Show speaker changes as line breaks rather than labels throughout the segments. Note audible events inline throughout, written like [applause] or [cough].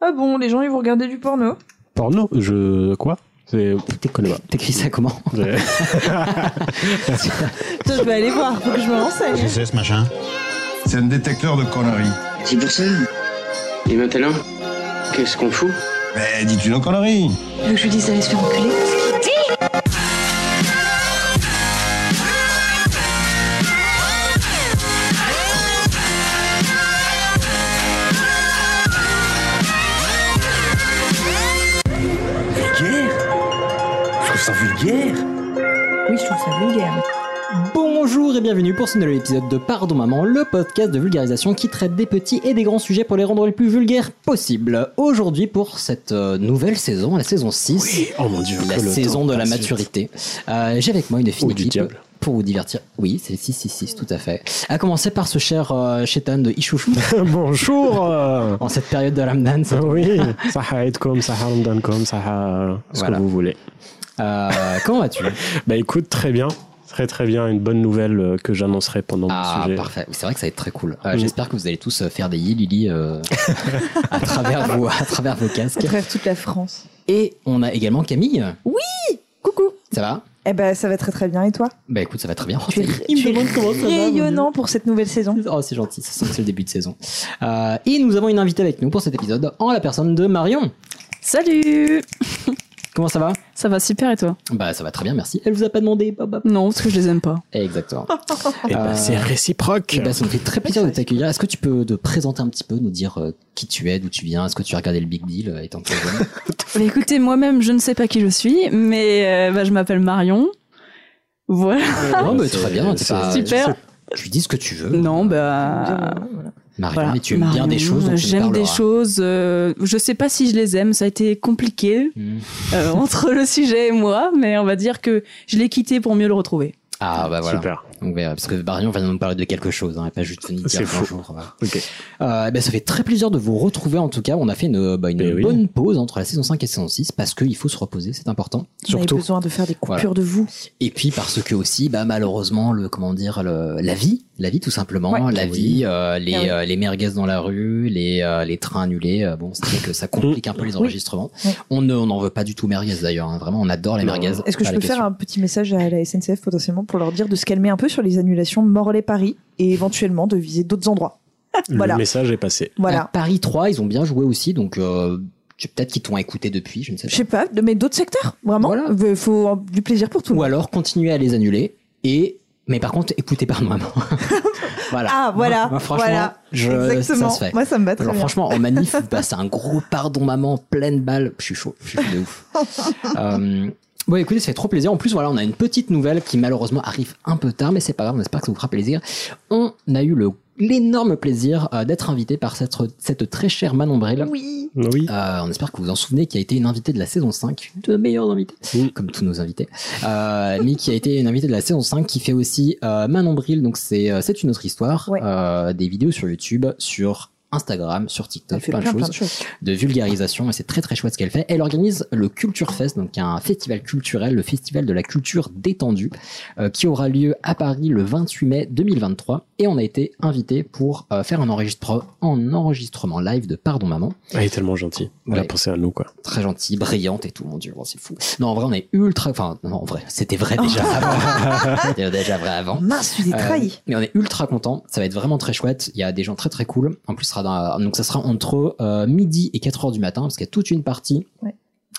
Ah bon, les gens, ils vont regarder du porno.
Porno Je. Quoi C'est. Je connais pas.
T'écris ça comment
[laughs] C'est-
Putain, je vais aller voir, faut que je me renseigne.
c'est ce machin
C'est un détecteur de conneries.
C'est pour ça. Et maintenant, qu'est-ce qu'on fout
Mais dis-tu nos conneries
que je lui dise d'aller se faire enculer
Oui, je trouve ça vulgaire.
Bonjour et bienvenue pour ce nouvel épisode de Pardon Maman, le podcast de vulgarisation qui traite des petits et des grands sujets pour les rendre les plus vulgaires possibles. Aujourd'hui, pour cette euh, nouvelle saison, la saison 6,
Oh mon dieu.
la
que le
saison
temps
de la
passe vite.
maturité, euh, j'ai avec moi une fine
Ou du
équipe
diable.
pour vous divertir. Oui, c'est 666, tout à fait. À commencer par ce cher euh, chétan de
[laughs]
Ichouchou.
[laughs] Bonjour euh,
En cette période de Ramadan, ça-
Oui, Saha Edcom, Saha Ramdancom, Saha. Ce
Voilà.
que vous voulez.
Euh, comment vas-tu
Bah écoute, très bien. Très très bien. Une bonne nouvelle euh, que j'annoncerai pendant mon
Ah,
sujet.
parfait. Oui, C'est vrai que ça va être très cool. Euh,
Mm.
J'espère que vous allez tous euh, faire des yilili euh,
[laughs]
à, travers vos, à travers vos casques.
travers toute la France.
Et on a également Camille.
Coucou.
Ça va
Eh ben, ça va très très bien, et toi
Bah écoute, ça va très bien. Oh,
Tu es,
il me
tu es [laughs]
demande comment ça va, mon
rayonnant pour cette nouvelle saison.
Dieu. Oh, c'est gentil, ça sent que c'est le début de saison. Euh, et nous avons une invitée avec nous pour cet épisode en la personne de Marion.
Salut
Comment ça va
Ça va super et toi
Bah ça va très bien, merci. Elle vous a pas demandé. Bah, bah.
Non, parce que je les aime pas.
Exactement.
Eh ben,
Euh,
c'est réciproque.
Eh ben, ça nous fait très plaisir de t'accueillir. Est-ce que tu peux te présenter un petit peu, nous dire euh, qui tu es, d'où tu viens, est-ce que tu as regardé le Big Deal euh, étant très jeune
Bah, écoutez, moi-même, je ne sais pas qui je suis, mais euh, bah, je m'appelle Marion. Voilà.
Non, mais
c'est-
très bien. t'es
c'est
pas-
super.
Tu dis ce que tu veux.
Non, bah.
Marion,
voilà.
mais tu aimes bien
Marion,
des choses. dont tu hein. nous
J'aime des
parleras.
choses. euh, je sais pas si je les aime. Ça a été compliqué
Mm.
euh, [laughs] entre le sujet et moi, mais on va dire que je l'ai quitté pour mieux le retrouver.
Ah, bah voilà.
Super.
Donc, voilà, parce que Marion va nous parler de quelque chose, hein, et pas juste nous dire
C'est fou.
bonjour. voilà.
Ok.
Euh, ben, ça fait très plaisir de vous retrouver en tout cas. On a fait une, bah, une
Eh oui.
bonne pause entre la saison 5 et la saison 6 parce qu'il faut se reposer, c'est important.
On avait besoin de faire des coupures de vous.
Et puis parce que aussi, bah, malheureusement, le comment dire, le, la vie, la vie tout simplement,
Ouais.
la vie, euh, les,
Ah oui.
euh, les merguez dans la rue, les, euh, les trains annulés. euh, bon, c'est vrai que ça complique un peu les enregistrements.
Mm. Oui.
On ne, on n'en veut pas du tout merguez d'ailleurs. hein. Vraiment, on adore les
Non.
merguez.
Est-ce que
Pas
je
la
peux faire
question.
un petit message à la SNCF potentiellement pour leur dire de se calmer un peu sur les annulations Morlaix-Paris et éventuellement de viser d'autres endroits Voilà.
Le message est passé.
À
Voilà.
Ah, Paris 3, ils ont bien joué aussi, donc euh, tu- peut-être qu'ils t'ont écouté depuis, je ne sais
Je
pas.
sais pas, mais d'autres secteurs, vraiment.
Voilà.
Il faut euh, du plaisir pour tout le
Ou
monde.
alors continuer à les annuler et mais par contre écoutez par maman. [laughs] voilà.
Ah, voilà,
Moi, moi, franchement,
voilà.
je-
Exactement.
ça se fait.
Moi, ça me va très
Alors
bien.
franchement, en
[laughs]
manif, vous passez un gros pardon maman, pleine balle. Je suis chaud, je suis chaud de ouf. euh, bon, écoutez, ça fait trop plaisir. En plus, voilà, on a une petite nouvelle qui malheureusement arrive un peu tard, mais c'est pas grave, on espère que ça vous fera plaisir. On a eu le l'énorme plaisir euh, d'être invité par cette, cette très chère Manon Brel.
Oui.
Oui.
Euh, on espère que vous vous en souvenez, qui a été une invitée de la saison 5, une de nos meilleures invitées,
Oui.
comme tous nos invités, euh, mais qui a été une invitée de la saison 5, qui fait aussi euh, Manon Bril, donc c'est euh, c'est une autre histoire,
Ouais.
euh, des vidéos sur YouTube, sur Instagram, sur
Elle
TikTok,
fait
plein, de choses,
choses.
de vulgarisation, et c'est très très chouette ce qu'elle fait. Elle organise le Culture Fest, donc un festival culturel, le festival de la culture détendue, euh, qui aura lieu à Paris le 28 mai 2023, et on a été invité pour euh, faire un enregistrement, un enregistrement live de Pardon Maman.
Elle Ah, est tellement gentille. Elle a
Ouais.
pensé à nous, quoi.
très gentille, brillante et tout, mon dieu, oh, c'est fou. Non, en vrai, on est ultra, enfin, non, en vrai, c'était vrai déjà
[laughs]
avant. C'était déjà vrai avant.
Oh, Mince, tu Oh. t'es
Euh,
trahi.
mais on est ultra content, ça va être vraiment très chouette. Il y a des gens très très cool. En plus, ça sera dans- donc ça sera entre euh, midi et 4 heures du matin parce qu'il y a toute une partie.
Ouais.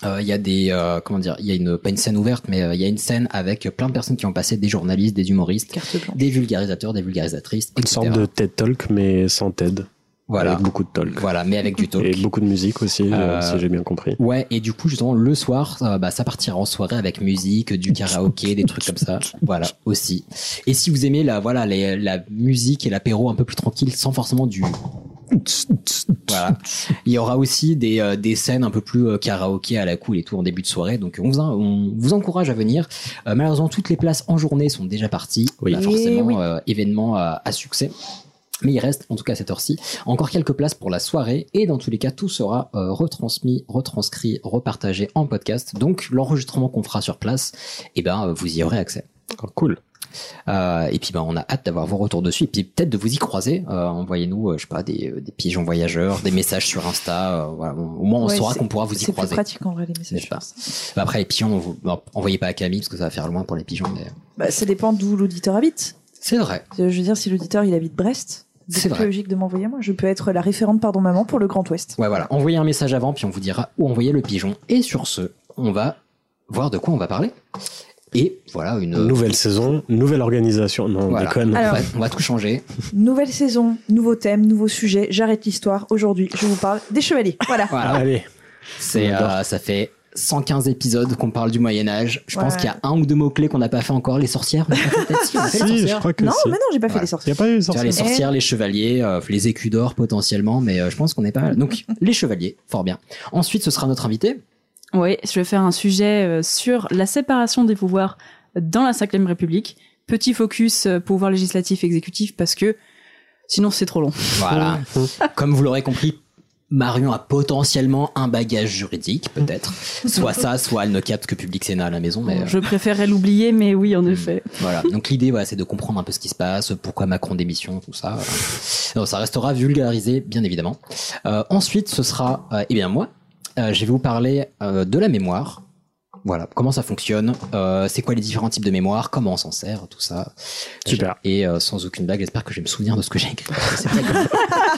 Euh, Il y a des euh, comment dire, il y a une pas une scène ouverte, mais euh, il y a une scène avec plein de personnes qui ont passé, des journalistes, des humoristes,
Carte blanche.
des vulgarisateurs, des vulgarisatrices,
Une
etc.
sorte de TED Talk, mais sans TED.
voilà,
Avec beaucoup de talk.
voilà, mais avec du talk.
Et beaucoup de musique aussi, euh,
Euh,
si j'ai bien compris.
Ouais, et du coup, justement, le soir, euh, bah, ça partira en soirée avec musique, du karaoké, des trucs comme ça. Voilà, aussi. Et si vous aimez la, voilà, les- la musique et l'apéro un peu plus tranquille, sans forcément du. Voilà. Il y aura aussi des, euh, des scènes un peu plus euh, karaoké à la cool et tout en début de soirée. Donc, on vous, en- on vous encourage à venir. Euh, malheureusement, toutes les places en journée sont déjà parties.
Oui.
Bah, forcément,
Eh oui.
euh, événement à- à succès. Mais il reste, en tout cas à cette heure-ci, encore quelques places pour la soirée. Et dans tous les cas, tout sera euh, retransmis, retranscrit, repartagé en podcast. Donc l'enregistrement qu'on fera sur place, eh ben, euh, vous y aurez accès.
Oh, cool.
Euh, et puis bah, on a hâte d'avoir vos retours dessus. Et puis peut-être de vous y croiser. Euh, Envoyez-nous, euh, je sais pas, des, des pigeons voyageurs, des messages sur Insta. euh, voilà. Au moins on
Ouais,
saura
c'est-
qu'on pourra vous y
C'est plus
croiser.
pratique en vrai, les messages.
N'est-ce pas Bah, Après les pigeons, vous- bon, envoyez pas à Camille parce que ça va faire loin pour les pigeons. mais- euh,
Bah, ça dépend d'où l'auditeur habite.
C'est vrai.
Je veux dire, si l'auditeur il habite Brest,
C'est
c'est
vrai.
plus logique de m'envoyer moi. Je peux être la référente pardon maman pour le Grand Ouest.
Ouais, voilà. Envoyez un message avant, puis on vous dira où envoyer le pigeon. Et sur ce, on va voir de quoi on va parler. Et voilà une
Nouvelle saison, nouvelle organisation. Non,
Voilà.
on déconne.
Alors-
Ouais, on va tout changer.
Nouvelle saison, nouveau thème, nouveau sujet. J'arrête l'histoire. Aujourd'hui, je vous parle des chevaliers. Voilà.
Voilà.
Ah, Allez,
C'est,
On adore.
euh, ça fait 115 épisodes qu'on parle du Moyen Âge. Je pense
Ouais.
qu'il y a un ou deux mots clés qu'on n'a pas fait encore. Les sorcières. on a pas fait peut-être si, on a fait
[laughs]
les
si, je
sorcières.
crois que
non,
si.
mais non, j'ai pas fait
Voilà.
les
Il n'y
sorciers.
a pas eu les
Tu vois, les
sorcières.
sorcières, les chevaliers, euh, les écus d'or potentiellement, mais euh, je pense qu'on n'est pas mal. Donc les chevaliers, fort bien. Ensuite, ce sera notre invité.
Oui, je vais faire un sujet euh, sur la séparation des pouvoirs dans la Ve République. Petit focus euh, pouvoir législatif exécutif parce que sinon c'est trop long.
[laughs]
Voilà. Comme vous l'aurez compris, Marion a potentiellement un bagage juridique, peut-être. Soit ça, soit elle ne capte que Public Sénat à la maison, mais. euh,
Je préférerais l'oublier, mais oui, en
Hmm.
effet.
Voilà. Donc l'idée, voilà, c'est de comprendre un peu ce qui se passe, pourquoi Macron démissionne, tout ça. voilà. Non, ça restera vulgarisé, bien évidemment. Euh, ensuite, ce sera, euh, eh bien moi, euh, je vais vous parler euh, de la mémoire. Voilà, comment ça fonctionne, euh, c'est quoi les différents types de mémoire, comment on s'en sert, tout ça.
Super.
Et euh, sans aucune blague, j'espère que je vais me souvenir de ce que j'ai écrit. C'est pas gagné.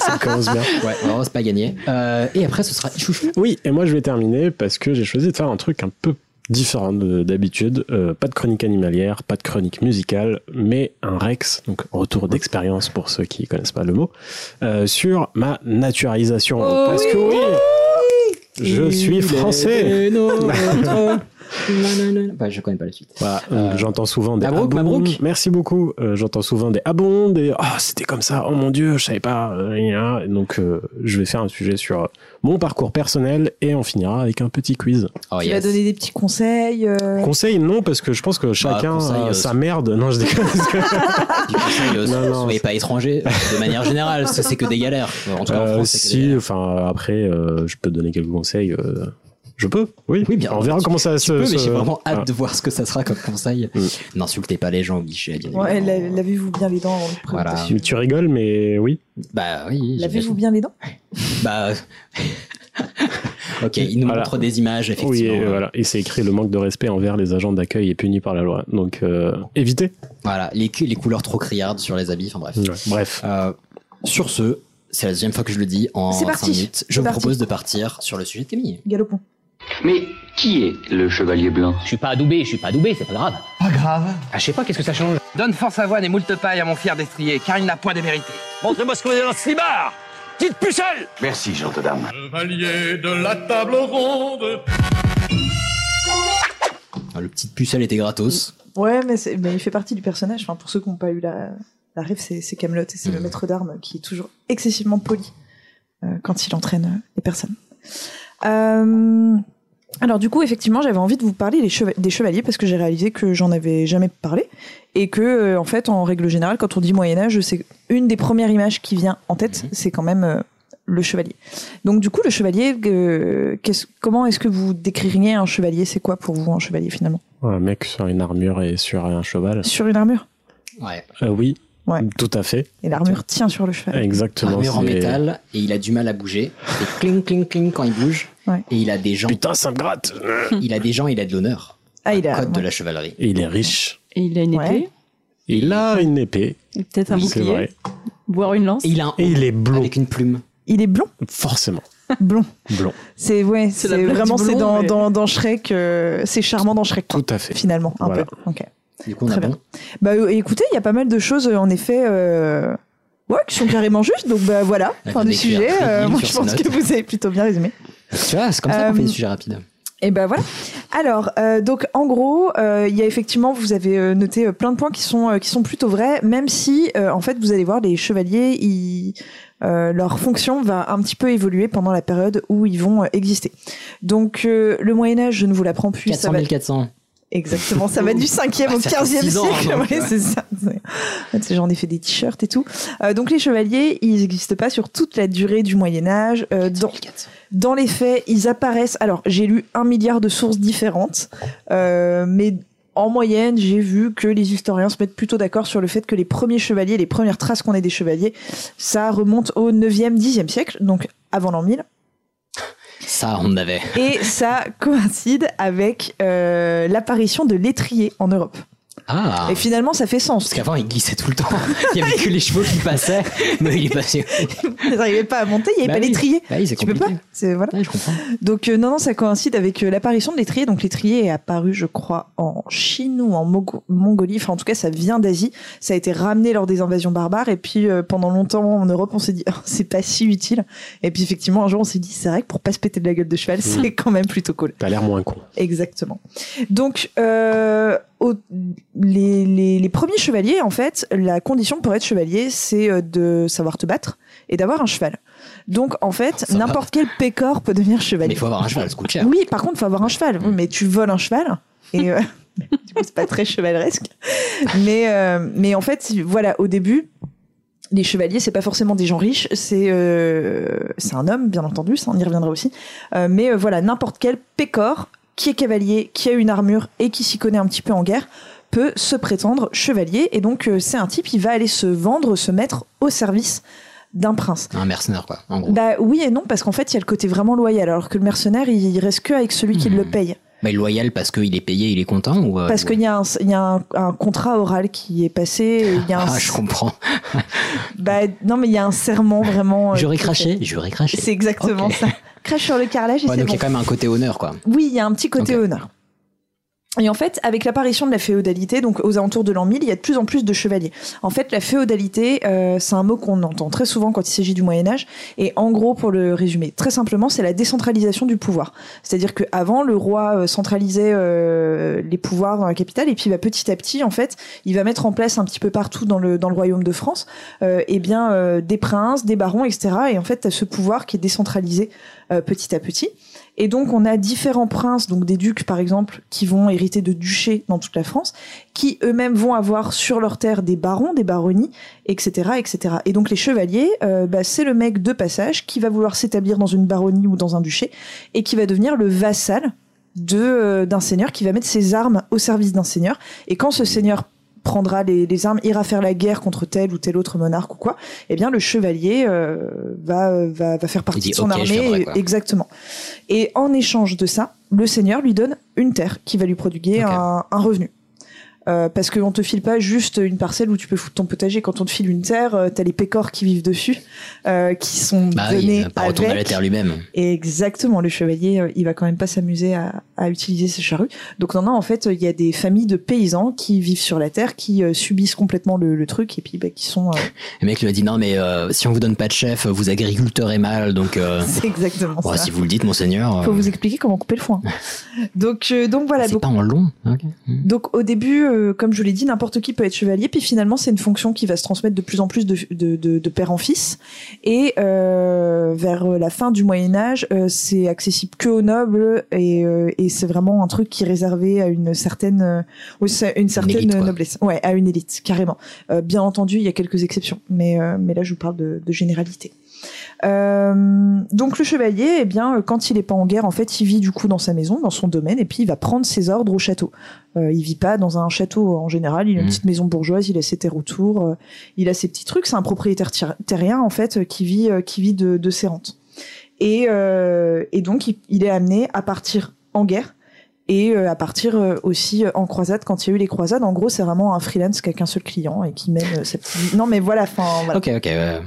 Ça commence bien.
ouais, vraiment, c'est pas gagné. Euh, et après, ce sera chouchou.
Oui, et moi je vais terminer parce que j'ai choisi de faire un truc un peu différent de- d'habitude. Euh, pas de chronique animalière, pas de chronique musicale, mais un Rex, donc retour d'expérience pour ceux qui connaissent pas le mot, euh, sur ma naturalisation.
Oh
parce
oui
que oui, je suis français.
[laughs] Bah, je connais pas la suite.
Voilà, euh, j'entends souvent des
Mabrouk,
aboum.
Mabrouk.
Merci beaucoup. Euh, j'entends souvent des abondes des ah c'était comme ça. Oh mon dieu, je savais pas. euh, et, hein. Et Donc euh, je vais faire un sujet sur euh, mon parcours personnel et on finira avec un petit quiz.
Oh,
Tu
yes.
vas donner des petits conseils. euh,
Conseil, non, parce que je pense que chacun
conseil,
a
euh,
sa merde. Non, je déconne. parce que,
Du conseil, euh,
Non, non,
soyez
c'est-
pas étrangers, de manière générale, parce que c'est que des galères. [laughs] En tout cas, en
euh,
France, c'est que des
si,
galères.
enfin, après, euh, je peux donner quelques conseils. euh, je peux Oui,
Oui, bien,
On verra
tu-
comment ça
Tu
se.
peux, mais
se-
j'ai vraiment
Ah.
hâte de voir ce que ça sera comme conseil.
Mm.
N'insultez pas les gens au guichet, bien
Ouais,
évidemment.
la- Lavez-vous bien les dents avant de
Voilà.
présenter.
Mais tu rigoles, mais oui.
Bah oui, oui, j'imagine.
Lavez-vous bien les dents.
[laughs]
Bah. ok, il nous
Voilà.
montre des images,
Oui,
effectivement.
et, voilà. Et c'est écrit le manque de respect envers les agents d'accueil est puni par la loi. Donc, euh, évitez.
Voilà, les, cu- les couleurs trop criardes sur les habits, enfin
Mm.
bref.
Bref.
Euh, sur ce, c'est la deuxième fois que je le dis en
C'est
5
parti.
minutes. Je
C'est
vous
parti.
propose de partir sur le sujet de Camille.
Galopons.
Mais qui est le chevalier blanc
Je suis pas adoubé, je suis pas adoubé, c'est pas grave.
Pas grave.
Ah, je sais pas, qu'est-ce que ça change
Donne force à voix et moult paille à mon fier destrier, car il n'a point démérité.
Montre-moi ce qu'on est dans ce slibard Petite pucelle
Merci, gentille dame.
Chevalier de la table ronde.
Ah, Le petit pucelle était gratos.
Ouais, mais, c'est- mais il fait partie du personnage. Enfin, pour ceux qui n'ont pas eu la, la rêve, c'est c'est Camelot et c'est le
Mhm.
maître d'armes qui est toujours excessivement poli euh, quand il entraîne euh, les personnes. Euh, alors du coup, effectivement, j'avais envie de vous parler des, cheva- des chevaliers parce que j'ai réalisé que j'en avais jamais parlé et que, euh, en fait, en règle générale, quand on dit Moyen Âge, c'est une des premières images qui vient en tête,
Mhm.
c'est quand même euh, le chevalier. Donc du coup, le chevalier, euh, qu'est-ce- comment est-ce que vous décririez un chevalier C'est quoi pour vous un chevalier finalement
Un mec sur une armure et sur un cheval.
Sur une armure Mm.
Ouais.
Euh, oui.
Ouais.
Tout à fait.
Et l'armure tient sur le cheval.
Exactement.
Armure en
c'est-
métal et il a du mal à bouger. C'est cling cling cling quand il bouge.
Ouais.
Et il a des gens,
Putain, ça me gratte.
il a des gens, il a de l'honneur.
Ah, il a.
Code de la chevalerie.
Et il est riche.
Et il a une
Ouais.
épée,
Et Il a une épée.
et peut-être un
C'est
bouclier,
vrai.
voire une lance.
Et il a un
Et il est blond.
avec une plume.
Il est blond,
Forcément.
blond.
Blond.
C'est ouais,
C'est
c'est
la blague du
vraiment c'est
blond,
dans,
mais-
dans, dans Shrek, euh, c'est charmant dans Shrek quoi,
Tout à fait.
finalement un
Voilà.
peu. Ok.
Du coup, on
Très
a
bien.
bon.
Bah euh, écoutez, il y a pas mal de choses euh, en effet. euh, Ouais, qui sont carrément justes, donc bah voilà,
Elle
fin
vient
du
d'écrire
sujet.
un
euh,
très
moi,
livre
je
sur
pense
ses
que
notes.
vous avez plutôt bien résumé.
Tu vois, c'est comme ça qu'on fait
Euh,
des sujets rapides.
Et ben voilà. Alors, euh, donc en gros, euh, il y a effectivement, vous avez euh, noté euh, plein de points qui sont euh, qui sont plutôt vrais, même si euh, en fait vous allez voir les chevaliers, ils, euh, leur fonction va un petit peu évoluer pendant la période où ils vont euh, exister. Donc euh, le Moyen Âge, je ne vous l'apprends plus, ça
400
va
400. [laughs]
exactement, ça va du 5e au
Ah, ça fait
15e
six ans,
siècle.
donc, euh.
ouais,
ouais.
c'est ça. C'est- en fait, J'en ai fait des t-shirts et tout. Euh, donc les chevaliers, ils n'existent pas sur toute la durée du Moyen Âge. Euh, dans, dans les faits, ils apparaissent. Alors, j'ai lu un milliard de sources différentes, euh, mais en moyenne, j'ai vu que les historiens se mettent plutôt d'accord sur le fait que les premiers chevaliers, les premières traces qu'on ait des chevaliers, ça remonte au 9e, 10e siècle, donc avant l'an 1000.
Ça, on avait.
Et ça [laughs] coïncide avec euh, l'apparition de l'étrier en Europe.
Ah
Et finalement, ça fait sens.
Parce qu'avant, il glissait tout le temps. Il y avait que les chevaux qui passaient. Mais il est passé.
[laughs] Ils n'arrivaient pas à monter, il n'y avait
Bah
pas
oui.
l'étrier.
Bah oui, c'est
Tu peux pas.
compliqué.
C'est- Voilà.
Ouais, je comprends.
Donc euh, non, non, ça coïncide avec euh, l'apparition de l'étrier. Donc l'étrier est apparu, je crois, en Chine ou en Mogo- Mongolie. Enfin, en tout cas, ça vient d'Asie. Ça a été ramené lors des invasions barbares. Et puis euh, pendant longtemps en Europe, on s'est dit Oh, c'est pas si utile. Et puis effectivement, un jour, on s'est dit c'est vrai que pour pas se péter de la gueule de
Mmh.
cheval, c'est quand même plutôt cool.
T'as l'air moins con.
Exactement. Donc, euh, au- les, les- les premiers chevaliers, en fait, la condition pour être chevalier, c'est euh, de savoir te battre et d'avoir un cheval. Donc, en fait,
Ça va.
n'importe quel pécor peut devenir
Mais
chevalier.
il faut avoir un cheval, ça coûte cher.
Oui, par contre, faut avoir un cheval. Oui,
Mm.
mais tu voles un cheval et euh, [laughs] du coup, c'est pas très chevaleresque. Mais euh, mais en fait, voilà, au début. Les chevaliers, c'est pas forcément des gens riches, c'est euh, c'est un homme, bien entendu, ça on y reviendra aussi. Euh, mais euh, voilà, n'importe quel pécor qui est cavalier, qui a une armure et qui s'y connaît un petit peu en guerre peut se prétendre chevalier. Et donc euh, c'est un type, il va aller se vendre, se mettre au service d'un prince.
Un mercenaire, quoi, en gros.
Bah oui et non, parce qu'en fait, il y a le côté vraiment loyal, alors que le mercenaire, il il reste que avec celui qui
Hmm.
le paye.
Mais loyal parce qu'il est payé, il est content ou. euh,
Parce
ou-
qu'il y a, un, il y a un, un contrat oral qui est passé, et il y a un,
Ah, je comprends.
bah, non mais il y a un serment vraiment. euh,
J'aurais
qui est fait.
craché, j'aurais craché.
C'est exactement
Ok.
ça. Crache sur le carrelage et
Ouais,
c'est
donc il
bon.
y a quand même un côté honneur, quoi.
Oui, il y a un petit côté
Ok.
honneur. Et en fait, avec l'apparition de la féodalité, donc aux alentours de l'an 1000, il y a de plus en plus de chevaliers. En fait, la féodalité, euh, c'est un mot qu'on entend très souvent quand il s'agit du Moyen Âge. Et en gros, pour le résumer très simplement, c'est la décentralisation du pouvoir. C'est-à-dire qu'avant, le roi euh, centralisait euh, les pouvoirs dans la capitale, et puis bah, petit à petit, en fait, il va mettre en place un petit peu partout dans le, dans le royaume de France, euh, eh bien, euh, des princes, des barons, etc. Et en fait, tu ce pouvoir qui est décentralisé euh, petit à petit. Et donc, on a différents princes, donc des ducs par exemple, qui vont hériter de duchés dans toute la France, qui eux-mêmes vont avoir sur leur terre des barons, des baronnies, etc., etc. Et donc, les chevaliers, euh, bah, c'est le mec de passage qui va vouloir s'établir dans une baronnie ou dans un duché et qui va devenir le vassal de euh, d'un seigneur qui va mettre ses armes au service d'un seigneur. Et quand ce seigneur prendra les, les armes, ira faire la guerre contre tel ou tel autre monarque ou quoi, eh bien le chevalier euh, va, va, va faire partie
dit,
de son
Ok, je viendrai,
armée.
quoi.
et- exactement. Et en échange de ça, le seigneur lui donne une terre qui va lui prodiguer
Ok.
un, un revenu. Euh, parce qu'on te file pas juste une parcelle où tu peux foutre ton potager. Quand on te file une terre, euh, t'as les pécores qui vivent dessus, euh, qui sont
Bah oui, il
donnés
va pas retourner à la
avec.
terre lui-même.
Et exactement, le chevalier, euh, il va quand même pas s'amuser à, à utiliser ses charrues. Donc non, non, en fait, il y a des familles de paysans qui vivent sur la terre, qui euh, subissent complètement le, le truc, et puis bah, qui sont... euh, [laughs]
Le mec lui a dit non, mais euh, si on vous donne pas de chef, vous agriculterez mal, donc. euh,
c'est exactement
bon,
ça.
si vous le dites, monseigneur. euh,
Faut vous expliquer comment couper
[laughs]
le foin. donc, euh, donc voilà,
c'est
donc,
pas en long. ok. Mm.
donc au début, euh, comme je vous l'ai dit, n'importe qui peut être chevalier, puis finalement, c'est une fonction qui va se transmettre de plus en plus de, de, de- de père en fils. Et euh, vers euh, la fin du Moyen Âge, euh, c'est accessible que aux nobles, et, euh, et c'est vraiment un truc qui est réservé à une certaine... euh, Oui, c'est une certaine
élite, quoi.
noblesse. Ouais, à une élite, carrément. Euh, bien entendu, il y a quelques exceptions, mais, euh, mais là, je vous parle de, de généralité. Euh, donc le chevalier, eh bien, euh, quand il est pas en guerre, en fait, il vit du coup dans sa maison, dans son domaine, et puis il va prendre ses ordres au château. Euh, il vit pas dans un château en général. Il a une
Mhm.
petite maison bourgeoise, il a ses terres autour, euh, il a ses petits trucs. C'est un propriétaire tir- terrien en fait euh, qui vit euh, qui vit de, de ses rentes. Et, euh, et donc il, il est amené à partir en guerre et euh, à partir euh, aussi euh, en croisade quand il y a eu les croisades. En gros, c'est vraiment un freelance qui a qu'un seul client et qui mène euh, sa petite vie. Non, mais voilà. Enfin, voilà.
Ok, ok. ouais.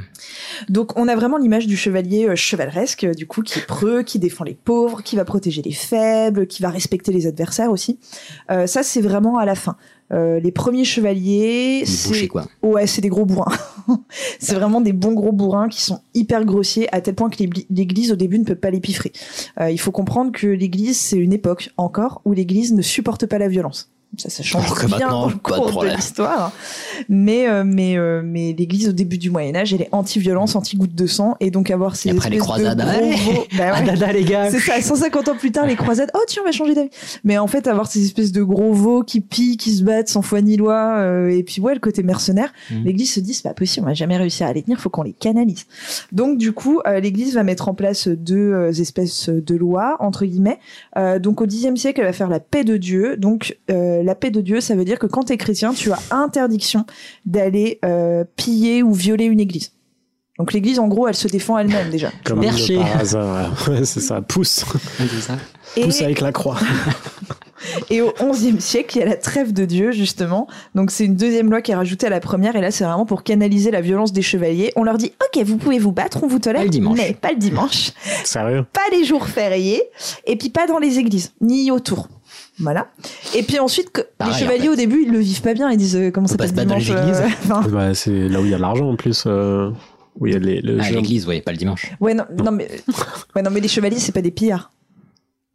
Donc on a vraiment l'image du chevalier euh, chevaleresque, euh, du coup, qui est preux, qui défend les pauvres, qui va protéger les faibles, qui va respecter les adversaires aussi. Euh, ça, c'est vraiment à la fin. Euh, les premiers
Il
chevaliers,
est bouché,
c'est
quoi.
ouais, c'est des gros bourrins. [laughs] c'est vraiment des bons gros bourrins qui sont hyper grossiers à tel point que l'ébli- l'Église au début ne peut pas les piffrer. Euh, il faut comprendre que l'Église c'est une époque encore où l'Église ne supporte pas la violence. Ça, ça change
Alors que
bien
maintenant,
au
pas de
cours de
problème.
l'histoire. Mais, euh, mais, euh, mais l'Église au début du Moyen Âge, elle est anti-violence, anti-goutte de sang, et donc avoir ces
Et après, les
espèces de
croisades,
gros
allez [laughs]
veaux- Bah
Ah,
ouais.
dada, les gars.
C'est ça, 150 ans plus tard, les croisades, oh tiens, on va changer d'avis. Mais en fait, avoir ces espèces de gros veaux qui pillent, qui se battent sans foi ni loi, euh, et puis ouais, le côté mercenaire,
Mhm.
l'Église se dit, c'est pas possible, on va jamais réussir à les tenir, faut qu'on les canalise. Donc du coup, euh, l'Église va mettre en place deux euh, espèces de lois, entre guillemets. Euh, donc au Xe siècle, elle va faire la paix de Dieu, donc euh, euh, la paix de Dieu, ça veut dire que quand tu es chrétien, tu as interdiction d'aller euh, piller ou violer une église. Donc l'église, en gros, elle se défend elle-même déjà.
Comme
Bercher.
par hasard. [laughs] Ouais, c'est ça. Pousse.
Ah,
Et-
Pousse avec la croix.
Et au XIe siècle, il y a la trêve de Dieu, justement. Donc, c'est une deuxième loi qui est rajoutée à la première. Et là, c'est vraiment pour canaliser la violence des chevaliers. On leur dit, OK, vous pouvez vous battre, on vous tolère.
Pas le dimanche.
Mais pas le dimanche.
Sérieux.
Pas les jours fériés. Et puis, pas dans les églises, ni autour. Voilà. Et puis ensuite, que-
Pareil,
les
en
chevaliers,
fait.
au début, ils le vivent pas bien. Ils disent, euh, comment ça
peut
passe
se battre dans les
dimanche euh,
églises.
enfin,
Bah, c'est là où il y a de l'argent en plus. euh, où il y a les, le
À
jeu.
l'église, voyez, pas le dimanche.
euh, ouais, non, non, mais, ouais, non, mais les chevaliers, c'est pas des pillards.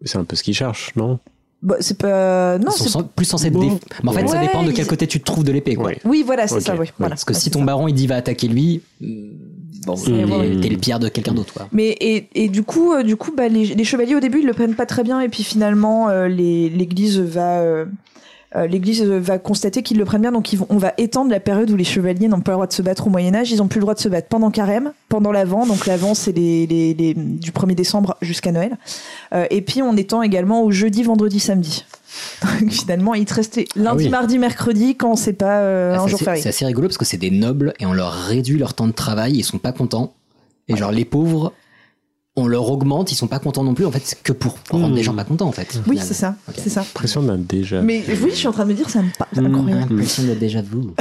C'est un peu ce qu'ils cherchent, non
Bah, c'est pas. Non,
Ils sont
c'est.
sans- plus censés être
Bon.
déf- Mais en fait, ça
Ouais,
dépend de quel
ils-
côté tu te trouves de l'épée, quoi.
Ouais.
Oui, voilà, c'est
Ok,
ça, oui.
ouais.
Voilà.
Parce que
Ouais,
si
c'est
ton
ça.
baron il dit va attaquer lui, euh, bon,
C'est-
t'es
ouais.
t'es le pire de quelqu'un d'autre, quoi.
Mais et, et du coup, euh, du coup, bah, les, les chevaliers au début ils le prennent pas très bien et puis finalement euh, les- l'Église va euh, euh, L'Église euh, va constater qu'ils le prennent bien, donc ils vont- on va étendre la période où les chevaliers n'ont pas le droit de se battre au Moyen Âge. Ils n'ont plus le droit de se battre pendant Carême, pendant l'Avent, donc l'Avent c'est les, les- les- du 1er décembre jusqu'à Noël. Euh, et puis on étend également au jeudi, vendredi, samedi. [laughs] Donc finalement, il te restait lundi,
oui.
mardi, mercredi quand c'est pas euh,
Ah,
un
c'est
jour
assez-
férié.
C'est assez rigolo parce que c'est des nobles et on leur réduit leur temps de travail, ils sont pas contents. Et genre les pauvres, on leur augmente, ils sont pas contents non plus. En fait, c'est que pour rendre
Mmh.
les gens pas contents en fait.
Oui, c'est ça, c'est ça.
L'impression d'un
Euh,
déjà.
Mais oui, je suis en train de me dire, ça me
Hmm.
parle incroyable.
L'impression d'être déjà vous.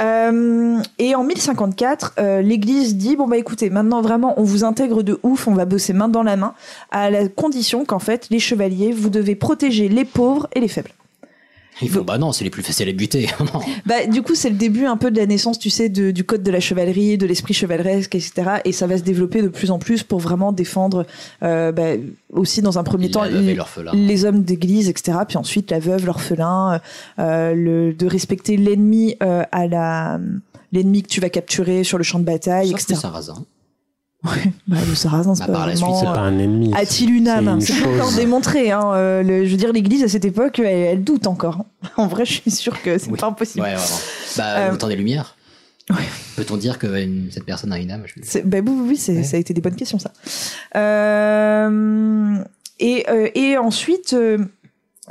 Euh, et en 1054, euh, l'Église dit bon bah écoutez, maintenant vraiment on vous intègre de ouf, on va bosser main dans la main, à la condition qu'en fait les chevaliers vous devez protéger les pauvres et les faibles.
Ils font bah non, c'est les plus faciles à buter. [laughs] Non.
Bah du coup c'est le début un peu de la naissance, tu sais, de- du code de la chevalerie, de l'esprit chevaleresque, etc. Et ça va se développer de plus en plus pour vraiment défendre euh, bah, aussi dans un premier
La
temps
veuve et l'orphelin.
les hommes d'église, etc. Puis ensuite, la veuve, l'orphelin, euh, euh, le, de respecter l'ennemi euh, à la l'ennemi que tu vas capturer sur le champ de bataille,
Sauf que
etc.
Sarrasin.
Bah, le sarrasin, c'est
Bah,
pas
par la
vraiment,
suite,
C'est
euh,
pas un ennemi.
A-t-il une âme
C'est
C'est
une
[laughs] pas encore
chose.
démontré. Hein. Euh, le- je veux dire, l'Église à cette époque, elle, elle doute encore. [laughs] En vrai, je suis sûre que c'est
Oui.
pas impossible.
Ouais, vraiment. Bah,
Euh,
le temps des lumières.
Ouais.
Peut-on dire que une- cette personne a une âme je-
C'est- bah oui, oui, oui, c'est-
Ouais.
ça a été des bonnes questions, ça. Euh, et, euh, et ensuite, euh,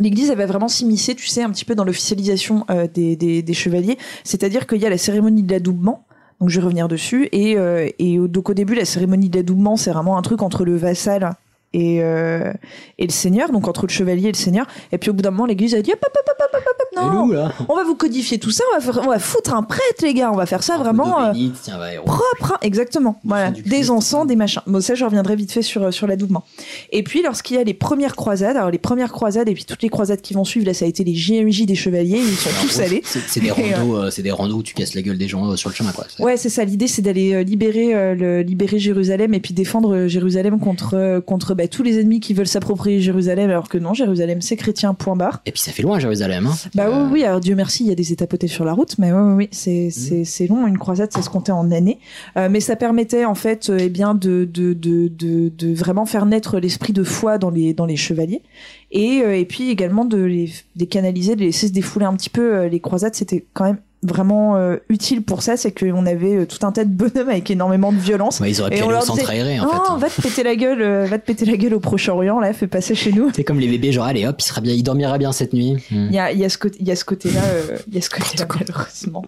l'Église, elle va vraiment s'immiscer, tu sais, un petit peu dans l'officialisation euh, des, des, des chevaliers. C'est-à-dire qu'il y a la cérémonie de l'adoubement. Donc, je vais revenir dessus. Et, euh, et au- donc, au début, la cérémonie de l'adoubement, c'est vraiment un truc entre le vassal et, euh, et le seigneur, donc entre le chevalier et le seigneur. Et puis, au bout d'un moment, l'Église a dit hop, hop, hop, hop, hop, hop, hop,
Et
non
nous, là
on va vous codifier tout ça, on va, faire- on va foutre un prêtre, les gars, on va faire ça vraiment. euh,
Bénite, tiens,
[laughs]
va, héros.
propre, hein, exactement. Voilà,
du
des
Christ.
encens, des machins. Bon, ça, je reviendrai vite fait sur, euh, sur l'adoubement. Et puis, lorsqu'il y a les premières croisades, alors les premières croisades et puis toutes les croisades qui vont suivre, là, ça a été les JMJ des chevaliers, ils sont
Alors,
tous
gros,
allés.
C'est c'est des
Et, euh,
randos, euh, c'est des randos où tu casses la gueule des gens euh, sur le chemin, quoi. C'est-
Ouais, c'est ça. L'idée, c'est d'aller euh, libérer, euh, le, libérer Jérusalem et puis défendre euh, Jérusalem contre, euh, contre bah, tous les ennemis qui veulent s'approprier Jérusalem, alors que non, Jérusalem, c'est chrétien, point barre.
Et puis ça fait loin, Jérusalem. hein.
Bah
Euh, Mm.
oui, oui, alors Dieu merci, il y a des étapotées sur la route, mais oui, oui, oui, c'est, c'est, c'est long, une croisade, ça se comptait en années. Euh, mais ça permettait, en fait, euh, eh bien, de, de, de, de, de vraiment faire naître l'esprit de foi dans les, dans les chevaliers. Et, euh, et puis également de les, de les canaliser, de les laisser se défouler un petit peu. Euh, Les croisades, c'était quand même vraiment euh, utile pour ça, c'est qu'on avait euh, tout un tas de bonhommes avec énormément de violence.
Euh, ouais, ils auraient pu
Et on
aller au
leur
centre
disait,
aéré, en
oh,
fait. hein.
va te péter la gueule, euh, va te péter la gueule au Proche-Orient, là, fais passer chez nous.
C'est comme les bébés, genre, allez hop, il, sera bien, il dormira bien cette nuit. Hmm.
Il y a, il y a ce côté- il y a ce côté-là, euh, il y a ce côté-là, malheureusement.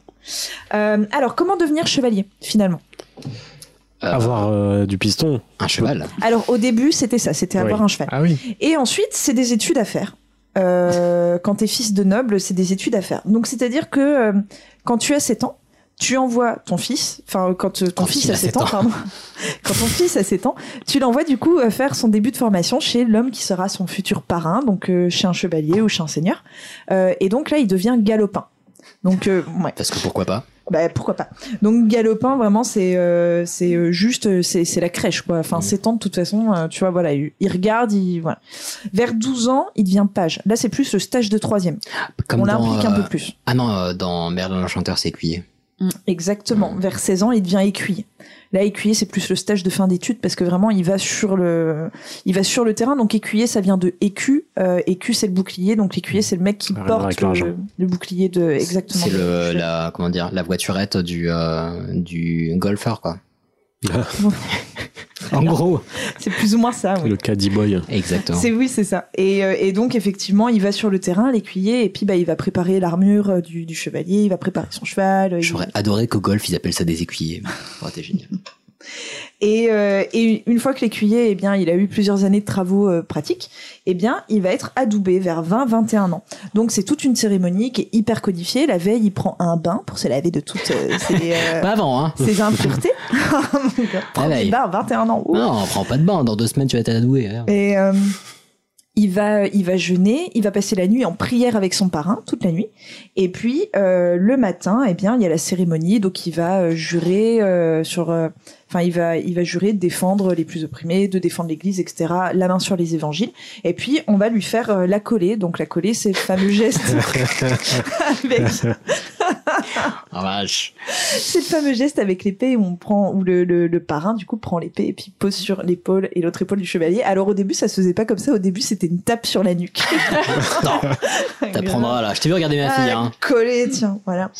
Euh, alors, comment devenir chevalier, finalement
Euh,
Avoir euh, du piston.
Un cheval.
Alors, au début, c'était ça, c'était avoir
Oui.
un cheval.
Ah oui.
Et ensuite, c'est des études à faire. Euh, quand t'es fils de noble, c'est des études à faire. Donc, c'est-à-dire que euh, quand tu as 7 ans, tu envoies ton fils, enfin, quand euh, ton
Quand
fils
il
a
a
7
sept
ans,
ans.
pardon, [laughs] quand ton fils a 7 ans, tu l'envoies du coup euh, faire son début de formation chez l'homme qui sera son futur parrain, donc euh, chez un chevalier ou chez un seigneur. Euh, et donc là, il devient galopin. Donc, euh, ouais.
Parce que pourquoi pas
Bah pourquoi pas. Donc galopin vraiment c'est euh, c'est euh, juste euh, c'est c'est la crèche quoi. Enfin
Mm.
Mhm.
c'est temps de toute façon euh, tu vois voilà il, il regarde il voilà. Vers 12 ans il devient page. Là c'est plus le stage de troisième.
Comme
On
dans,
l'implique un
euh,
peu plus.
Ah non, euh, dans Merlin l'Enchanteur, c'est écuyer.
Exactement.
Mhm.
Vers 16 ans il devient écuyer. Là écuyer c'est plus le stage de fin d'études parce que vraiment il va sur le il va sur le terrain donc écuyer ça vient de écu Euh, écu c'est le bouclier donc l'écuyer c'est le mec qui
Rien à voir
porte
avec l'argent.
le, le bouclier de exactement.
C'est le,
de-
la, comment dire, la voiturette du, euh, du golfeur, quoi.
Ah.
[laughs] en gros.
[laughs] C'est plus ou moins ça. oui.
Le Caddy Boy.
Exactement.
C'est oui, c'est ça. Et, euh, et donc effectivement, il va sur le terrain, l'écuyer, et puis bah il va préparer l'armure euh, du, du chevalier, il va préparer son cheval. euh, il-
J'aurais adoré qu'au golf, ils appellent ça des écuyers. Oh, t'es
[laughs]
génial.
Et, euh, et une fois que l'écuyer, eh bien, il a eu plusieurs années de travaux euh, pratiques, eh bien, il va être adoubé vers 20-21 ans. Donc c'est toute une cérémonie qui est hyper codifiée. La veille, il prend un bain pour se laver de toutes euh, ses, euh,
Pas avant, hein.
ses impuretés. [laughs] Mon gars, Premier
veille.
bain, 21 ans. Ouh.
Non, prends pas de bain. Dans deux semaines, tu vas t'adouer. hein.
Et euh, il va, il va jeûner, il va passer la nuit en prière avec son parrain toute la nuit. Et puis euh, le matin, eh bien, il y a la cérémonie, donc il va euh, jurer euh, sur, euh, enfin, il va, il va jurer de défendre les plus opprimés, de défendre l'Église, etc. La main sur les évangiles. Et puis on va lui faire euh, la coller. Donc la coller, c'est le fameux geste [laughs] avec
Ah, vache.
c'est le fameux geste avec l'épée où on prend où le, le, le parrain du coup prend l'épée et puis pose sur l'épaule et l'autre épaule du chevalier. Alors au début ça se faisait pas comme ça. Au début c'était une tape sur
[laughs]
la nuque.
Non, t'apprendras là. Je t'ai vu regarder ma fille, hein.
Ah, Collé tiens voilà.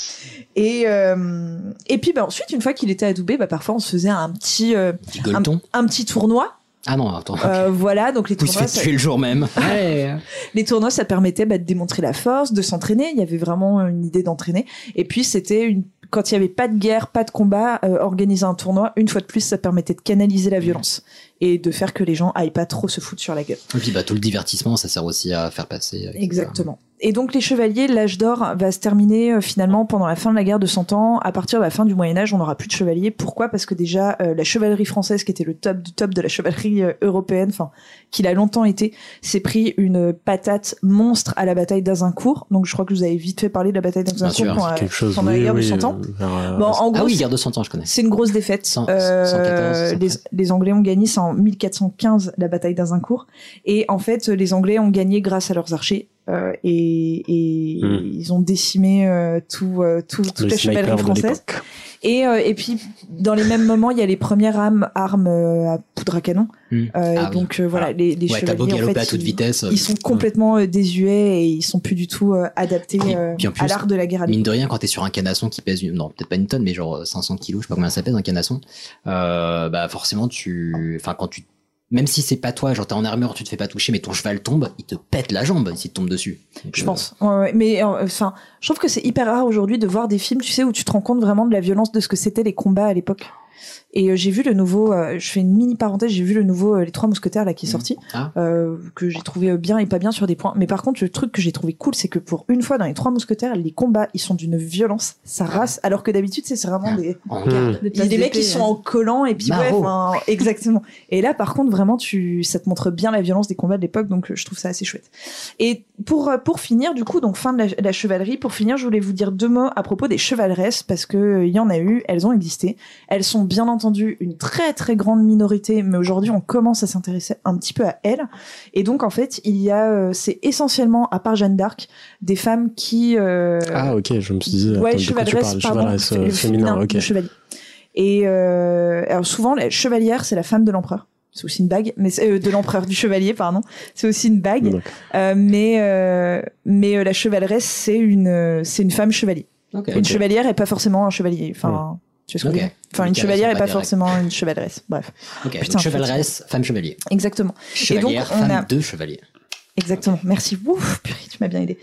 Et euh, et puis bah, ensuite une fois qu'il était adoubé bah parfois on se faisait un petit euh,
Petit gueuleton.
un petit tournoi.
Ah non, attends.
Euh, voilà donc les
Vous se
tournois
fait
ça,
tuer le jour même. Ouais.
les tournois ça permettait bah, de démontrer la force, de s'entraîner. Il y avait vraiment une idée d'entraîner. Et puis c'était une quand il y avait pas de guerre, pas de combat, euh, organiser un tournoi, une fois de plus, ça permettait de canaliser la violence et de faire que les gens aillent pas trop se foutre sur la gueule.
Et puis bah, tout le divertissement, ça sert aussi à faire passer. euh,
Exactement. Et donc les chevaliers, l'âge d'or va se terminer euh, finalement pendant la fin de la guerre de Cent Ans. À partir de la fin du Moyen Âge, on n'aura plus de chevaliers. Pourquoi Parce que déjà euh, la chevalerie française, qui était le top du top de la chevalerie euh, européenne, enfin qu'il a longtemps été, s'est pris une patate monstre à la bataille d'Azincourt. Donc je crois que je vous avez vite fait parler de la bataille d'Azincourt
sûr,
pendant, euh,
Quelque chose.
pendant la
oui,
guerre de
oui,
Cent Ans.
euh, vers, euh,
Bon, en gros,
Ah oui,
c'est-
guerre de 100 ans, je connais.
c'est une grosse défaite.
Cent-
Euh,
114,
les,
113.
les Anglais ont gagné ça en 1415, la bataille d'Azincourt. Et en fait, les Anglais ont gagné grâce à leurs archers. euh, et et
Hmm.
ils ont décimé euh, tout, euh, tout, toute
le
la
sniper
chevalerie
de
française.
l'époque.
Et, euh, et puis, dans les mêmes moments, il y a les premières armes, armes euh, à poudre à canon.
Hmm.
Euh, et
Ah oui.
donc, euh, voilà,
Ah.
les, les
ouais, t'as beau
chevaliers, en
galoper
fait,
à toute
ils-
vitesse. Hmm.
ils sont complètement euh, désuets et ils sont plus du tout euh, adaptés
Puis-
euh,
puis en plus,
à l'art de la guerre à
Mine de rien, quand t'es sur un canasson qui pèse, une... non, peut-être pas une tonne, mais genre 500 kilos, je sais pas combien ça pèse un canasson, euh, bah forcément, tu. Enfin, quand tu. Même si c'est pas toi, genre t'es en armure, tu te fais pas toucher, mais ton cheval tombe, il te pète la jambe s'il te tombe dessus. Donc,
Je
euh,
pense. Ouais, ouais. Mais euh, enfin, je trouve que c'est hyper rare aujourd'hui de voir des films, tu sais, où tu te rends compte vraiment de la violence de ce que c'était les combats à l'époque. Et euh, j'ai vu le nouveau, euh, je fais une mini parenthèse, j'ai vu le nouveau euh, Les Trois Mousquetaires là qui est
Mhm.
sorti,
Ah.
euh, que j'ai trouvé euh, bien et pas bien sur des points. Mais par contre, le truc que j'ai trouvé cool, c'est que pour une fois dans Les Trois Mousquetaires, les combats, ils sont d'une violence, ça
Ah.
race, alors que d'habitude, c'est
[laughs]
c'est vraiment des,
euh, En
Hmm.
garde.
il y a des euh, mecs qui sont en collant et puis ouais,
Maro.
enfin, exactement. Et là, par contre, vraiment, tu, ça te montre bien la violence des combats de l'époque, donc euh, je trouve ça assez chouette. Et pour euh, pour finir, du coup, donc fin de la, la chevalerie. Pour finir, je voulais vous dire deux mots à propos des chevaleresses parce que euh, il y en a eu, elles ont existé. Elles sont bien entendu une très très grande minorité, mais aujourd'hui, on commence à s'intéresser un petit peu à elles. Et donc, en fait, il y a, euh, c'est essentiellement à part Jeanne d'Arc, des femmes qui euh,
Ah, ok, je me suis dit.
ouais,
attends, de quoi tu
chevaleresse,
parles
pardon,
Chevaleresse
le
euh, féminin,
féminin,
ok.
le chevalier. Et euh, alors souvent, la chevalière, c'est la femme de l'empereur. C'est aussi une bague, mais c'est- euh, de l'empereur, du chevalier, pardon. C'est aussi une bague,
D'accord.
Euh, mais euh, mais euh, la chevaleressse, c'est une euh, c'est une femme chevalier.
Ok.
Une chevalière est pas forcément un chevalier. Enfin, tu vois ce que je veux
Ok.
dire Enfin, une
Les carrés
chevalière
sont
est
pas
pas
directs.
forcément une chevaleresse. Bref,
Ok, donc
Putain,
chevaleresse, femme chevalier.
exactement.
Chevalière,
on
femme
a-
de chevalier.
Exactement. Merci. Ouf, purée, tu m'as bien aidé.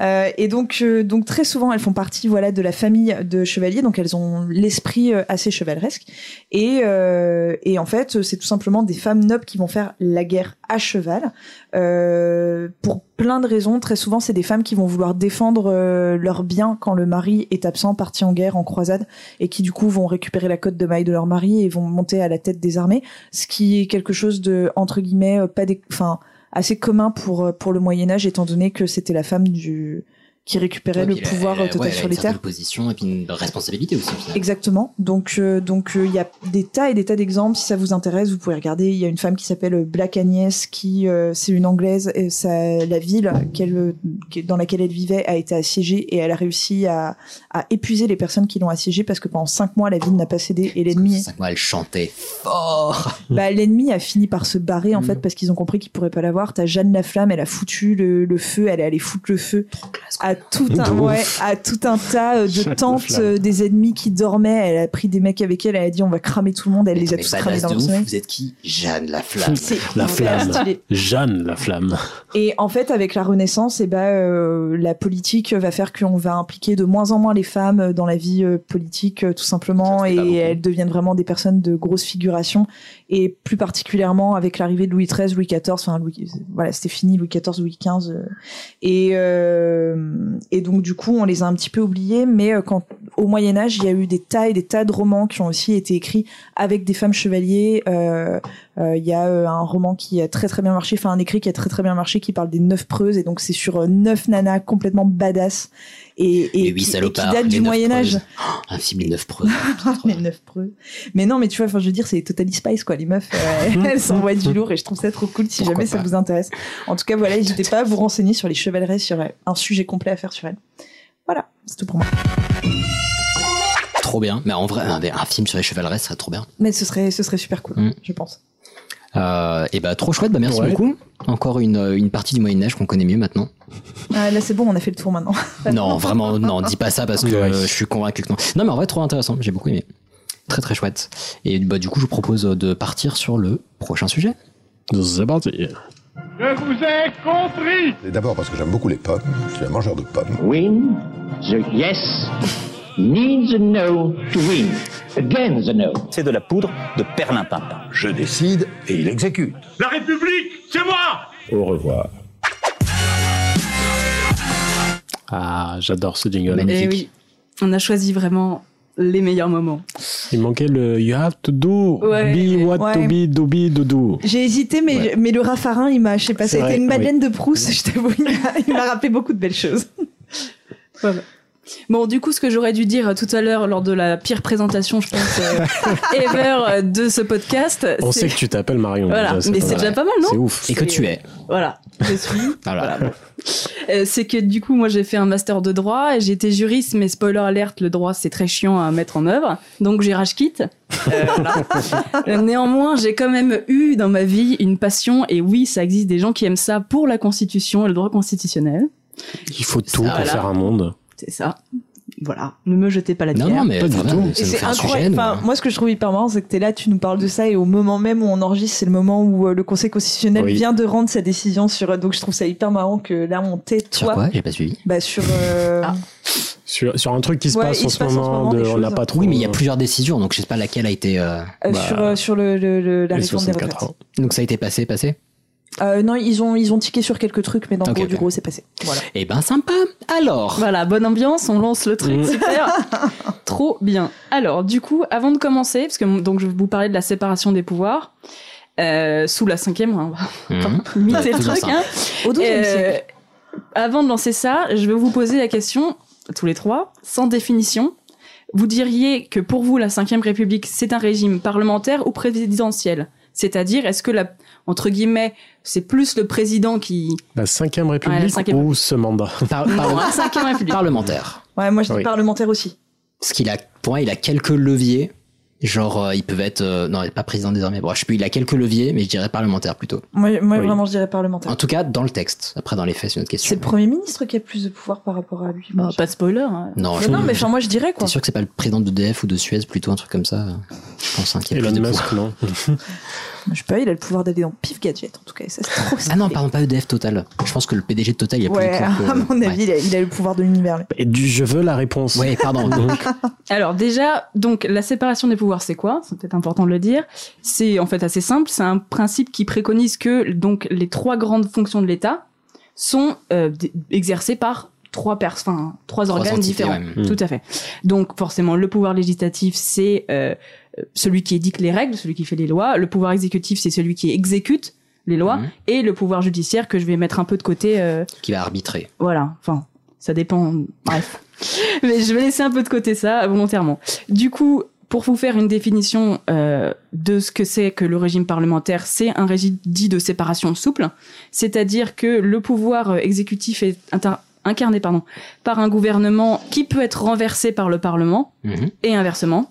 Euh, et donc, euh, donc très souvent, elles font partie, voilà, de la famille de chevaliers. Donc, elles ont l'esprit euh, assez chevaleresque. Et, euh, et en fait, euh, c'est tout simplement des femmes nobles qui vont faire la guerre à cheval euh, pour plein de raisons. Très souvent, c'est des femmes qui vont vouloir défendre euh, leurs biens quand le mari est absent, parti en guerre, en croisade, et qui du coup vont récupérer la cote de maille de leur mari et vont monter à la tête des armées, ce qui est quelque chose de entre guillemets euh, pas des, enfin assez commun pour euh, pour le Moyen Âge étant donné que c'était la femme du qui récupérait
Ouais,
le
puis elle a-
pouvoir euh,
ouais,
total
elle a
sur
une
les
certaine
terres.
position et puis une responsabilité aussi. au final.
Exactement. Donc euh, donc euh, il y a des tas et des tas d'exemples. Si ça vous intéresse, vous pouvez regarder. Il y a une femme qui s'appelle Black Agnès, qui euh, c'est une anglaise. Et ça, la ville qu'elle euh, qu'elle- dans laquelle elle vivait a été assiégée et elle a réussi à à épuiser les personnes qui l'ont assiégée parce que pendant cinq mois la ville n'a pas cédé et l'ennemi
Cinq mois, elle chantait fort.
Mm.
bah, l'ennemi a fini par se barrer en
Mm.
fait parce qu'ils ont compris qu'ils pourraient pas l'avoir. T'as Jeanne la flamme, elle a foutu le, le feu, elle est allée foutre le feu à tout un,
De
ouais,
ouf.
à tout un tas euh, de
Chaque
tentes
flamme.
euh, des ennemis qui dormaient. Elle a pris des mecs avec elle. Elle a dit on va cramer tout le monde. Elle les a
Mais
tous cramés
badass
dans
de
le
ouf,
sommeil.
vous êtes qui Jeanne la flamme.
C'est
La
hyper
flamme.
stylé.
Jeanne la flamme.
Et en fait, avec la Renaissance, eh ben, euh, la politique va faire qu'on va impliquer de moins en moins les femmes dans la vie euh, politique, euh, tout simplement,
Ça se fait pas
et
beaucoup.
elles deviennent vraiment des personnes de grosse figuration. Et plus particulièrement avec l'arrivée de Louis XIII, Louis XIV, enfin, Louis, voilà, c'était fini, Louis XIV, Louis XV. euh, et, euh, et donc, du coup, on les a un petit peu oubliés, mais euh, quand au Moyen Âge, il y a eu des tas et des tas de romans qui ont aussi été écrits avec des femmes chevaliers. Euh, euh, Il y a euh, un roman qui a très très bien marché, enfin un écrit qui a très très bien marché, qui parle des neuf preuses, et donc c'est sur euh, neuf nanas complètement badass et, et,
Les
qui-
huit
et qui,
salopards,
date
les
du
neuf
Moyen Âge.
preuses. Oh, un film des neuf preuves. [laughs]
[laughs] les neuf preuses. Mais non, mais tu vois, enfin je veux dire, c'est Totally Spice quoi, les meufs, euh, elles s'envoient du lourd et je trouve ça trop cool si
Pourquoi
jamais ça
pas.
vous intéresse. En tout cas, voilà, n'hésitez pas à vous renseigner sur les chevaleresses, sur euh, un sujet complet à faire sur elles. Voilà, c'est tout pour moi.
trop bien. Mais en vrai, un, un film sur les chevaleresses, ça serait trop bien.
Mais ce serait, ce serait super cool,
Mm.
je pense.
Euh, et bah, trop chouette. Bah, merci
Ouais.
beaucoup. Encore une, euh, une partie du Moyen-Âge qu'on connaît mieux maintenant.
Ah, là, c'est bon, on a fait le tour maintenant. [laughs]
Non, vraiment, non, dis pas ça parce que
Ouais.
euh, je suis convaincu que non. Non, mais en vrai, trop intéressant. J'ai beaucoup aimé. Très, très chouette. Et bah, du coup, je vous propose de partir sur le prochain sujet.
C'est parti.
Je vous ai compris
Et D'abord parce que j'aime beaucoup les pommes. Je suis un mangeur de pommes.
Win, the yes, need the no to win. Again the no.
C'est de la poudre de perlimpinpin.
Je décide et il exécute.
La République, c'est moi
Au revoir.
Ah, j'adore ce jingle.
Eh oui, on a choisi vraiment les meilleurs moments.
Il manquait le You have to do,
Ouais.
be what to
Ouais.
be, do be, do do.
J'ai hésité, mais, mais le raffarin, il m'a, je sais pas,
C'est
ça a été
vrai,
une madeleine
oui.
de Proust, [laughs] je t'avoue, il m'a- il m'a rappelé beaucoup de belles choses.
Bon, du coup, ce que j'aurais dû dire euh, tout à l'heure lors de la pire présentation, je pense, euh, ever euh, de ce podcast,
On
c'est-
sait que tu t'appelles Marion.
Voilà,
déjà,
mais
pas
c'est
mal.
déjà pas mal, non
C'est ouf.
Et que
C'est-
tu es.
Voilà, je suis.
Voilà.
Voilà, Euh, c'est que du coup, moi, j'ai fait un master de droit et j'étais juriste, mais spoiler alerte, le droit, c'est très chiant à mettre en œuvre. Donc, j'ai rage quitte. Euh, voilà. Euh, [laughs] Néanmoins, j'ai quand même eu dans ma vie une passion, et oui, ça existe des gens qui aiment ça pour la Constitution et le droit constitutionnel.
Il faut tout
Ça,
pour
voilà.
faire un monde.
C'est ça. Voilà. Ne me jetez pas la
Non,
pierre.
non, mais
Pas du
vraiment,
tout.
ça nous fait un sujet.
incroyable.
nous. hein.
Enfin, moi, ce que je trouve hyper marrant, c'est que t'es là, tu nous parles de ça, et au moment même où on enregistre, c'est le moment où euh, le Conseil constitutionnel
Oui.
vient de rendre sa décision sur. euh, Donc, je trouve ça hyper marrant que là, on tait
Sur
toi.
quoi J'ai pas suivi.
Bah, sur. euh,
Ah.
Sur, sur un truc qui se
Ouais,
passe
il
en
se
ce
passe en ce
moment,
moment
de- euh,
des
on n'a
choses.
pas trop.
Oui, mais il y a plusieurs décisions, donc je sais pas laquelle a été. euh,
euh,
bah,
sur, euh, sur le, le- le- la
les
réforme des
64
retraites.
ans.
Donc ça a été passé, passé.
Euh, non, ils ont, ils ont tiqué sur quelques trucs, mais dans le
Ok,
gros du
ok.
gros, c'est passé. Voilà.
Eh ben sympa. Alors,
Bah,
Voilà, bonne ambiance, on lance le truc,
Mm.
super. Trop bien. Alors, du coup, avant de commencer, parce que donc je vais vous parler de la séparation des pouvoirs euh, sous la cinquième, hein,
Mhm.
[laughs] Mixer le
Toujours
truc.
simple.
hein.
Au 12
Euh,
siècle.
avant de lancer ça, je vais vous poser la question, tous les trois, sans définition. Vous diriez que pour vous, la Ve République, c'est un régime parlementaire ou présidentiel C'est-à-dire, est-ce que, la, entre guillemets, c'est plus le président qui...
La 5ème République
cinquième.
ou ce mandat
Par-
[laughs]
Non,
par-
la Ve République.
parlementaire.
Ouais, moi, je dis
oui.
parlementaire aussi.
Parce qu'il a, pour moi, il a quelques leviers. Genre, euh, ils peuvent être, euh, non, il est pas président désormais. Bon, je sais plus, il a quelques leviers, mais je dirais parlementaire plutôt.
Moi, moi
Oui.
vraiment, je dirais
En
parlementaire.
tout cas, dans le texte. Après, dans les faits, c'est une autre question.
C'est le Premier ministre qui a plus de pouvoir par rapport à lui.
Bah, pas de spoiler. hein.
Non,
Mais
je-
non, mais enfin, moi, je dirais
T'es
quoi.
sûr que c'est pas le président de DF ou de Suez, plutôt un truc comme ça euh, Je pense hein, qu'il y a
Elon
plus de pouvoir.
Musk, non
Je sais pas, il a le pouvoir d'aller dans Pif Gadget, en tout cas, et ça, c'est trop
Ah non,
stylé.
pardon, pas EDF Total. Je pense que le PDG de Total, il a plus
Ouais,
de
[laughs]
pouvoir.
[laughs] à
que-
mon avis, il, a, il a le pouvoir de l'univers. lui.
Et du, Je veux la réponse.
Ouais, Ouais,
[laughs]
pardon.
Donc,
Alors déjà, donc la séparation des pouvoirs, c'est quoi C'est peut-être important de le dire. C'est en fait assez simple. C'est un principe qui préconise que donc les trois grandes fonctions de l'État sont euh, d- exercées par trois pers- enfin, trois,
Trois
organes
entités,
différents.
ouais.
Mm.
Tout à fait. Donc forcément, le pouvoir législatif, c'est euh, celui qui édicte les règles, celui qui fait les lois. Le pouvoir exécutif, c'est celui qui exécute les lois.
Mhm.
Et le pouvoir judiciaire, que je vais mettre un peu de côté. euh,
Qui va arbitrer.
voilà, enfin, ça dépend. Bref. [laughs] Mais je vais laisser un peu de côté ça volontairement. Du coup, pour vous faire une définition euh, de ce que c'est que le régime parlementaire, c'est un régime dit de séparation souple, c'est-à-dire que le pouvoir euh, exécutif est inter- incarné pardon, par un gouvernement qui peut être renversé par le Parlement
Mhm.
et inversement.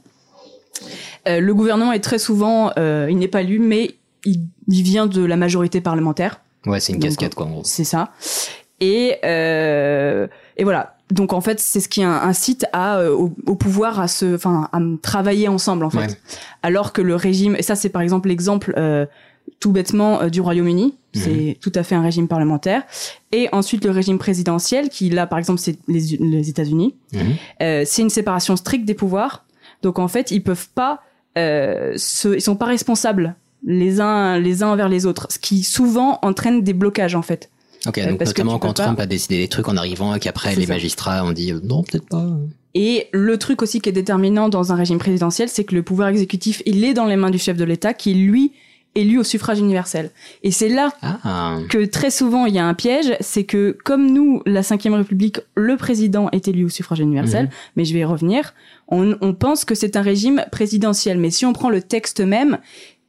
Euh, le gouvernement est très souvent, euh, il n'est pas élu, mais il- il vient de la majorité parlementaire.
Ouais, c'est une
Donc,
cascade, quoi, en gros.
c'est ça. Et, euh, et voilà. Donc en fait, c'est ce qui incite à, euh, au, au pouvoir à se, enfin, à travailler ensemble en fait.
Ouais.
Alors que le régime, et ça c'est par exemple l'exemple euh, tout bêtement euh, du Royaume-Uni, c'est tout à fait un régime parlementaire. Et ensuite le régime présidentiel, qui là par exemple c'est les, les États-Unis, euh, c'est une séparation stricte des pouvoirs. Donc en fait, ils peuvent pas, euh, se, ils sont pas responsables les uns les uns envers les autres, ce qui souvent entraîne des blocages en fait.
Ok,
Euh,
donc
parce que
notamment
tu peux
quand
pas-
Trump a décidé des trucs en arrivant et qu'après
C'est
les
ça.
magistrats ont dit euh, non, peut-être pas.
Et le truc aussi qui est déterminant dans un régime présidentiel, c'est que le pouvoir exécutif, il est dans les mains du chef de l'État, qui lui élu au suffrage universel. Et c'est là
Ah.
que très souvent il y a un piège, c'est que comme nous, la Ve République, le président est élu au suffrage universel,
Mhm.
mais je vais y revenir, on, on pense que c'est un régime présidentiel, mais si on prend le texte même,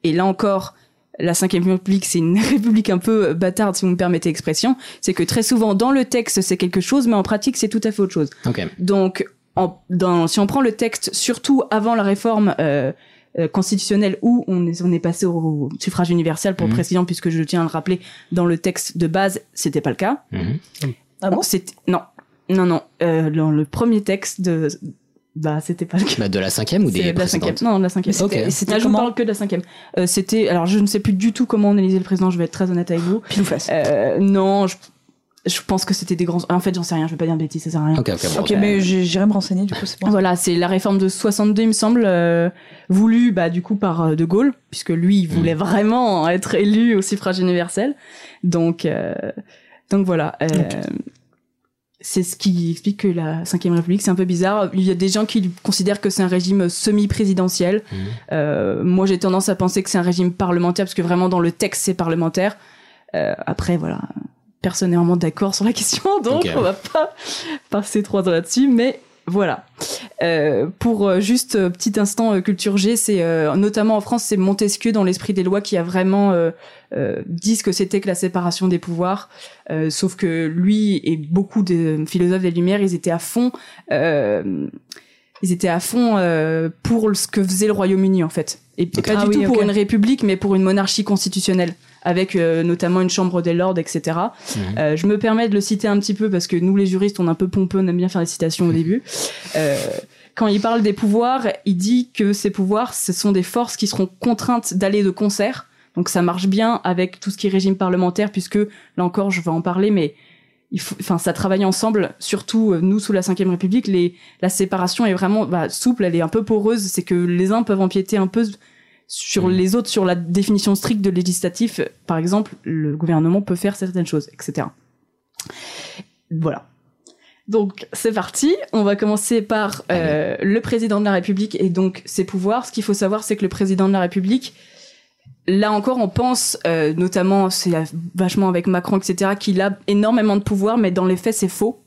et là encore, la Ve République, c'est une [laughs] république un peu euh, bâtarde, si vous me permettez l'expression, c'est que très souvent dans le texte c'est quelque chose, mais en pratique c'est tout à fait autre chose.
Ok.
Donc, en- dans- si on prend le texte, surtout avant la réforme euh, euh, constitutionnelle où on est, on est passé au, suffrage universel pour le
Mhm.
président, puisque je tiens à le rappeler, dans le texte de base, c'était pas le cas.
Mhm.
Ah bon
C'était- Non, non, non. euh, dans le premier texte de, bah, c'était pas le cas.
Bah, de la cinquième ou des
C'est de la cinquième.
précédentes
Non, de la cinquième.
Ok.
C'était- C'était, là, je vous parle que de la cinquième. Euh, c'était, alors, je ne sais plus du tout comment on élisait le président. Je vais être très honnête avec vous.
Pile ou face.
Euh, non, je, je pense que c'était des grands. En fait, j'en sais rien. Je vais pas dire de bêtises. Ça sert à rien.
Ok, ok, bon.
Euh, Ok, mais j'ai- j'irai me renseigner du coup, c'est bon.
Voilà, c'est la réforme de 62, il me semble, euh, voulue bah, du coup par euh, De Gaulle, puisque lui, il voulait vraiment être élu au suffrage universel. Donc, euh, donc voilà. euh, c'est ce qui explique que la Ve République, c'est un peu bizarre. Il y a des gens qui considèrent que c'est un régime semi-présidentiel. Euh, moi, j'ai tendance à penser que c'est un régime parlementaire, parce que vraiment, dans le texte, c'est parlementaire. Euh, après, voilà, personne n'est vraiment d'accord sur la question, [laughs] donc
Ok.
on va pas passer trois ans là-dessus, mais voilà. Euh, pour euh, juste euh, petit instant euh, culture G, c'est euh, notamment en France, c'est Montesquieu dans l'esprit des lois qui a vraiment euh, euh, dit ce que c'était que la séparation des pouvoirs. Euh, sauf que lui et beaucoup de philosophes des Lumières, ils étaient à fond. euh, ils étaient à fond euh, pour ce que faisait le Royaume-Uni en fait, et
Ok.
pas
Ah
du
oui,
tout pour
ok.
une république, mais pour une monarchie constitutionnelle, avec euh, notamment une chambre des lords, etc.
Mmh.
Euh, je me permets de le citer un petit peu parce que nous, les juristes, on est un peu pompeux, on aime bien faire des citations
Mmh.
au début. Euh, quand il parle des pouvoirs, il dit que ces pouvoirs, ce sont des forces qui seront contraintes d'aller de concert. Donc ça marche bien avec tout ce qui est régime parlementaire, puisque là encore, je vais en parler, mais il faut, enfin, ça travaille ensemble. Surtout euh, nous, sous la Ve République, les, la séparation est vraiment bah, souple, elle est un peu poreuse. C'est que les uns peuvent empiéter un peu sur les autres, sur la définition stricte de législatif. Par exemple, le gouvernement peut faire certaines choses, etc. Voilà. Donc c'est parti, on va commencer par euh, le président de la République et donc ses pouvoirs. Ce qu'il faut savoir, c'est que le président de la République, là encore, on pense, euh, notamment, c'est vachement avec Macron, etc., qu'il a énormément de pouvoir, mais dans les faits, c'est faux.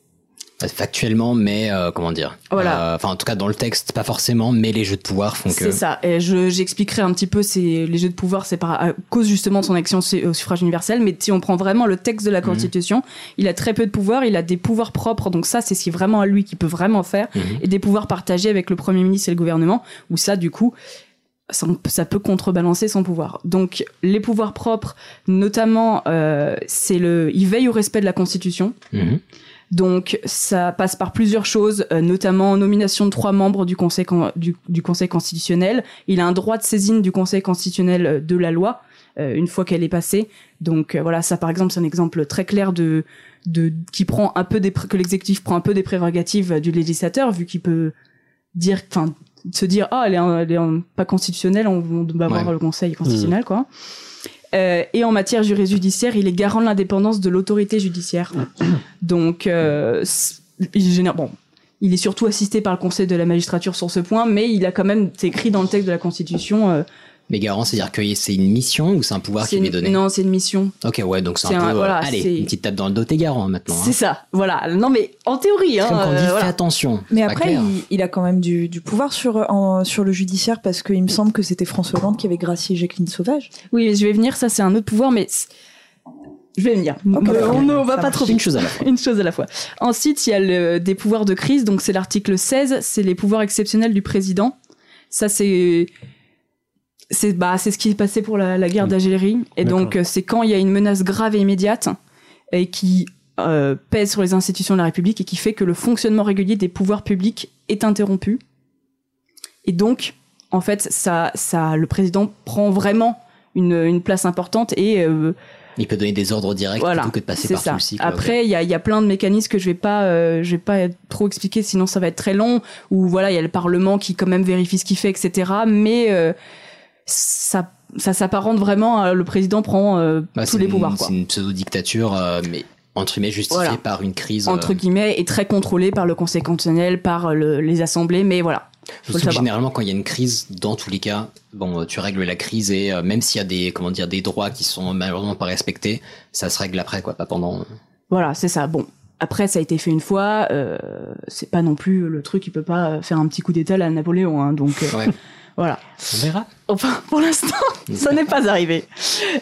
Bah, Factuellement, mais euh, comment dire
Voilà.
Euh, Enfin, en tout cas, dans le texte, pas forcément, mais les jeux de pouvoir font que.
C'est ça. Et je- j'expliquerai un petit peu c'est les jeux de pouvoir, c'est par, à cause justement de son action su- au suffrage universel. Mais si on prend vraiment le texte de
Mhm.
la Constitution, il a très peu de pouvoir, il a des pouvoirs propres. Donc ça, c'est ce qui est vraiment à lui qu'il peut vraiment faire.
Mhm.
Et des pouvoirs partagés avec le Premier ministre et le gouvernement, où ça, du coup, ça, ça peut contrebalancer son pouvoir. Donc les pouvoirs propres, notamment, euh, c'est le, il veille au respect de la Constitution.
Mhm.
Donc ça passe par plusieurs choses, euh, notamment nomination de trois membres du conseil, con- du, du conseil constitutionnel. Il a un droit de saisine du Conseil constitutionnel euh, de la loi euh, une fois qu'elle est passée. Donc euh, voilà, ça par exemple c'est un exemple très clair de, de qui prend un peu des pré- que l'exécutif prend un peu des prérogatives euh, du législateur vu qu'il peut dire, enfin se dire ah elle est, en- elle est en- pas constitutionnelle, on, on va voir
Ouais. Mmh.
le Conseil constitutionnel quoi. Euh, et en matière juré judiciaire, il est garant de l'indépendance de l'autorité
[coughs]
judiciaire. Donc, euh, s- il génère. Bon, il est surtout assisté par le Conseil de la magistrature sur ce point, mais il a quand même c'est écrit dans le texte de la Constitution. euh,
Mais garant, c'est-à-dire que c'est une mission ou c'est un pouvoir
c'est
qui lui est
une-
donné
Non, c'est une mission.
Ok, ouais, donc c'est
C'est
un,
un-
peu. euh,
voilà, c'est-
allez, une petite tape dans le dos, t'es garant maintenant. hein.
C'est ça. Voilà. Non, mais en théorie. Hein,
Comme quand on dit,
euh, voilà.
fais attention.
Mais
c'est pas
après,
clair.
il, il a quand même du, du pouvoir sur, euh, en- sur le judiciaire parce qu'il me semble que c'était François Hollande qui avait gracié Jacqueline Sauvage.
Oui, mais je vais venir. Ça, c'est un autre pouvoir, mais c'est- je vais venir.
Ok.
Euh, on ne va
Ça
pas
marche.
trop
Une chose à la
[laughs]
fois.
Une chose à la fois. Ensuite, il y a le, des pouvoirs de crise. Donc, c'est l'article 16. C'est les pouvoirs exceptionnels du président. Ça, c'est. C'est bah, c'est ce qui est passé pour la, la guerre d'Algérie. Et
D'accord.
donc, euh, c'est quand il y a une menace grave et immédiate et qui euh, pèse sur les institutions de la République et qui fait que le fonctionnement régulier des pouvoirs publics est interrompu. Et donc, en fait, ça, ça, le président prend vraiment une, une place importante et euh,
Il peut donner des ordres directs
voilà,
plutôt que de passer
c'est
par
ça.
celui-ci. quoi.
Après, il y a, il y a plein de mécanismes que je vais pas, euh, je vais pas trop expliquer, sinon ça va être très long. Ou voilà, il y a le Parlement qui quand même vérifie ce qu'il fait, etc. Mais euh, ça, ça s'apparente vraiment à le président prend euh,
Bah,
tous
c'est
les
une-
pouvoirs, quoi.
C'est une pseudo-dictature, euh, mais entre guillemets justifiée
Voilà.
par une crise. euh,
entre guillemets et très contrôlé par le Conseil constitutionnel, par le- les assemblées. Mais voilà, faut le
Surtout que
savoir.
généralement, quand il y a une crise, dans tous les cas, bon, euh, tu règles la crise et euh, même s'il y a des, comment dire, des droits qui sont malheureusement pas respectés, ça se règle après, quoi, pas pendant. euh.
Voilà, c'est ça. Bon, après, ça a été fait une fois. euh, c'est pas non plus le truc, il peut pas euh, faire un petit coup d'état à Napoléon. hein, donc euh,
Ouais.
[laughs] voilà.
On verra.
Enfin, pour l'instant, [laughs] ça n'est pas arrivé.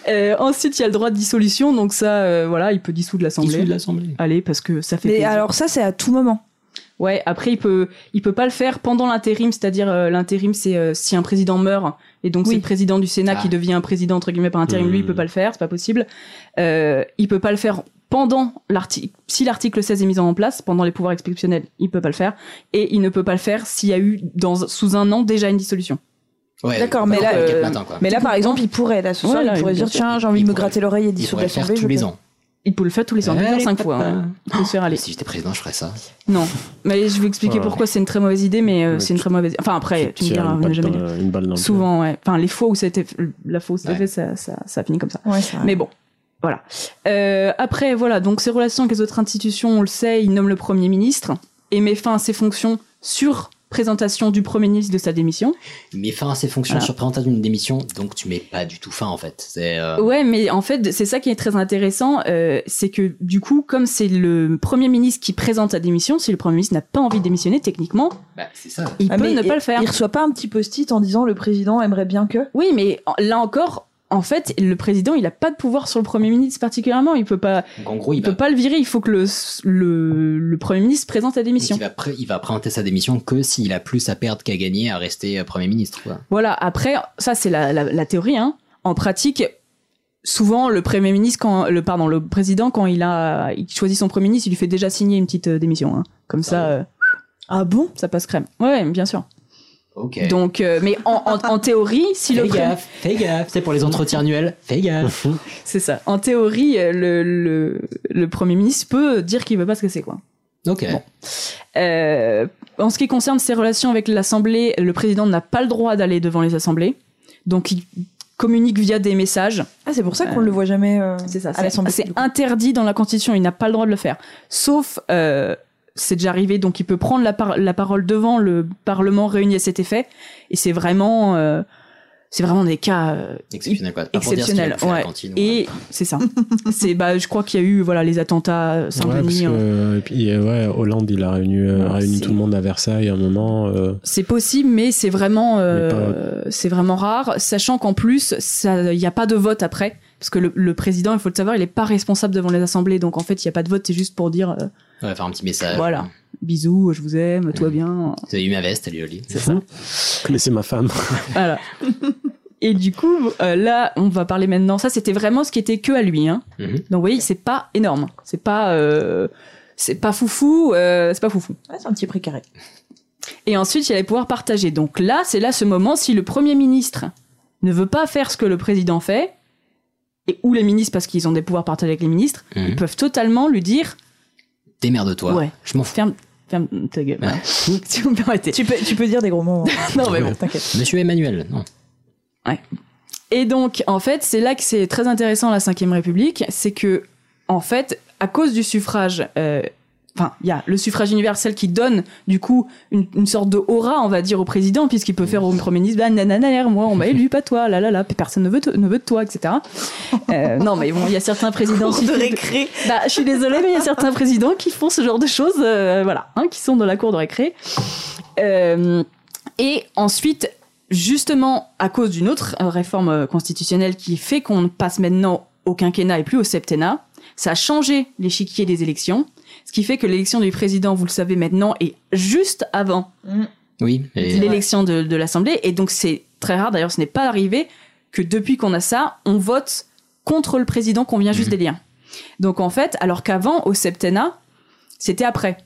Euh, ensuite, il y a le droit de dissolution. Donc ça, euh, voilà, il peut dissoudre l'Assemblée.
Dissoudre
l'Assemblée.
Allez, parce que ça fait.
Mais
plaisir.
alors ça, c'est à tout moment.
Ouais, après il peut il peut pas le faire pendant l'intérim, c'est-à-dire euh, l'intérim c'est euh, si un président meurt et donc c'est le président du Sénat
Ah.
qui devient un président entre guillemets par intérim, lui il peut pas le faire, c'est pas possible. Euh, il peut pas le faire pendant l'article si l'article 16 est mis en place pendant les pouvoirs exceptionnels, il peut pas le faire et il ne peut pas le faire s'il y a eu dans sous un an déjà une dissolution.
Ouais,
D'accord, mais là,
euh,
euh,
matin, quoi.
mais là, par exemple, il pourrait là ce soir,
Ouais, là,
il pourrait
bien
dire
sûr.
tiens, j'ai envie de me gratter l'oreille et dissoudre
pourrait le faire
l'assemblée.
tous
je
les
peux.
ans.
Il peut le faire tous les ans,
Allez,
même cinq
papa.
fois. hein. Il peut le
Oh,
faire aller.
Si j'étais président, je ferais ça.
Non, mais je vais expliquer
Voilà.
pourquoi c'est une très mauvaise idée, mais euh, c'est une très mauvaise. Enfin après, tu me
Tirer
diras,
une
on n'a
patte
jamais
dans-
dit.
une balle dans le pied.
Souvent, ouais. Enfin, les fois où ça a été- la fois où ça a été
Ouais.
fait, ça, ça, ça a fini comme ça.
Ouais, c'est vrai.
Mais bon, voilà. Euh, après, voilà, donc ses relations avec les autres institutions, on le sait, il nomme le Premier ministre et met fin à ses fonctions sur présentation du Premier ministre de sa démission.
Mais fin à ses fonctions
Voilà.
sur présentation d'une démission, donc tu mets pas du tout fin en fait. C'est euh,
Ouais, mais en fait, c'est ça qui est très intéressant, euh, c'est que du coup, comme c'est le Premier ministre qui présente sa démission, si le Premier ministre n'a pas envie de démissionner, techniquement,
bah, c'est ça.
il
Ah,
peut
mais
ne
il-
pas le faire.
Il reçoit pas un petit post-it en disant le président aimerait bien que.
Oui, mais en- là encore, en fait, le président, il n'a pas de pouvoir sur le Premier ministre particulièrement. Il peut pas,
Donc en gros,
il
il va,
peut pas le virer. Il faut que le, le, le Premier ministre présente sa
donc,
démission.
il va, pré- il va présenter sa démission que s'il a plus à perdre qu'à gagner à rester euh, premier ministre. Quoi.
Voilà, après, ça c'est la, la, la théorie. Hein. En pratique, souvent le Premier ministre, quand, le, pardon, le président, quand il, a, il choisit son Premier ministre, il lui fait déjà signer une petite euh, démission. Hein. Comme ça, euh,
Ah bon
ça passe crème. Ouais, bien sûr.
Ok.
Donc, euh, mais en, en, en théorie, si le
fais
Pré-
gaffe, fais gaffe. C'est pour les entretiens annuels. Fais
[laughs]
gaffe.
C'est ça. En théorie, euh, le, le, le Premier ministre peut dire qu'il veut pas ce que c'est, quoi.
Ok.
Euh, en ce qui concerne ses relations avec l'Assemblée, le président n'a pas le droit d'aller devant les assemblées. Donc, il communique via des messages.
Ah, c'est pour ça qu'on
Euh,
le voit jamais euh,
C'est ça.
à l'Assemblée.
C'est
du coup.
interdit dans la Constitution. Il n'a pas le droit de le faire. Sauf, euh, c'est déjà arrivé, donc il peut prendre la, par- la parole devant le Parlement réuni à cet effet. Et c'est vraiment, euh, c'est vraiment des cas. euh,
Exceptionnel quoi. Pas pour dire ce qu'il a
Exceptionnel,
bouffé à la
ouais.
cantine,
et c'est ça. c'est, bah, je crois qu'il y a eu, voilà, les attentats euh,
Ouais, parce
Saint-Denis.
que,
hein.
euh, et puis, euh, ouais, Hollande, il a réuni, euh,
Ouais,
réuni
c'est-
tout le monde à Versailles à un moment. euh,
C'est possible, mais c'est vraiment, euh,
Mais
c'est vraiment rare. Sachant qu'en plus, ça- il n'y a pas de vote après, parce que le, le président, il faut le savoir, il n'est pas responsable devant les assemblées. Donc en fait, il n'y a pas de vote. C'est juste pour dire, euh,
On va faire un petit message.
voilà, bisous, je vous aime, toi bien.
Vous avez eu ma veste, elle est jolie.
Mais c'est ma femme.
Voilà. Et du coup, euh, là, on va parler maintenant. Ça, c'était vraiment ce qui était que à lui. Hein.
Mhm.
Donc, vous voyez, c'est pas énorme. C'est pas, euh, c'est pas foufou. euh, c'est pas foufou.
Ouais, c'est un petit précaré.
Et ensuite, il allait pouvoir partager. Donc là, c'est là ce moment, si le Premier ministre ne veut pas faire ce que le président fait, et ou les ministres, parce qu'ils ont des pouvoirs partagés avec les ministres,
Mhm.
ils peuvent totalement lui dire
Démerde-toi.
Ouais.
Je m'en fous.
ferme, ferme ta gueule.
Ouais.
[laughs] si vous me permettez.
Tu peux, tu peux dire des gros mots. hein.
[laughs]
Non, mais bon.
T'inquiète.
Monsieur Emmanuel, non.
Et donc, en fait, c'est là que c'est très intéressant la Ve République, c'est que, en fait, à cause du suffrage, euh, enfin, il y a le suffrage universel qui donne, du coup, une, une sorte de aura, on va dire, au président, puisqu'il peut faire au premier ministre, bah, nanana, moi, on m'a élu, pas toi, là, là, là, personne ne veut, te- ne veut de toi, etc. Euh, non, mais bon, il y a certains présidents
[laughs]
qui. Bah, je suis désolée, mais il y a certains présidents qui font ce genre de choses, euh, voilà, hein, qui sont dans la cour de récré. Euh, et ensuite, justement, à cause d'une autre euh, réforme euh, constitutionnelle qui fait qu'on passe maintenant au quinquennat et plus au septennat, ça a changé l'échiquier des élections, ce qui fait que l'élection du président, vous le savez maintenant, est juste avant
Oui. et-
l'élection de, de l'Assemblée. Et donc, c'est très rare, d'ailleurs, ce n'est pas arrivé que depuis qu'on a ça, on vote contre le président qu'on vient juste
Mhm.
d'élire. Donc en fait, alors qu'avant, au septennat, c'était après.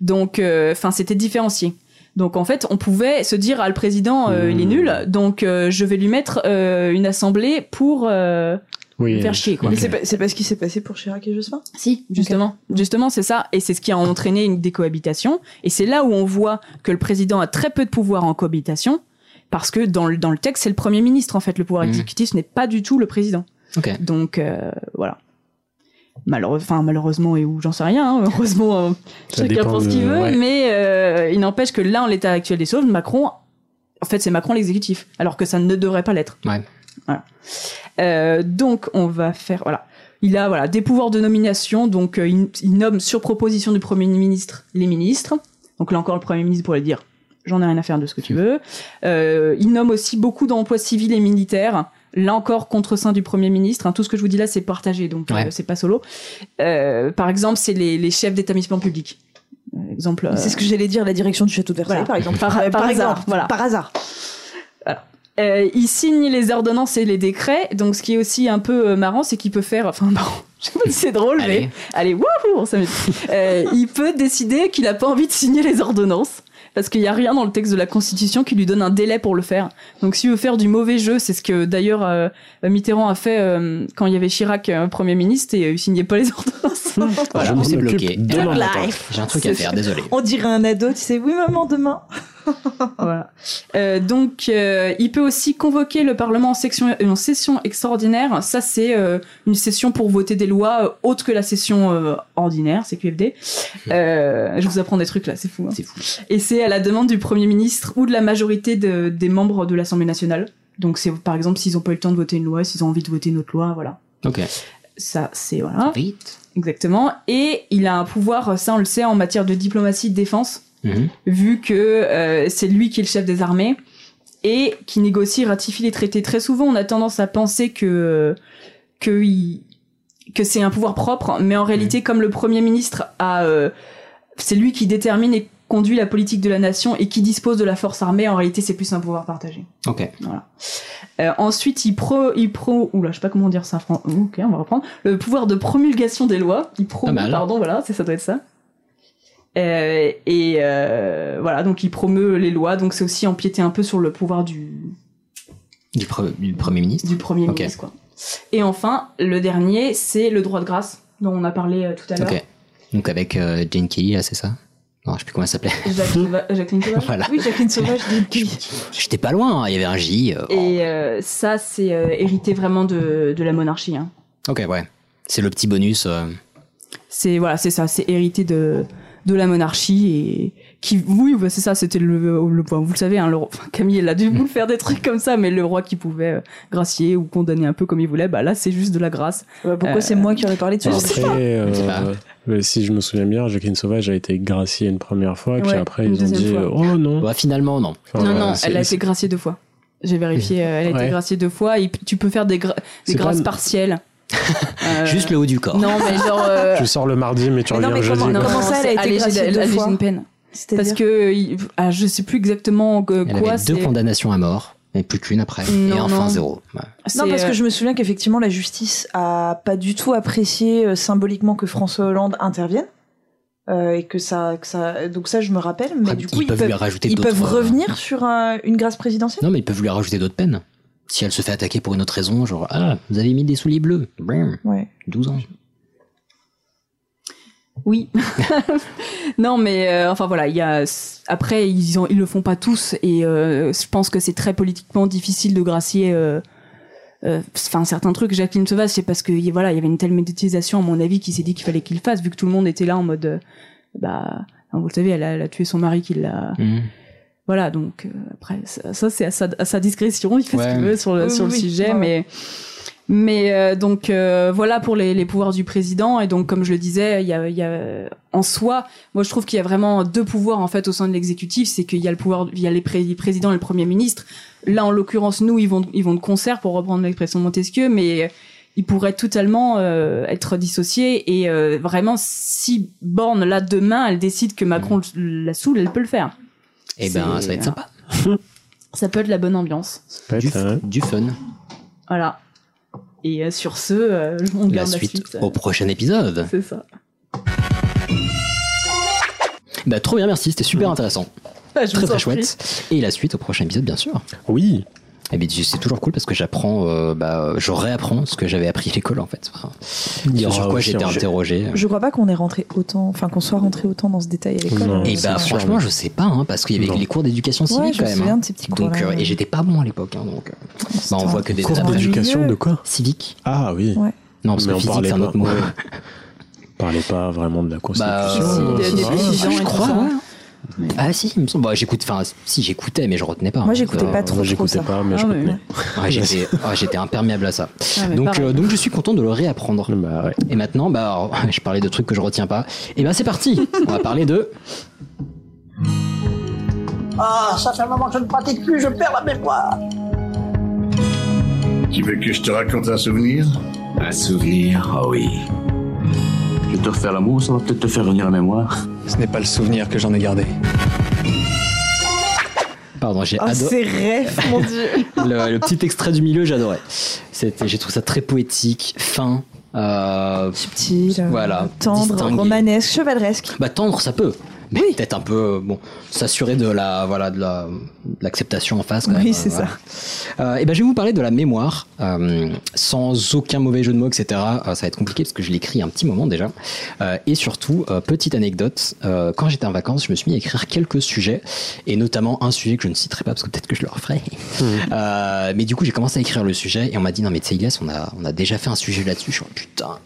Donc, euh, enfin, c'était différencié. Donc en fait, on pouvait se dire ah le président euh, il est nul, donc euh, je vais lui mettre euh, une assemblée pour euh,
Oui, [laughs]
le faire chier quoi.
ok.
C'est pas, c'est pas ce qui s'est passé pour Chirac et Jospin
Si, justement. Justement, c'est ça. Et c'est ce qui a entraîné une décohabitation. Et c'est là où on voit que le président a très peu de pouvoir en cohabitation, parce que dans le, dans le texte, c'est le Premier ministre, en fait. Le pouvoir
Mhm.
exécutif n'est pas du tout le président.
Ok.
Donc, euh, voilà. Malheureux- enfin, malheureusement, et où j'en sais rien, hein. heureusement, euh,
Ça
chacun
dépend
pense
de-
qu'il veut,
ouais.
mais euh, il n'empêche que là, en l'état actuel des choses, Macron, en fait, c'est Macron l'exécutif, alors que ça ne devrait pas l'être.
Ouais.
Voilà. Euh, donc, on va faire. Voilà. Il a voilà, des pouvoirs de nomination, donc euh, il, il nomme sur proposition du Premier ministre les ministres. Donc là encore, le Premier ministre pourrait dire J'en ai rien à faire de ce que tu veux. Euh, il nomme aussi beaucoup d'emplois civils et militaires. Là encore, contre-sein du Premier ministre. hein. tout ce que je vous dis là, c'est partagé, donc
Ouais.
euh, c'est pas solo. Euh, par exemple, c'est les, les chefs d'établissement public. Euh, Exemple. euh,
C'est ce que j'allais dire, la direction du château de Versailles,
Voilà.
par exemple.
Par-
Euh,
par hasard,
exemple,
voilà.
Par hasard.
Euh, il signe les ordonnances et les décrets. Donc, ce qui est aussi un peu euh, marrant, c'est qu'il peut faire. Enfin, [laughs] marrant. Je sais pas si c'est drôle, mais
Allez.
allez, wouhou, on s'amuse. Euh, il peut décider qu'il a pas envie de signer les ordonnances parce qu'il y a rien dans le texte de la Constitution qui lui donne un délai pour le faire. Donc, s'il veut faire du mauvais jeu, c'est ce que d'ailleurs euh, Mitterrand a fait euh, quand il y avait Chirac euh, premier ministre et euh, il signait pas les [laughs] ordonnances.
Je
m'en
me suis
occupe
bloqué.
demain matin.
Life.
J'ai un truc à
C'est-
faire, désolé.
On dirait un ado, tu sais, oui maman, demain.
Voilà. Euh, donc, euh, il peut aussi convoquer le Parlement en, section- euh, en session extraordinaire. Ça, c'est euh, une session pour voter des lois euh, autres que la session euh, ordinaire, CQFD. Euh, je vous apprends des trucs là, c'est fou. hein.
C'est fou.
Et c'est à la demande du Premier ministre ou de la majorité de- des membres de l'Assemblée nationale. Donc, c'est par exemple s'ils n'ont pas eu le temps de voter une loi, s'ils ont envie de voter une autre loi, voilà.
Ok.
Ça, c'est voilà.
Vite.
Exactement. Et il a un pouvoir, ça on le sait, en matière de diplomatie de défense
Mhm.
vu que euh, c'est lui qui est le chef des armées et qui négocie, ratifie les traités. Très souvent, on a tendance à penser que que, il- que c'est un pouvoir propre, mais en réalité, comme le premier ministre a, euh, c'est lui qui détermine et conduit la politique de la nation et qui dispose de la force armée. En réalité, c'est plus un pouvoir partagé.
Ok.
Euh, ensuite, il pro, il pro, oula, je sais pas comment dire ça. Fran... oh, Ok, on va reprendre. Le pouvoir de promulgation des lois. Il pro,
Pas mal.
pardon, voilà, c'est ça doit être ça. Euh, et euh, voilà, donc il promeut les lois, donc c'est aussi empiéter un peu sur le pouvoir du,
Du, pre- du Premier ministre
du Premier
Ok.
ministre. Quoi. Et enfin, le dernier, c'est le droit de grâce, dont on a parlé euh, tout à l'heure.
Ok. Donc avec euh, Jane Kelly, là, c'est ça Non, je sais plus comment elle s'appelait. [laughs]
Jacqueline Va- Jacqueline Sauvage.
Voilà.
Oui, Jacqueline Sauvage,
[laughs]
dit
J'étais pas loin, hein, il y avait un J. euh,
Et euh, ça, c'est euh, hérité vraiment de, de la monarchie. Hein.
oh. Ok, ouais. C'est le petit bonus. euh,
C'est voilà, c'est ça, c'est hérité de de la monarchie et qui oui, bah, c'est ça, c'était le, le vous le savez hein, le roi- enfin, Camille elle a dû vous faire des trucs comme ça mais le roi qui pouvait euh, gracier ou condamner un peu comme il voulait, bah là c'est juste de la grâce.
Bah, pourquoi
Euh,
c'est moi qui aurais parlé de ça
je
Après,
sais
euh,
Je sais pas.
mais si je me souviens bien, Jacqueline Sauvage a été graciée une première fois, puis
Ouais,
après
une
ils ont
deuxième
dit
fois.
euh, oh
Mmh.
non.
Bah, finalement, non.
Enfin,
non non,
Ah, c'est-
elle a
c'est-
été graciée deux fois. J'ai vérifié, euh, elle a
Ouais.
été graciée deux fois et tu peux faire des, gra- des
C'est pas
grâces
une- [laughs]
partielles. Euh,
Juste le haut du corps.
Non mais genre euh,
Tu sors le mardi, mais tu
Mais non,
reviens
mais
le jeudi.
comment-
quoi.
comment ça, elle a
c'est
été
alléger-
graciée deux
alléger
fois
une peine parce que euh, il- ah, je sais plus exactement euh,
Elle
quoi
avait deux
c'est-
condamnations à mort, mais plus qu'une après. et
Non,
enfin
non.
zéro. Ouais.
Non,
c'est,
parce
euh,
que je me souviens qu'effectivement, la justice a pas du tout apprécié euh, symboliquement que François Hollande intervienne. euh, et que ça, que ça. Donc, ça, je me rappelle. Mais
Ah,
du
ils
coup, ils
peuvent
peuvent,
lui rajouter
ils
d'autres,
peuvent
euh,
revenir sur euh, une grâce présidentielle
Non, mais ils peuvent lui rajouter d'autres peines. Si elle se fait attaquer pour une autre raison, genre, ah, vous avez mis des souliers bleus. Bam,
Ouais.
12 ans.
Oui. [laughs] non, mais euh, enfin voilà, il y a après ils ont, ils le font pas tous et euh, je pense que c'est très politiquement difficile de gracier. euh, euh, Enfin, certains trucs, Jacqueline Sauvage, c'est parce que y- voilà, il y avait une telle médiatisation, à mon avis, qui s'est dit qu'il fallait qu'il le fasse, vu que tout le monde était là en mode, euh, bah, vous le savez, elle a, elle a tué son mari, qui l'a,
Mhm.
voilà. Donc euh, après, ça, ça, c'est à sa, à sa discrétion, il fait ce
Ouais.
qu'il veut sur le,
Oui,
sur le
oui,
sujet,
ouais,
mais mais euh, donc euh, voilà pour les, les pouvoirs du président et donc comme je le disais, il y a, il y a en soi, moi je trouve qu'il y a vraiment deux pouvoirs en fait au sein de l'exécutif, c'est qu'il y a le pouvoir, il y a les, pré- les présidents et le premier ministre. Là en l'occurrence nous ils vont ils vont de concert pour reprendre l'expression de Montesquieu, mais ils pourraient totalement euh, être dissociés et euh, vraiment si Borne là demain elle décide que Macron le- la saoule, elle peut le faire.
Et ben, ça va être
C'est-
sympa.
Ça hein. peut être la bonne ambiance.
Peut-être,
Du,
hein.
du fun.
Voilà. Et euh, sur ce, euh, on
La
garde la
suite,
suite.
au prochain épisode.
C'est ça.
Bah, trop bien, merci, c'était
Mmh.
super intéressant.
Bah, je
très
vous
très
en prie.
chouette. Et la suite au prochain épisode, bien sûr.
Oui.
Et bien, c'est toujours cool parce que j'apprends, euh, bah, je réapprends ce que j'avais appris à l'école en fait. Enfin,
y aura
sur quoi
aussi
j'étais
un jeu.
interrogé.
Je crois pas qu'on est rentré autant, enfin qu'on soit rentré autant dans ce détail à l'école.
Non,
Et
C'est
bah,
sûr.
franchement, je sais pas, hein, parce qu'il y avait
Non.
les cours d'éducation civique
Ouais, je
quand
me
même.
souviens
hein.
de ces petits cours.
Donc, euh, et j'étais pas bon à l'époque, hein, donc. euh, bah, on voit que des
Cours
après-
d'éducation de quoi
civique.
Ah oui.
Ouais.
Non, parce
Mais
que
on
physique,
parlait
c'est un
pas.
autre mot.
Ouais. Parlez pas vraiment de la
Bah,
constitution.
si,
des- des
Ah,
précisions
je
et tout
crois,
ça.
ouais. Ah si, il me semble. Bah, j'écoute, enfin, si j'écoutais, mais je retenais pas.
Moi,
hein.
j'écoutais
Euh,
pas trop
Moi,
trop
j'écoutais
ça.
pas, mais
Ah,
je
ouais,
retenais.
ouais, j'étais, ah, j'étais imperméable à ça.
Ah, mais
donc,
pareil.
euh, donc je suis content de le réapprendre.
Bah, ouais.
Et maintenant, bah, alors, [laughs] je parlais de trucs que je retiens pas. Et ben c'est parti. On va parler de.
Ah, ça fait un moment que je ne pratique plus, je perds la mémoire.
Tu veux que je te raconte un souvenir
Un souvenir, ah oui. Je vais te refaire l'amour, ça va peut-être te faire revenir la mémoire.
Ce n'est pas le souvenir que j'en ai gardé.
Pardon, j'ai
Oh,
adoré.
c'est rêve, mon dieu.
Le, le petit extrait du milieu, j'adorais. C'était, j'ai trouvé ça très poétique, fin. euh,
Subtil, euh,
Voilà,
tendre,
distingué.
romanesque, chevaleresque.
Bah tendre, ça peut. Mais peut-être un peu, euh, bon, s'assurer de la, voilà, de la, de l'acceptation en face. Quand
Oui,
même,
c'est
voilà. Euh, et ben, je vais vous parler de la mémoire, euh, sans aucun mauvais jeu de mots, etc. Euh, ça va être compliqué parce que je l'écris un petit moment déjà. Euh, et surtout, euh, petite anecdote, euh, quand j'étais en vacances, je me suis mis à écrire quelques sujets, et notamment un sujet que je ne citerai pas parce que peut-être que je le referai. Euh, mais du coup, j'ai commencé à écrire le sujet et on m'a dit non mais tu sais Ilyes, on a, on a déjà fait un sujet là-dessus. Je suis en putain.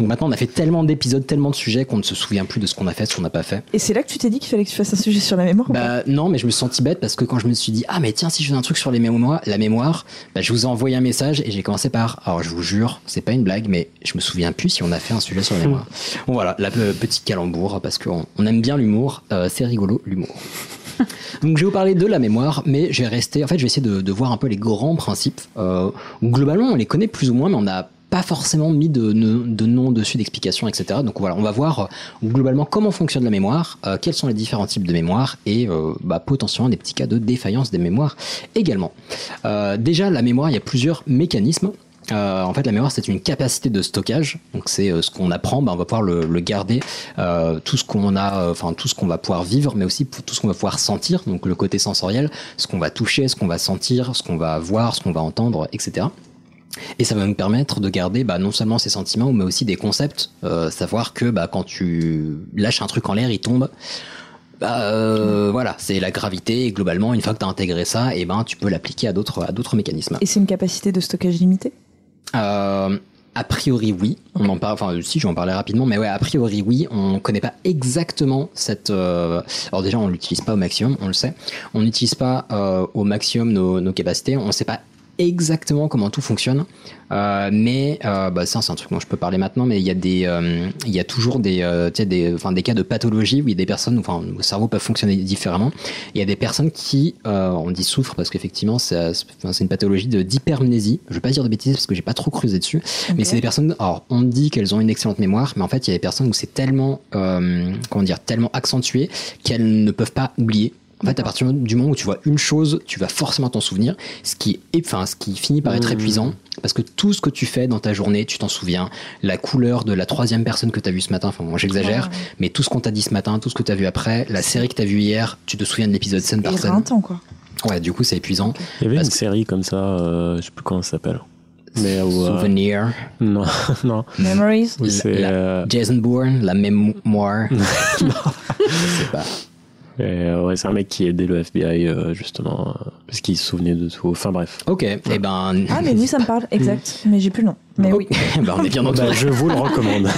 Donc maintenant, on a fait tellement d'épisodes, tellement de sujets qu'on ne se souvient plus de ce qu'on a fait, ce qu'on n'a pas fait.
Et c'est là que tu t'es dit qu'il fallait que tu fasses un sujet sur la mémoire. ou pas
Bah non, mais je me suis senti bête parce que quand je me suis dit ah mais tiens si je fais un truc sur les mémoires, la mémoire, bah, je vous ai envoyé un message et j'ai commencé par alors je vous jure c'est pas une blague mais je me souviens plus si on a fait un sujet sur la mémoire.
Hmm.
Bon voilà la euh, petite calembour parce qu'on on aime bien l'humour, euh, c'est rigolo
[laughs]
l'humour. Donc je vais vous parler de la mémoire, mais je vais rester. En fait, je vais essayer de, de voir un peu les grands principes. Euh, globalement, on les connaît plus ou moins, mais on n'a pas forcément mis de, de, de nom dessus, d'explication, etc. Donc voilà, on va voir euh, globalement comment fonctionne la mémoire, euh, quels sont les différents types de mémoire et euh, bah, potentiellement des petits cas de défaillance des mémoires également. Euh, déjà, la mémoire, il y a plusieurs mécanismes. Euh, en fait, la mémoire, c'est une capacité de stockage. Donc, c'est euh, ce qu'on apprend, ben, on va pouvoir le, le garder, euh, tout ce qu'on a, euh, enfin tout ce qu'on va pouvoir vivre, mais aussi pour tout ce qu'on va pouvoir sentir. Donc, le côté sensoriel, ce qu'on va toucher, ce qu'on va sentir, ce qu'on va voir, ce qu'on va entendre, etc. Et ça va nous permettre de garder bah, non seulement ses sentiments, mais aussi des concepts. Euh, savoir que bah, quand tu lâches un truc en l'air, il tombe. Bah, euh, voilà, c'est la gravité. Et globalement, une fois que tu as intégré ça, et ben, tu peux l'appliquer à d'autres à d'autres mécanismes.
Et c'est une capacité de stockage limitée.
Euh, a priori, oui. On en parle. Enfin, si, je vais en parler rapidement, mais ouais, a priori, oui. On connaît pas exactement cette. euh, Alors déjà, on l'utilise pas au maximum. On le sait. On n'utilise pas euh, au maximum nos, nos capacités. On sait pas exactement comment tout fonctionne. Euh, mais euh, bah, ça, c'est un truc dont je peux parler maintenant. Mais il y a des, euh, il y a toujours des, euh, tu sais, des, enfin, des cas de pathologie où il y a des personnes, enfin, où le cerveau peut fonctionner différemment. Il y a des personnes qui, euh, on dit souffrent parce qu'effectivement, ça- c'est enfin, c'est une pathologie de d'hypermnésie. Je vais pas dire de bêtises parce que j'ai pas trop creusé dessus. Mais c'est des personnes. Alors, on dit qu'elles ont une excellente mémoire, mais en fait, il y a des personnes où c'est tellement, euh, comment dire, tellement accentué qu'elles ne peuvent pas oublier. En fait, à partir du moment où tu vois une chose, tu vas forcément t'en souvenir, ce qui, est, enfin, ce qui finit par être
Mmh.
épuisant, parce que tout ce que tu fais dans ta journée, tu t'en souviens. La couleur de la troisième personne que tu as vue ce matin, enfin, bon,
Ah,
j'exagère, mais tout ce qu'on t'a dit ce matin, tout ce que tu as vu après, la série que tu as vue hier, tu te souviens de l'épisode scène par scène.
Éreintant, quoi.
Ouais, du coup, c'est épuisant.
Il y avait une série comme ça, euh, je sais plus comment ça s'appelle. Mais où, euh,
Souvenir.
Non, [laughs] non.
Memories.
Oui, c'est.
La-
euh,
Jason Bourne, la mémoire.
Hmm.
euh, ouais, c'est un mec qui aidait le FBI, euh, justement, euh, parce qu'il se souvenait de tout. Enfin, bref.
Ok, et ben.
Ah, mais oui, ça
[laughs]
me parle, exact. Mais j'ai plus le nom. Mais oui.
bah, on est
[laughs]
bien entouré.
Bah, je
[laughs]
vous le recommande.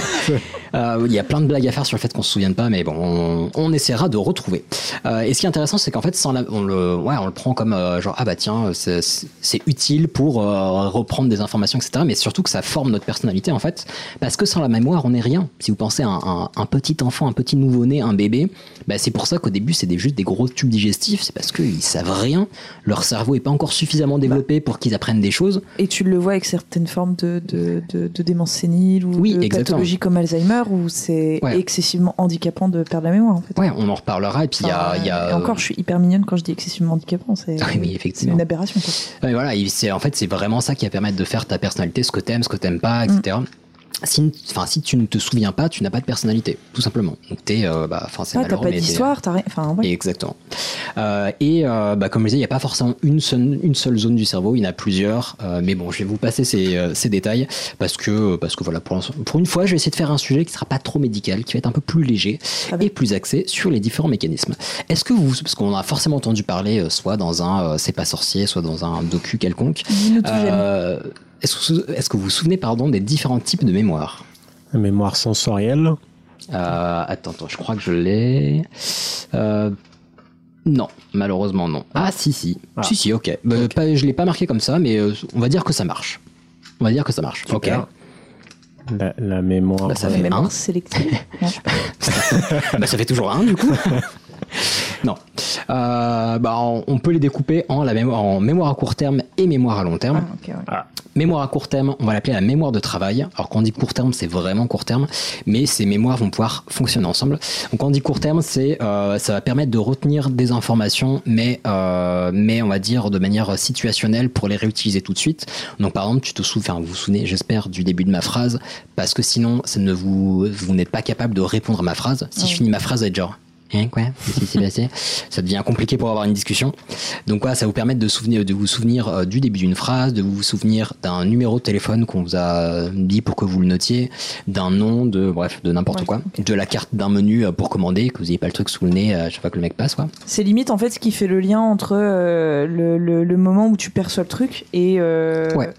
Euh, Il y a plein de blagues à faire sur le fait qu'on se souvienne pas, mais bon, on, on essaiera de retrouver. Euh, et ce qui est intéressant, c'est qu'en fait, sans la- on, le, ouais, on le prend comme euh, genre, ah bah tiens, c'est- c'est c'est utile pour euh, reprendre des informations, etc. Mais surtout que ça forme notre personnalité, en fait, parce que sans la mémoire, on n'est rien. Si vous pensez à un, un- un petit enfant, un petit nouveau-né, un bébé, bah, c'est pour ça qu'au début, c'est des- juste des gros tubes digestifs, c'est parce qu'ils savent rien, leur cerveau est pas encore suffisamment développé pour qu'ils apprennent des choses.
Et tu le vois avec certaines formes de, de, de, de démence sénile ou
Oui,
de
exactement.
pathologie comme Alzheimer où c'est
Ouais.
excessivement handicapant de perdre la mémoire en fait.
Ouais, on en reparlera. Et puis il y a.
Enfin,
il y a-
et encore, je suis hyper mignonne quand je dis excessivement handicapant. C'est
Ah [laughs] oui, effectivement.
c'est une aberration. quoi.
Ouais, voilà, il- c'est en fait c'est vraiment ça qui va permettre de faire ta personnalité, ce que t'aimes, ce que t'aimes pas, etc. Si, enfin, si tu ne te souviens pas, tu n'as pas de personnalité, tout simplement. Donc t'es, euh, bah, enfin, c'est
Ouais, Ah, t'as
malheureux,
pas
mais t'es-
d'histoire, t'as rien. Enfin, ouais.
Et Exactement. Euh, et euh, bah, comme je disais, il n'y a pas forcément une seule, une seule zone du cerveau, il y en a plusieurs. euh, mais bon, je vais vous passer ces, euh, ces détails parce que, parce que voilà, pour, l'instant- pour une fois, je vais essayer de faire un sujet qui sera pas trop médical, qui va être un peu plus léger et plus axé sur les différents mécanismes. Est-ce que vous, parce qu'on a forcément entendu parler, euh, soit dans un euh, C'est pas sorcier, soit dans un docu quelconque,
Dis-nous tout, Jérémy.
euh, est-ce que, est que vous vous souvenez pardon, des différents types de mémoire
La mémoire sensorielle.
euh, attends, attends, je crois que je l'ai. Euh, non, malheureusement non. Ah si si,
Ah.
si si, ok. Bah, pas- je l'ai pas marqué comme ça, mais euh, on va dire que ça marche. On va dire que ça marche. Ok.
La, la mémoire.
Bah, ça fait un. [laughs]
sélective.
[laughs] bah, ça fait toujours un du [laughs] coup. non. Euh, bah, on, on peut les découper en la mémoire, en mémoire à court terme et mémoire à long terme.
Ok, ouais.
Mémoire à court terme, on va l'appeler la mémoire de travail. Alors quand on dit court terme, c'est vraiment court terme, mais ces mémoires vont pouvoir fonctionner ensemble. Donc quand on dit court terme, c'est euh, ça va permettre de retenir des informations, mais euh, mais on va dire de manière situationnelle pour les réutiliser tout de suite. Donc par exemple, tu te souviens, vous vous souvenez, j'espère du début de ma phrase, parce que sinon, ça ne vous vous n'êtes pas capable de répondre à ma phrase. Si je finis ma phrase, vous êtes genre Hein, quoi Qu'est-ce qui s'est passé Ça devient compliqué pour avoir une discussion. Donc voilà, ça vous permet de, souvenir, de vous souvenir euh, du début d'une phrase, de vous souvenir d'un numéro de téléphone qu'on vous a euh, dit pour que vous le notiez, d'un nom, de bref, de n'importe quoi, de la carte d'un menu euh, pour commander, que vous n'ayez pas le truc sous le nez euh, à chaque fois que le mec passe, quoi.
C'est limite en fait ce qui fait le lien entre euh, le, le- le moment où tu perçois le truc et euh,
Ouais.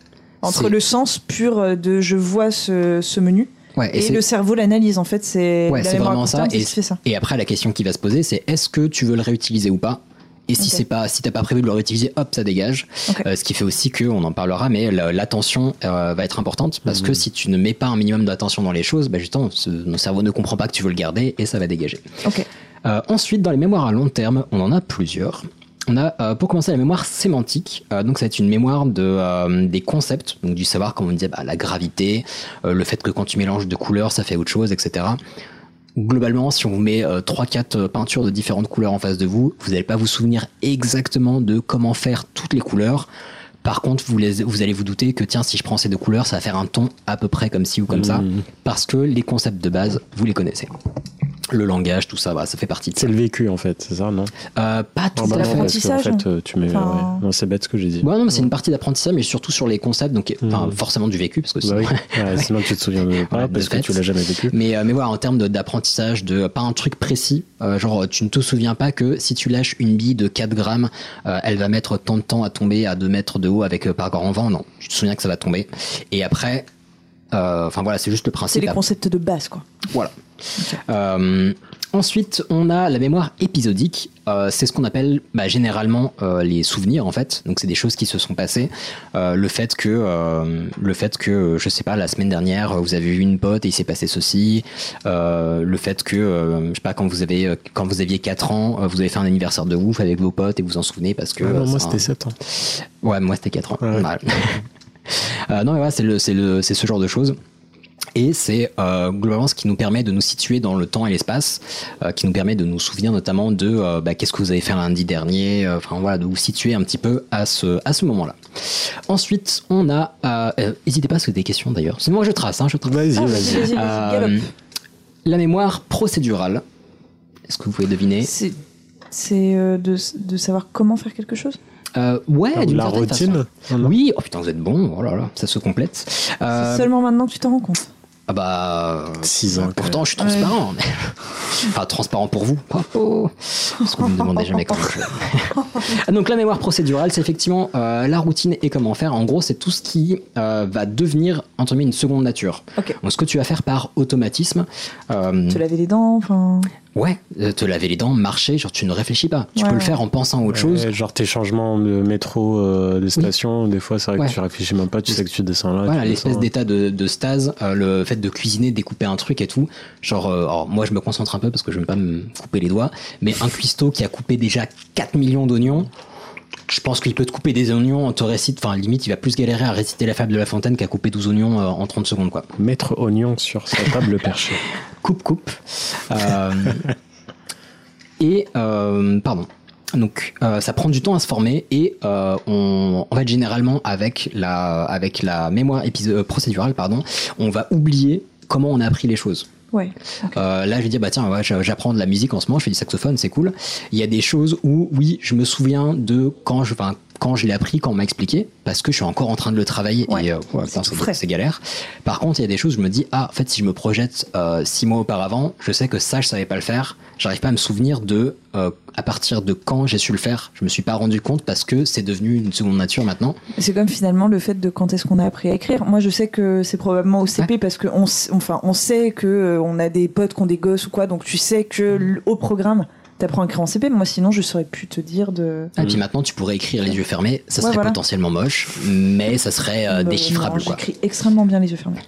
entre
C'est-
le sens pur euh, de je vois ce, ce menu
Ouais, et
et,
c'est-
le cerveau l'analyse en fait c'est
Ouais,
la
c'est
mémoire à
vraiment
court
ça
terme, c'est
et,
ce qui fait ça.
et après, la question qui va se poser, c'est est-ce que tu veux le réutiliser ou pas et si
Ok.
c'est pas, si t'as pas prévu de le réutiliser, hop, ça dégage. Euh, ce qui fait aussi que, on en parlera, mais la- l'attention euh, va être importante parce que si tu ne mets pas un minimum d'attention dans les choses, bah justement, ce- nos cerveaux ne comprend pas que tu veux le garder et ça va dégager. Euh, ensuite, dans les mémoires à long terme, on en a plusieurs. On a, euh, pour commencer, la mémoire sémantique. Euh, donc, ça va être une mémoire de, euh, des concepts, donc du savoir, comme on disait, bah, la gravité, euh, le fait que quand tu mélanges de couleurs, ça fait autre chose, etc. Globalement, si on vous met euh, 3-4 peintures de différentes couleurs en face de vous, vous n'allez pas vous souvenir exactement de comment faire toutes les couleurs. Par contre, vous, les- vous allez vous douter que tiens, si je prends ces deux couleurs, ça va faire un ton à peu près comme ci ou comme
Mmh.
ça,
euh,
parce que les concepts de base, vous les connaissez. Le langage, tout ça, bah, ça fait partie de ça.
C'est le vécu en fait, c'est ça, non
Euh, pas tout
Ah, bah
à
non,
fait.
parce qu'en fait, euh, tu mets.
Enfin-
ouais. Non, c'est bête ce que j'ai dit.
Ouais, non, mais c'est une partie d'apprentissage, mais surtout sur les concepts, donc enfin, forcément du vécu, parce que
Hmm. Bah
sinon,
oui. Ouais, sinon, tu te souviens de pas
de
parce que
fait.
tu l'as jamais vécu.
Mais, euh, mais voilà, en termes de- d'apprentissage, de pas un truc précis, euh, genre tu ne te souviens pas que si tu lâches une bille de 4 grammes, euh, elle va mettre tant de temps à tomber à 2 mètres de haut avec euh, par grand vent, non, tu te souviens que ça va tomber. Et après, euh, enfin voilà, c'est juste le principe.
C'est les
Après-
concepts de base quoi.
voilà. Euh, ensuite, on a la mémoire épisodique. Euh, c'est ce qu'on appelle bah, généralement euh, les souvenirs en fait. Donc c'est des choses qui se sont passées. Euh, le fait que, euh, le fait que, je sais pas, la semaine dernière vous avez eu une pote et il s'est passé ceci. Euh, le fait que, euh, je sais pas, quand vous avez, quand vous aviez 4 ans, euh, vous avez fait un anniversaire de ouf avec vos potes et vous en souvenez parce que.
Ah non,
euh,
moi,
ça-
c'était 7 ans.
Ouais, moi c'était 4 ans. Voilà. [laughs] Euh, non, mais voilà, c'est le, c'est le, c'est ce genre de choses. Et c'est euh, globalement ce qui nous permet de nous situer dans le temps et l'espace, euh, qui nous permet de nous souvenir notamment de euh, bah, qu'est-ce que vous avez fait lundi dernier, euh, enfin voilà, de vous situer un petit peu à ce, à ce moment-là. Ensuite, on a. euh, N'hésitez pas à poser des questions d'ailleurs. C'est moi je trace, hein, je trace.
Vas-y, Ah, vas-y. vas-y, vas-y,
Euh,
galope.
la mémoire procédurale. Est-ce que vous pouvez deviner
C'est c'est euh, de, de savoir comment faire quelque chose.
Euh, Ouais,
Ah, ou
d'une
la
certaine
routine.
façon. Oui, oh putain, vous êtes bon, oh là là, ça se complète. Euh,
Seulement maintenant que tu t'en rends compte.
Ah bah. 6 ans. Pourtant, je suis
Ouais.
transparent. mais- [laughs] enfin, transparent pour vous. Oh, oh. Parce que vous me demandez jamais comment je
[laughs]
fais. Donc, la mémoire procédurale, c'est effectivement euh, la routine et comment faire. En gros, c'est tout ce qui euh, va devenir, entre guillemets, une seconde nature. Donc, ce que tu vas faire par automatisme. euh,
Te laver les dents, enfin.
Ouais, euh, te laver les dents, marcher, genre tu ne réfléchis pas. Tu
Ouais,
peux le
ouais.
faire en pensant à autre chose.
Ouais, Genre tes changements de métro, euh, des stations, des fois, c'est vrai
Ouais.
que tu réfléchis même pas, tu sais que tu descends là.
Voilà,
tu
l'espèce
descends là.
d'état de, de stase, euh, le fait de cuisiner, découper un truc et tout. Genre, euh, alors, moi je me concentre un peu parce que je ne veux pas me couper les doigts, mais un cuistot qui a coupé déjà 4 millions d'oignons. je pense qu'il peut te couper des oignons en te récite. Enfin, limite, il va plus galérer à réciter la fable de la fontaine qu'à couper 12 oignons euh, en 30 secondes, quoi.
Mettre oignon sur sa
[laughs]
table perchée.
Coupe, coupe. Euh, et, euh, pardon. Donc, euh, ça prend du temps à se former et euh, on, en fait, généralement, avec la, avec la mémoire épiso- euh, procédurale, pardon, on va oublier comment on a appris les choses.
Ouais.
Euh, là, je vais dire, bah tiens, ouais, j'a- j'apprends de la musique en ce moment, je fais du saxophone, c'est cool. Il y a des choses où, oui, je me souviens de quand je, enfin, quand je l'ai appris, quand on m'a expliqué, parce que je suis encore en train de le travailler et euh, ouais, putain, c'est, c'est galère. Par contre, il y a des choses, où je me dis, ah, en fait, si je me projette euh, six mois auparavant, je sais que ça, je savais pas le faire. J'arrive pas à me souvenir de euh, à partir de quand j'ai su le faire. Je me suis pas rendu compte parce que c'est devenu une seconde nature maintenant.
C'est comme finalement le fait de quand est-ce qu'on a appris à écrire. Moi, je sais que c'est probablement au CP parce que on, s- enfin, on sait que euh, on a des potes qui ont des gosses ou quoi, donc tu sais que
Mm-hmm.
l- au programme, t'apprends à écrire en CP. Moi, sinon, je saurais plus te dire de.
Et puis maintenant, tu pourrais écrire les yeux fermés, ça
Ah Ouais,
serait
voilà.
potentiellement moche, mais ça serait euh,
Bah,
déchiffrable.
non,
quoi.
J'écris extrêmement bien les yeux fermés.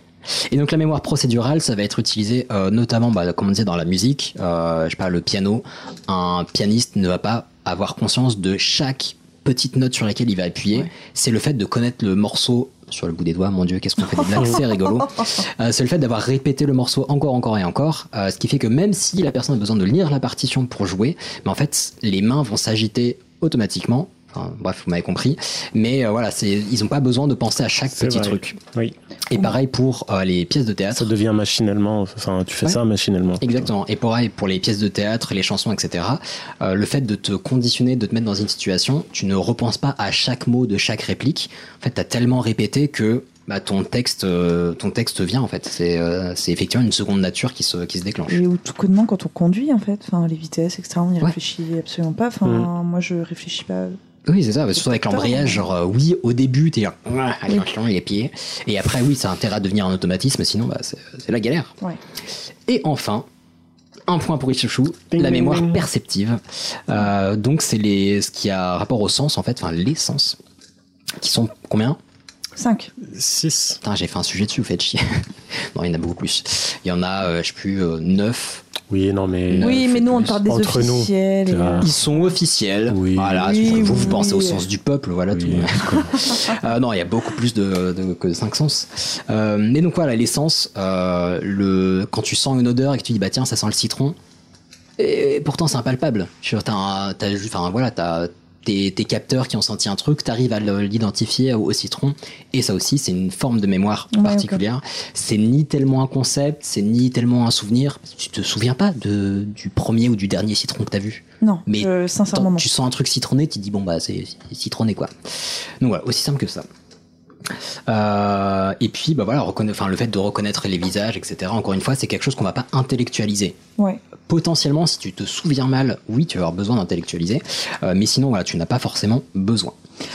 Et donc la mémoire procédurale, ça va être utilisé euh, notamment, bah, comme on disait, dans la musique. Euh, je sais pas, le piano. Un pianiste ne va pas avoir conscience de chaque petite note sur laquelle il va appuyer. C'est le fait de connaître le morceau sur le bout des doigts. Mon Dieu, qu'est-ce qu'on fait des
[laughs]
blagues C'est rigolo. Euh, c'est le fait d'avoir répété le morceau encore, encore et encore, euh, ce qui fait que même si la personne a besoin de lire la partition pour jouer, mais en fait, les mains vont s'agiter automatiquement. Enfin, bref, vous m'avez compris. Mais euh, voilà, c'est, ils n'ont pas besoin de penser à chaque
C'est
petit
vrai.
truc.
Oui.
Et pareil pour euh, les pièces de théâtre.
Ça devient machinalement, enfin, tu fais
Ouais.
ça machinalement.
Exactement. Et pareil pour les pièces de théâtre, les chansons, etc. euh, le fait de te conditionner, de te mettre dans une situation, tu ne repenses pas à chaque mot de chaque réplique. En fait, t'as tellement répété que bah, ton texte, euh, ton texte vient. En fait, c'est euh, c'est effectivement une seconde nature qui se qui se déclenche.
Et ou tout connement quand on conduit en fait, enfin les vitesses, etc. On y réfléchit absolument pas. Enfin,
Mm-hmm.
Mm.
moi, je réfléchis pas.
Oui, c'est ça. Surtout avec l'embrayage, genre euh, oui, au début, t'es là, ouah, attention, les pieds. Et après, oui, ça a intérêt à devenir un automatisme, sinon bah, c'est c'est la galère.
Ouais.
Et enfin, un point pour Ichouchou, la mémoire perceptive. Euh, donc c'est les, ce qui a rapport au sens en fait, enfin les sens, qui sont combien
5.
6.
Putain, j'ai fait un sujet dessus, vous faites chier. [laughs] non, il y en a beaucoup plus. Il y en a, euh, je sais plus, 9.
Oui, non, mais.
Euh,
Oui, mais nous, on parle des
Entre nous,
officiels. et, euh,
Ils sont officiels. Voilà,
Oui,
sauf que vous, vous
oui.
pensez au sens du peuple, voilà tout. Euh, non, il y a beaucoup plus de, de- que 5 sens. Euh, mais donc voilà, les sens, euh, le, quand tu sens une odeur et que tu dis, bah tiens, ça sent le citron, et pourtant c'est impalpable. Tu vois, T'as, un- t'as ju- enfin voilà, t'as tes, tes capteurs qui ont senti un truc, t'arrives à le- l'identifier au, au citron, et ça aussi c'est une forme de mémoire
Ouais,
particulière. C'est ni tellement un concept, c'est ni tellement un souvenir. Tu te souviens pas de, du premier ou du dernier citron que t'as vu.
Non,
mais
je- sincèrement,
t'en-
non.
tu sens un truc citronné, tu te dis bon bah c'est c'est citronné quoi. Donc voilà, aussi simple que ça. Euh, et puis bah voilà, reconna- enfin, le fait de reconnaître les visages, etc. Encore une fois, c'est quelque chose qu'on va pas intellectualiser
Ouais.
potentiellement, si tu te souviens mal, oui, tu vas avoir besoin d'intellectualiser, euh, mais sinon, voilà, tu n'as pas forcément besoin.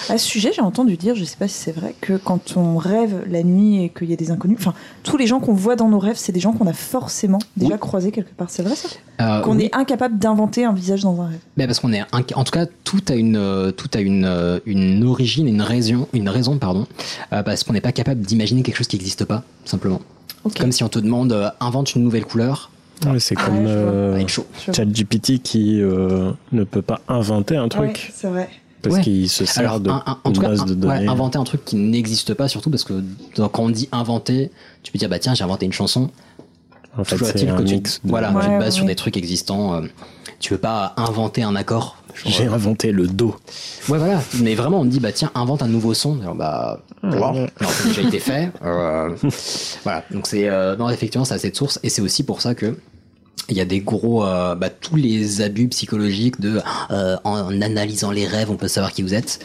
À ce sujet, j'ai entendu dire, je sais pas si c'est vrai, que quand on rêve la nuit et qu'il y a des inconnus, enfin, tous les gens qu'on voit dans nos rêves, c'est des gens qu'on a forcément déjà croisés quelque part. C'est vrai ça
Euh,
Qu'on
oui.
est incapable d'inventer un visage dans un rêve.
Mais parce qu'on est, inc- en tout cas, tout a une, euh, tout a une, euh, une origine, une raison, une raison, pardon, euh, parce qu'on n'est pas capable d'imaginer quelque chose qui n'existe pas, simplement. C'est Comme si on te demande, euh, invente une nouvelle couleur.
Ouais, c'est comme euh, ChatGPT qui euh, ne peut pas inventer un truc.
c'est vrai.
Parce
Ouais.
qu'il se sert
Alors,
de
un- un- en tout
une
cas,
base
un-
de
ouais,
données.
inventer un truc qui n'existe pas, surtout parce que dans- quand on dit inventer, tu peux dire, bah tiens, j'ai inventé une chanson.
En fait,
Toujours
c'est
est-il
un
que tu,
mix de-
voilà,
Ouais,
tu te bases sur
ouais.
des trucs existants. euh, tu veux pas inventer un accord. genre,
J'ai
euh,
inventé le dos.
Ouais, voilà. Mais vraiment, on te dit, bah tiens, invente un nouveau son. Alors, bah, non, non, ça a déjà été fait. Euh, voilà. Donc, c'est. euh, non, effectivement, ça a cette source. Et c'est aussi pour ça que. Il y a des gros, euh, bah, tous les abus psychologiques de euh, en analysant les rêves, on peut savoir qui vous êtes.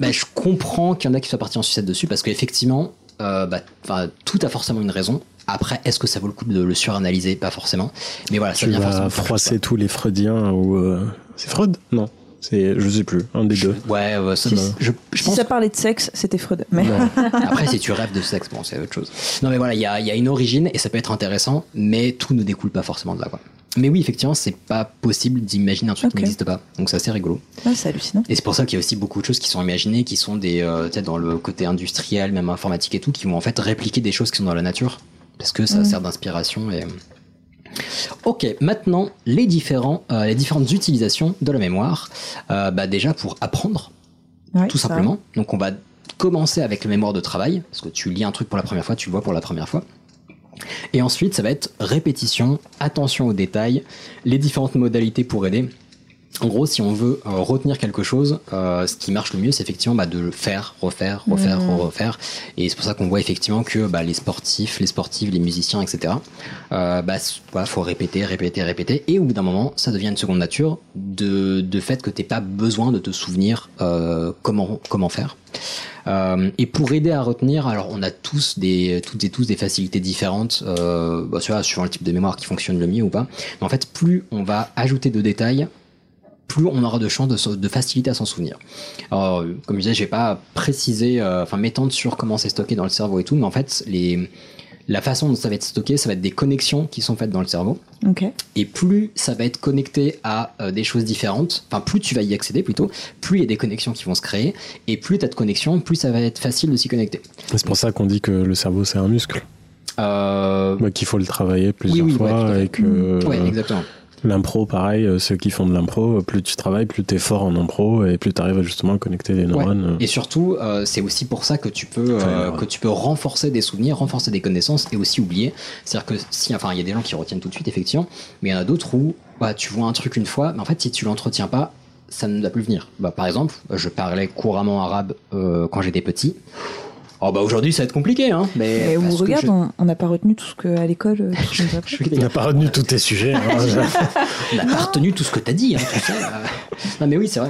Bah, je comprends qu'il y en a qui soient partis en sucette dessus parce qu'effectivement, euh, bah, 'fin, tout a forcément une raison. Après, est-ce que ça vaut le coup de le suranalyser Pas forcément. Mais voilà, ça
Tu
devient
vas
forcément.
froisser tous les Freudiens ou. euh, C'est Freud Non. C'est, je sais plus, un des deux.
Ouais, ouais, ça,
Si-
je,
si ça parlait de sexe, c'était Freud. Mais...
Non. [laughs] Après, si tu rêves de sexe, bon, c'est autre chose. Non, mais voilà, il y a, il y a une origine et ça peut être intéressant, mais tout ne découle pas forcément de là, quoi. Mais oui, effectivement, c'est pas possible d'imaginer un truc
Ok.
qui n'existe pas. Donc, c'est assez rigolo.
[laughs] Ouais, c'est hallucinant.
Et c'est pour ça qu'il y a aussi beaucoup de choses qui sont imaginées, qui sont des, euh, tu sais, dans le côté industriel, même informatique et tout, qui vont en fait répliquer des choses qui sont dans la nature. Parce que ça
Mhm.
sert d'inspiration et. Ok, maintenant les différents, euh, les différentes utilisations de la mémoire. Euh, bah déjà pour apprendre,
Ouais,
tout
ça
simplement. Donc on va commencer avec le mémoire de travail, parce que tu lis un truc pour la première fois, tu le vois pour la première fois. Et ensuite, ça va être répétition, attention aux détails, les différentes modalités pour aider. En gros, si on veut euh, retenir quelque chose, euh, ce qui marche le mieux, c'est effectivement bah, de le faire, refaire, refaire,
Mhm.
refaire. Et c'est pour ça qu'on voit effectivement que bah, les sportifs, les sportives, les musiciens, etc. Euh, bah, s- voilà, faut répéter, répéter, répéter. Et au bout d'un moment, ça devient une seconde nature de, de fait que t'es pas besoin de te souvenir euh, comment comment faire. Euh, et pour aider à retenir, alors on a tous des, toutes et tous des facilités différentes, euh, bah, tu vois, suivant le type de mémoire qui fonctionne le mieux ou pas. Mais en fait, plus on va ajouter de détails, plus on aura de chances de, s'en- de facilité à s'en souvenir. Alors, euh, comme je disais, je vais pas préciser, euh, enfin m'étendre sur comment c'est stocké dans le cerveau et tout, mais en fait, les, la façon dont ça va être stocké, ça va être des connexions qui sont faites dans le cerveau.
Ok.
Et plus ça va être connecté à euh, des choses différentes, enfin plus tu vas y accéder plutôt, plus il y a des connexions qui vont se créer, et plus tu as de connexions, plus ça va être facile de s'y connecter.
C'est pour ça qu'on dit que le cerveau, c'est un muscle. Ouais, Qu'il faut le travailler plusieurs
oui, ouais,
fois
tout à fait. Mm.
et que.
Euh,
euh,
Ouais, exactement.
L'impro, pareil, euh, ceux qui font de l'impro, euh, plus tu travailles, plus t'es fort en impro et plus t'arrives à justement à connecter des neurones. euh.
Et surtout, euh, c'est aussi pour ça que tu peux euh, que tu peux renforcer des souvenirs, renforcer des connaissances et aussi oublier. C'est-à-dire que si, enfin, il y a des gens qui retiennent tout de suite effectivement, mais il y en a d'autres où bah, tu vois un truc une fois, mais en fait si tu l'entretiens pas, ça ne va plus venir. Bah, par exemple, je parlais couramment arabe euh, quand j'étais petit. Oh bah aujourd'hui ça va être compliqué hein. Mais
Mais on
parce que
regarde,
je-
on- on n'a pas retenu tout ce qu'à l'école. euh, tout
[laughs]
ce qu'on nous apprend.
On n'a pas retenu tous tes sujets. hein.
On n'a pas retenu tout ce que t'as dit, hein, tu sais, euh. Non, mais oui, c'est vrai.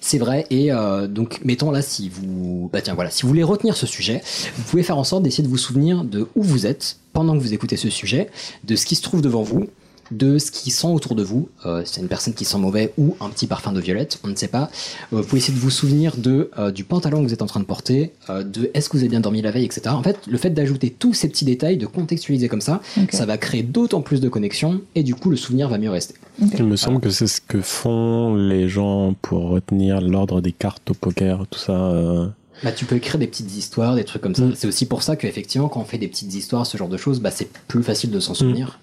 C'est vrai, et euh, donc, mettons là, si vous. Bah tiens, voilà, si vous voulez retenir ce sujet, vous pouvez faire en sorte d'essayer de vous souvenir de où vous êtes pendant que vous écoutez ce sujet, de ce qui se trouve devant vous, de ce qui sent autour de vous. Euh, c'est une personne qui sent mauvais ou un petit parfum de violette, on ne sait pas. Euh, vous pouvez essayer de vous souvenir de, euh, du pantalon que vous êtes en train de porter, euh, de est-ce que vous avez bien dormi la veille, etc. En fait, le fait d'ajouter tous ces petits détails, de contextualiser comme ça,
Ok.
ça va créer d'autant plus de connexions, et du coup, le souvenir va mieux rester.
[laughs] Il me semble que c'est ce que font les gens pour retenir l'ordre des cartes au poker, tout ça. euh.
Bah, tu peux écrire des petites histoires, des trucs comme ça. C'est aussi pour ça qu'effectivement, quand on fait des petites histoires, ce genre de choses, bah, c'est plus facile de s'en souvenir.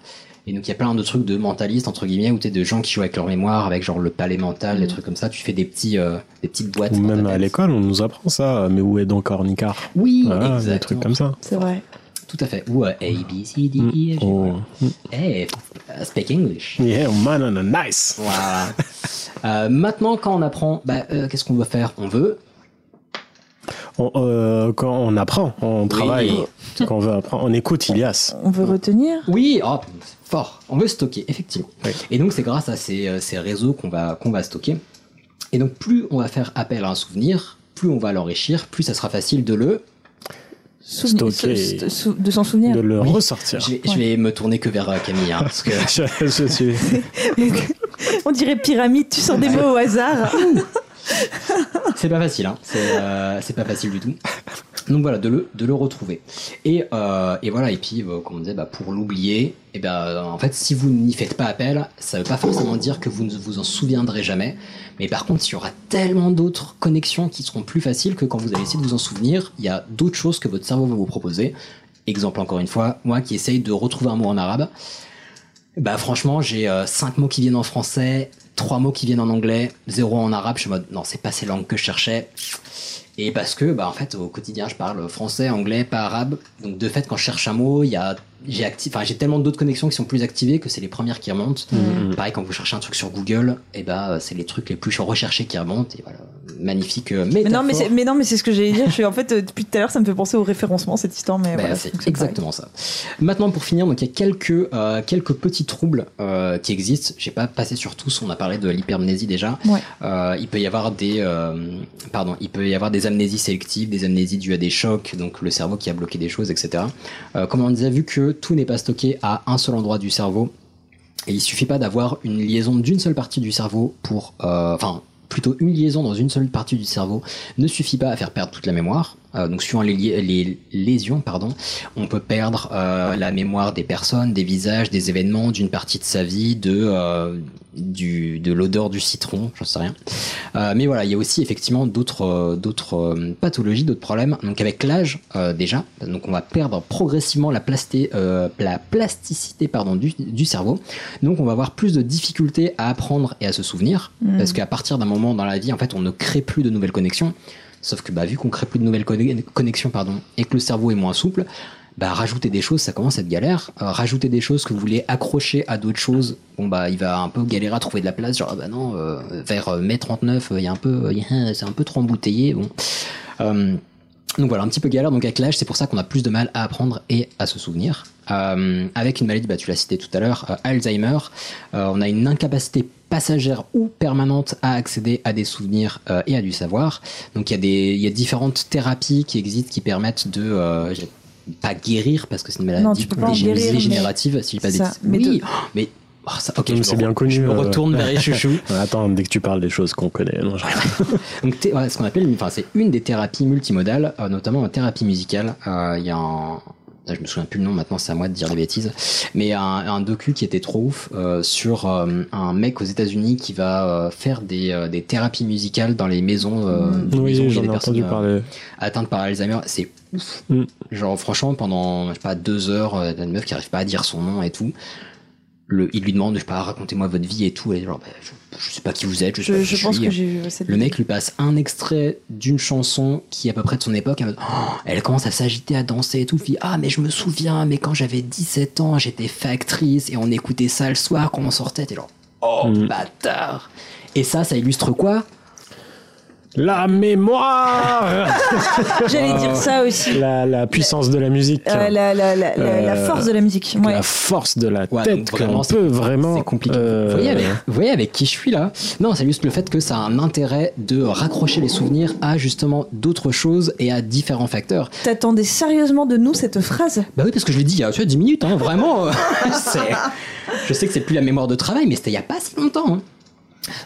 Et donc, il y a plein de trucs de mentalistes, entre guillemets, où tu de gens qui jouent avec leur mémoire, avec genre le palais mental, des trucs comme ça. Tu fais des, petits, euh, des petites boîtes.
Ou même à l'école, on nous apprend ça. Mais où est donc Ornicard
Oui,
Voilà,
exactement.
Des trucs comme ça.
C'est vrai.
Tout à fait. Ou euh, A, B, C, D, E, F, G.
Oh.
Hey, f- speak English.
Yeah, man, on a nice.
Voilà. [laughs] Euh, maintenant, quand on apprend, bah, euh, qu'est-ce qu'on doit faire On veut
On, euh, quand on apprend, on travaille. Quand on veut apprendre, on écoute Ilias.
On veut retenir
Oui, oh, fort. On veut stocker, effectivement. Et donc, c'est grâce à ces, euh, ces réseaux qu'on va, qu'on va stocker. Et donc, plus on va faire appel à un souvenir, plus on va l'enrichir, plus ça sera facile de le.
Souvenir-
Stocker.
sou- sou- sou- de s'en souvenir. [laughs]
Oui. Je vais, je vais me tourner que vers euh, Camille. hein, parce que...
[laughs] je,
[laughs]
suis.
On dirait pyramide, tu sors des
Ouais.
mots au hasard.
C'est pas facile, hein. c'est euh, c'est pas facile du tout. Donc voilà, de le, de le retrouver. Et, euh, et voilà, et puis, euh, comme on disait, bah, pour l'oublier, et ben, euh, en fait, si vous n'y faites pas appel, ça veut pas forcément dire que vous ne vous en souviendrez jamais. Mais par contre, il y aura tellement d'autres connexions qui seront plus faciles que quand vous allez essayer de vous en souvenir. Il y a d'autres choses que votre cerveau va vous proposer. Exemple, encore une fois, moi qui essaye de retrouver un mot en arabe, bah franchement, j'ai 5 mots qui viennent en français, 3 mots qui viennent en anglais, 0 en arabe. Je suis en mode, non, c'est pas ces langues que je cherchais. Et parce que, bah en fait, au quotidien, je parle français, anglais, pas arabe. Donc de fait, quand je cherche un mot, il y a, j'ai acti- enfin, j'ai tellement d'autres connexions qui sont plus activées que c'est les premières qui remontent.
Mmh.
Mhm.
Pareil, quand vous cherchez un truc sur Google, et bah c'est les trucs les plus recherchés qui remontent. Et voilà, magnifique. euh,
Mais non, mais
métaphore.
c'est, mais non, mais c'est ce que j'allais dire. Je suis en fait euh, depuis tout à l'heure, ça me fait penser au référencement cette histoire, mais
Bah,
voilà, ça
c'est
fonctionne pareil.
exactement ça. Maintenant, pour finir, donc il y a quelques, euh, quelques petits troubles euh, qui existent. J'ai pas passé sur tous. On a parlé de l'hypermnésie déjà.
Ouais.
Euh, il peut y avoir des, euh, pardon, il peut y avoir des amnésies sélectives, des amnésies dues à des chocs, donc le cerveau qui a bloqué des choses, etc. Euh, comme on disait, vu que tout n'est pas stocké à un seul endroit du cerveau, et il suffit pas d'avoir une liaison d'une seule partie du cerveau pour, euh, enfin, plutôt une liaison dans une seule partie du cerveau ne suffit pas à faire perdre toute la mémoire. Euh, donc suivant les, li- les lésions, pardon, on peut perdre euh, la mémoire des personnes, des visages, des événements, d'une partie de sa vie, de euh, du, de l'odeur du citron, j'en sais rien. Euh, mais voilà, il y a aussi effectivement d'autres euh, d'autres euh, pathologies, d'autres problèmes. Donc avec l'âge euh, déjà, donc on va perdre progressivement la, plasté- euh, la plasticité pardon du, du cerveau. Donc on va avoir plus de difficultés à apprendre et à se souvenir
Mm.
parce qu'à partir d'un moment dans la vie, en fait, on ne crée plus de nouvelles connexions. Sauf que bah, vu qu'on crée plus de nouvelles conne- connexions pardon, et que le cerveau est moins souple, bah, rajouter des choses, ça commence à être galère. Euh, rajouter des choses que vous voulez accrocher à d'autres choses, bon bah il va un peu galérer à trouver de la place. Genre ah bah non, euh, vers euh, mai 39, euh, [laughs] il y a un peu, il y a- c'est un peu trop embouteillé. Bon. Euh, donc voilà, un petit peu galère. Donc avec l'âge, c'est pour ça qu'on a plus de mal à apprendre et à se souvenir. Euh, avec une maladie, bah, tu l'as cité tout à l'heure, euh, Alzheimer, euh, on a une incapacité passagère ou permanente à accéder à des souvenirs euh, et à du savoir. Donc il y, a des- il y a différentes thérapies qui existent qui permettent de... euh, j'ai- pas guérir parce que c'est une maladie
Non, tu peux pas en
dégé-
guérir, mais-
dégénérative, si je dis pas
C'est
des...
ça. Mais
oui,
de-
mais... oh, ça- ok, je
c'est
me
bien
re-
connu.
Je me
euh, [laughs]
retourne vers les chouchous.
Attends, dès que tu parles des choses qu'on connaît. Non, je-
Donc, thé- ouais, ce qu'on appelle, enfin, c'est une des thérapies multimodales, euh, notamment en thérapie musicale. Euh, Il y a un, je me souviens plus le nom maintenant, c'est à moi de dire des bêtises, mais un, un docu qui était trop ouf euh, sur euh, un mec aux États-Unis qui va euh, faire des, euh, des thérapies musicales dans les maisons, euh, des
Mm. Oui,
maisons où il y a
j'en
des
ai entendu
personnes, euh,
parler.
atteintes par Alzheimer. C'est ouf.
Mm.
Genre, franchement, pendant, je sais pas, deux heures, euh, t'as une meuf qui arrive pas à dire son nom et tout. Le, il lui demande, je sais pas, racontez-moi votre vie et tout. Et genre, bah, je, je sais pas qui vous êtes, je sais pas
Je,
qui
je pense
suis. euh,
que j'ai vu cette
Le mec lui passe un extrait d'une chanson qui est à peu près de son époque. Elle, me- Oh, elle commence à s'agiter, à danser et tout. Elle dit Ah, mais je me souviens, mais quand j'avais 17 ans, j'étais factrice et on écoutait ça le soir quand on sortait. T'es genre Oh,
Mm.
bâtard Et ça, ça illustre quoi
La mémoire
[laughs]
Ah, J'allais
Ah.
dire ça aussi.
La, la puissance de la musique.
Euh, la, la, la, la- la
Euh,
force de la musique. Ouais.
La force de la
Ouais,
tête
donc
que
vraiment,
l'on
c'est-
peut vraiment. euh,
C'est compliqué. Vous, voyez avec, vous voyez avec qui je suis là Non, c'est juste le fait que ça a un intérêt de raccrocher les souvenirs à justement d'autres choses et à différents facteurs.
T'attendais sérieusement de nous cette phrase
Bah oui, parce que je l'ai dit il y a tu vois, 10 minutes, hein, vraiment. euh, c'est- je sais que c'est plus la mémoire de travail, mais c'était il n'y a pas si longtemps. hein.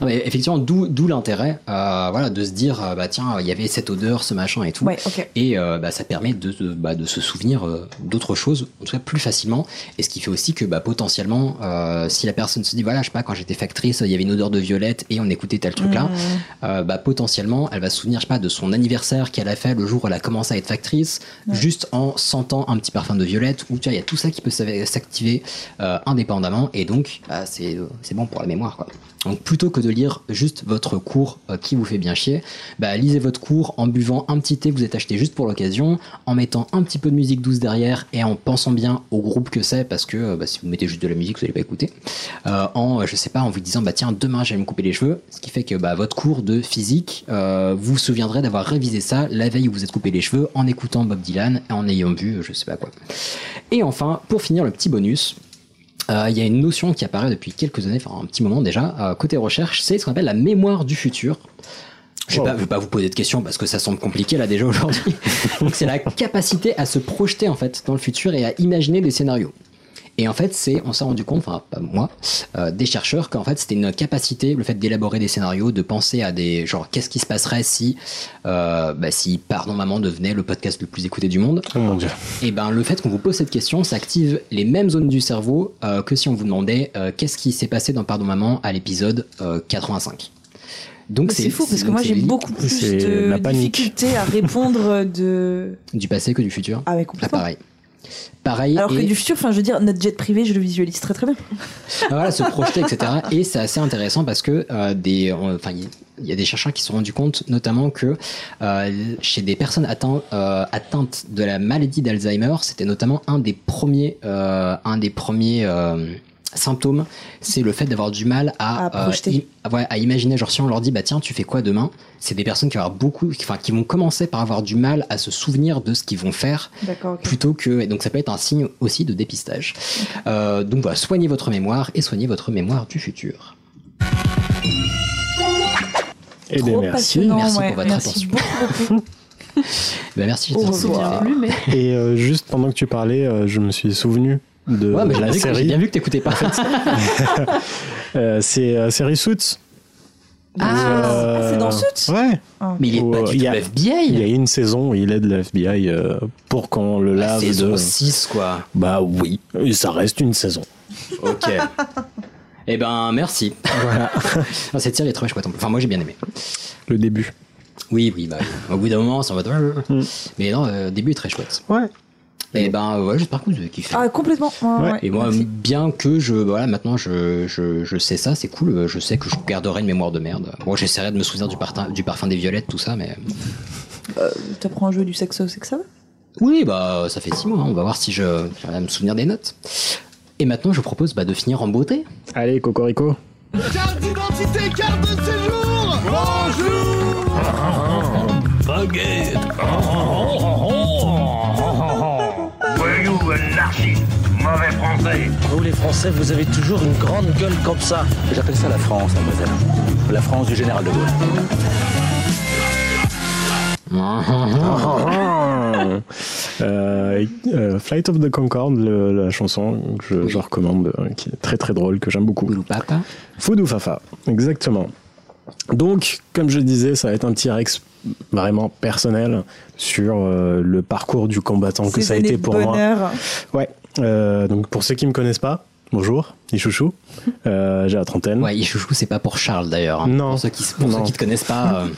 Non, mais effectivement, d'où d'où l'intérêt euh, voilà, de se dire, euh, bah tiens, il y avait cette odeur, ce machin et tout. Et euh, bah, ça permet de, de- bah, de se souvenir euh, d'autres choses, en tout cas plus facilement. Et ce qui fait aussi que bah, potentiellement, euh, si la personne se dit, voilà, je sais pas, quand j'étais factrice, il y avait une odeur de violette et on écoutait tel truc-là, euh, bah, potentiellement, elle va se souvenir, je sais pas, de son anniversaire qu'elle a fait le jour où elle a commencé à être factrice,
Ouais.
juste en sentant un petit parfum de violette, ou tu vois, il y a tout ça qui peut s'av- s'activer euh, indépendamment, et donc, bah, c'est euh, c'est bon pour la mémoire, quoi. Donc, plutôt que de lire juste votre cours euh, qui vous fait bien chier, bah, lisez votre cours en buvant un petit thé que vous êtes acheté juste pour l'occasion, en mettant un petit peu de musique douce derrière et en pensant bien au groupe que c'est, parce que euh, bah, si vous mettez juste de la musique, vous n'allez pas écouter. Euh, en, euh, je sais pas, en vous disant, bah tiens, demain je vais me couper les cheveux, ce qui fait que bah, votre cours de physique, euh, vous vous souviendrez d'avoir révisé ça la veille où vous êtes coupé les cheveux en écoutant Bob Dylan et en ayant bu, euh, je sais pas quoi. Et enfin, pour finir, le petit bonus. euh, Il y a une notion qui apparaît depuis quelques années, enfin un petit moment déjà, euh, côté recherche, c'est ce qu'on appelle la mémoire du futur. Je ne vais pas vous poser de questions parce que ça semble compliqué là déjà aujourd'hui. Donc c'est la capacité à se projeter en fait dans le futur et à imaginer des scénarios. Et en fait, c'est, on s'est rendu compte, enfin pas moi, euh, des chercheurs, qu'en fait c'était une capacité, le fait d'élaborer des scénarios, de penser à des, genre qu'est-ce qui se passerait si, euh, bah, si Pardon Maman devenait le podcast le plus écouté du monde.
oh
Et ben le fait qu'on vous pose cette question, ça active les mêmes zones du cerveau euh, que si on vous demandait euh, qu'est-ce qui s'est passé dans Pardon Maman à l'épisode euh, 85. Donc
Mais c'est fou parce que
donc
moi
c'est
j'ai
li-
beaucoup plus de difficultés à
[laughs]
répondre de.
du passé que du futur.
Ah ouais,
Ah,
complètement.
pareil. Pareil.
Alors que
et-
du futur, enfin je veux dire, notre jet privé, je le visualise très très bien.
Ah, voilà, se projeter, etc. Et c'est assez intéressant parce que euh, des, on- enfin, il il y a des chercheurs qui se sont rendus compte, notamment que euh, chez des personnes atteintes, euh, atteintes de la maladie d'Alzheimer, c'était notamment un des premiers, euh, un des premiers euh, symptômes, c'est le fait d'avoir du mal à,
À projeter.
im- ah, ouais, à imaginer. Genre si on leur dit bah tiens tu fais quoi demain, c'est des personnes qui vont avoir beaucoup, qui- enfin qui vont commencer par avoir du mal à se souvenir de ce qu'ils vont faire
D'accord. ok.
plutôt que. Et donc ça peut être un signe aussi de dépistage. Euh, donc voilà, soignez votre mémoire et soignez votre mémoire du futur.
Et
Trop passionnant,
Eh Merci
ouais.
pour votre
Merci
attention.
beaucoup, beaucoup.
Bah, merci,
Au
j'étais très
revoir.
satisfait.
Et euh, juste pendant que tu parlais, euh, je me suis souvenu de
Ouais, mais j'ai
la
bien vu que- j'ai
série.
bien vu que t'écoutais pas.
Euh, c'est euh, série Suits.
Ah,
c'est dans Suits
Ouais.
Mais il est pas du
euh, il
tout
y a-
FBI.
Il y a une saison où il aide le FBI euh, pour qu'on le
La
lave
saison
de.
6, quoi.
Bah oui, et ça reste une saison.
[laughs]
Ok. eh ben, merci. Voilà. [laughs] Non, cette série est très chouette. en plus. Enfin, moi, j'ai bien aimé.
Le début.
Oui, oui, bah, oui. au bout d'un moment, ça va.
Mm.
Mais non, euh, le début est très chouette.
Ouais. Mm.
Et ben, ouais, j'espère que vous avez kiffé.
Ah, complètement. Ouais, ouais.
Et moi, bien que je, bah voilà, maintenant je, je, je sais ça, c'est cool. Je sais que je garderai une mémoire de merde. Bon, j'essaierai de me souvenir du, parfum du parfum des violettes, tout ça, mais
Euh,
hum.
T'apprends à jouer du saxo, c'est que ça va
oui, bah ça fait six mois. hein. On va voir si je j'arrive à me souvenir des notes. Et maintenant, je propose bah, de finir en beauté.
Allez, Cocorico.
Carte d'identité, carte de séjour Bonjour Baguette Voyou, anarchie, mauvais français
Vous les Français, vous avez toujours une grande gueule comme ça. J'appelle ça la France, mademoiselle. La France du général de Gaulle.
Euh, euh, Flight of the Concorde, le- la chanson que je, je recommande, euh, qui est très très drôle, que j'aime beaucoup. Foudou Fafa, exactement. Donc, comme je disais, ça va être un petit Rex vraiment personnel sur euh, le parcours du combattant que
Ces
ça a
années
été
de
pour
bonheur.
moi. Ouais. Euh, donc, pour ceux qui me connaissent pas, bonjour,
[laughs]
Ichouchou. Euh, J'ai la trentaine.
Ouais, Ichouchou, c'est pas pour Charles d'ailleurs. hein.
Non.
Pour ceux qui, pour ceux
Non.
qui te connaissent pas. euh,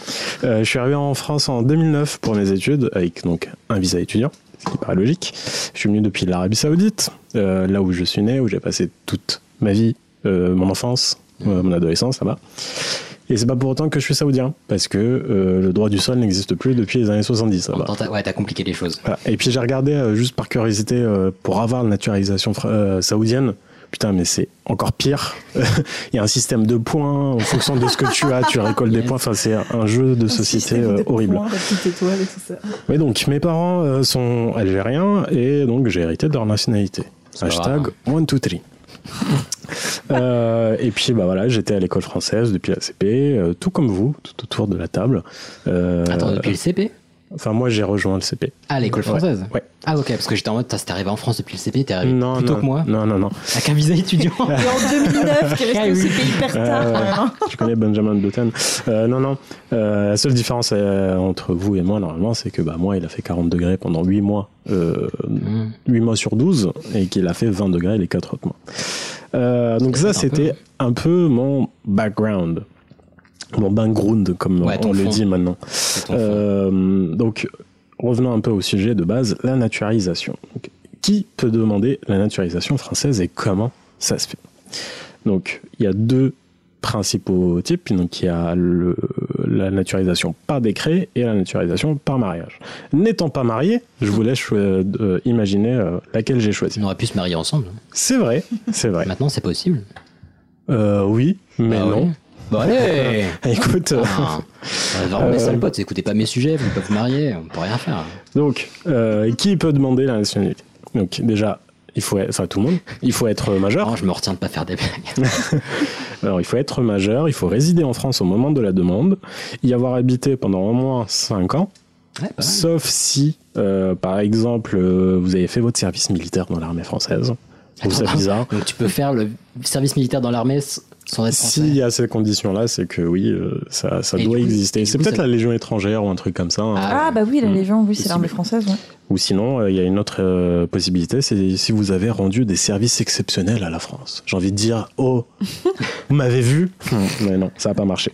Euh, je suis arrivé en France en 2009 pour mes études, avec donc un visa étudiant, ce qui paraît logique. Je suis venu depuis l'Arabie Saoudite, euh, là où je suis né, où j'ai passé toute ma vie, euh, mon enfance, euh, mon adolescence là-bas. Et c'est pas pour autant que je suis saoudien, parce que euh, le droit du sol n'existe plus depuis les années 70 là-bas.
t'as- ouais, t'as compliqué les choses.
Voilà. Et puis j'ai regardé euh, juste par curiosité euh, pour avoir la naturalisation fra- euh, saoudienne. Putain, mais c'est encore pire. [laughs] Il y a un système de points. En fonction de ce que tu as,
[laughs]
tu récoltes des points. Enfin, c'est un jeu de société euh, horrible.
Point, la petite étoile et tout ça.
Mais donc, mes parents euh, sont algériens et donc j'ai hérité de leur nationalité. Hashtag
hein.
1, 2,
[laughs]
3. Euh, et puis bah voilà, j'étais à l'école française depuis la CP, euh, tout comme vous, tout autour de la table. Euh,
Attends, depuis le CP
Enfin, moi j'ai rejoint le CP.
Ah, l'école
Ouais.
française
Ouais.
Ah, ok, parce que j'étais en mode, t'as- t'es arrivé en France depuis le CP, t'es arrivé
Non,
plus tôt
non,
Ah que moi.
Non,
[laughs]
non, non.
Avec un visa
[laughs]
étudiant.
Et en
2009, qui est resté au CP hyper tard.
Euh,
quand même. hein.
je connais Benjamin Button. Euh, non, non. Euh, la seule différence euh, entre vous et moi, normalement, c'est que bah, moi, il a fait 40 degrés pendant 8 mois, euh,
Hmm.
8 mois sur 12, et qu'il a fait 20 degrés les 4 autres mois. Euh, donc, ça, c'était un peu mon background. Mon background, comme
Ouais,
on
ton
le
fond.
dit maintenant. Euh, donc, revenons un peu au sujet de base, la naturalisation. Donc, qui peut demander la naturalisation française et comment ça se fait Donc, il y a deux principaux types. Donc, il y a le- la naturalisation par décret et la naturalisation par mariage. N'étant pas marié, je vous laisse euh, euh, imaginer euh, laquelle j'ai choisi.
On aurait pu se marier ensemble.
C'est vrai, c'est
[laughs]
vrai.
Maintenant, c'est possible.
Euh, oui, mais
Ah ouais.
non.
Bah allez [laughs]
Écoute. euh,
Ah, euh, vraiment, mes
Euh,
sales potes, écoutez pas mes sujets, vous pouvez pas vous marier, on peut rien faire.
Donc, euh, qui peut demander la nationalité Donc, déjà, il faut, être- enfin tout le monde, il faut être majeur.
je me retiens de pas faire des blagues.
Alors, il faut être majeur, il faut résider en France au moment de la demande, y avoir habité pendant au moins 5 ans, sauf si, euh, par exemple, euh, vous avez fait votre service militaire dans l'armée française. Vous
Attends,
c'est bizarre.
Donc tu peux faire le service militaire dans l'armée s- sans être français.
S'il y a ces conditions-là, c'est que oui, euh, ça, ça
Et
doit
du coup- et
exister.
du
C'est
coup,
peut-être
ça-
la Légion étrangère ou un truc comme ça. hein.
Ah, bah oui, la Légion, oui, c'est l'armée française. Ouais.
Ou sinon, euh, il y a une autre euh, possibilité, c'est si vous avez rendu des services exceptionnels à la France. J'ai envie de dire, [laughs] oh, vous m'avez vu Mais non, ça n'a pas marché.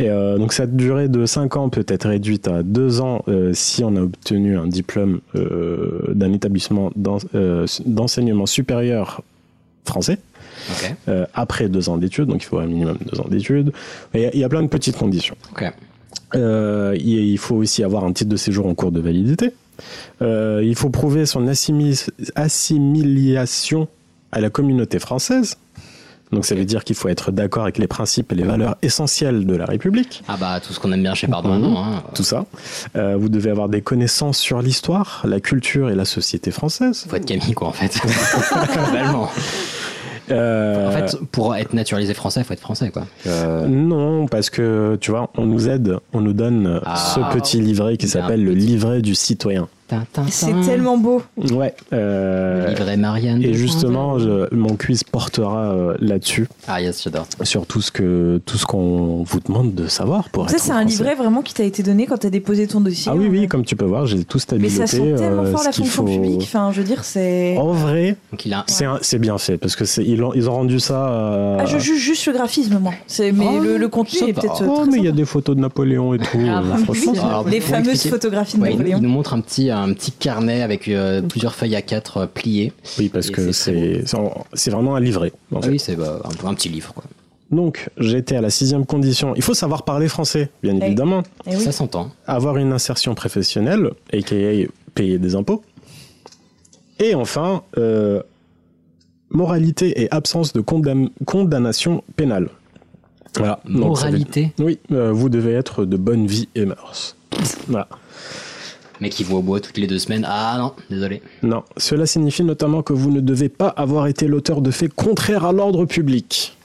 Et euh, donc cette durée de 5 ans peut être réduite à 2 ans euh, si on a obtenu un diplôme euh, d'un établissement d'en- euh, d'enseignement supérieur français.
Ok.
Euh, après 2 ans d'études, donc il faut un minimum 2 ans d'études. Et Il y a- il y a plein de petites conditions.
Ok.
Euh, il il faut aussi avoir un titre de séjour en cours de validité. Euh, il faut prouver son assimi- assimilation à la communauté française. Donc ça veut dire qu'il faut être d'accord avec les principes et les valeurs essentielles de la République.
Ah bah tout ce qu'on aime bien chez Pardon maintenant. Hein.
Tout ça. Euh, vous devez avoir des connaissances sur l'histoire, la culture et la société française.
Faut être Camille quoi en fait. Globalement.
Euh,
En fait, pour être naturalisé français, faut être français quoi.
Non, parce que tu vois, on nous aide, on nous donne ce petit livret qui s'appelle le livret du citoyen.
C'est tellement beau.
Ouais. euh,
Livret Marianne.
Et justement, je- mon quiz portera euh, là-dessus.
Ah yes, j'adore.
Sur tout ce que tout ce qu'on vous demande de savoir pour
Ça,
être
c'est un
Bah, français.
livret vraiment qui t'a été donné quand t'as déposé ton dossier. hein.
Ah oui, oui, comme tu peux voir, j'ai tout
Mais
stabilisé.
ça sent tellement
euh,
fort
ce
la
qu'il
fonction
faut- Oh,
publique. Enfin, je veux dire, c'est.
En vrai,
a-
c'est un- c'est bien fait parce que c'est ils ont, ils ont rendu ça. euh,
Ah, je juge juste le graphisme, moi. C'est, mais
Oh,
le, le contenu est
sympa.
peut-être.
Oh,
très
mais il y a des photos de Napoléon et tout.
Ah,
euh,
oui,
franchement,
c'est-
ça-
Alors,
les
pour
fameuses
expliquer-
photographies de
Ouais, il-
Napoléon.
Il nous montre un petit, un petit carnet avec euh, plusieurs feuilles à 4 pliées.
Oui, parce que c'est c'est vraiment un livret. en fait.
oui, c'est bah, un, peu un petit livre. Quoi.
Donc, j'étais à la sixième condition. Il faut savoir parler français, bien évidemment.
Eh oui.
Ça s'entend.
Avoir une insertion professionnelle, a.k.a. payer des impôts. Et enfin, euh, moralité et absence de condam- condamnation pénale. Voilà. Donc, ça veut-
Moralité.
Oui, euh, vous devez être de bonne vie et mœurs. Voilà.
Mais qui voit au bois toutes les deux semaines. Ah non, désolé.
Non, cela signifie notamment que vous ne devez pas avoir été l'auteur de faits contraires à l'ordre public.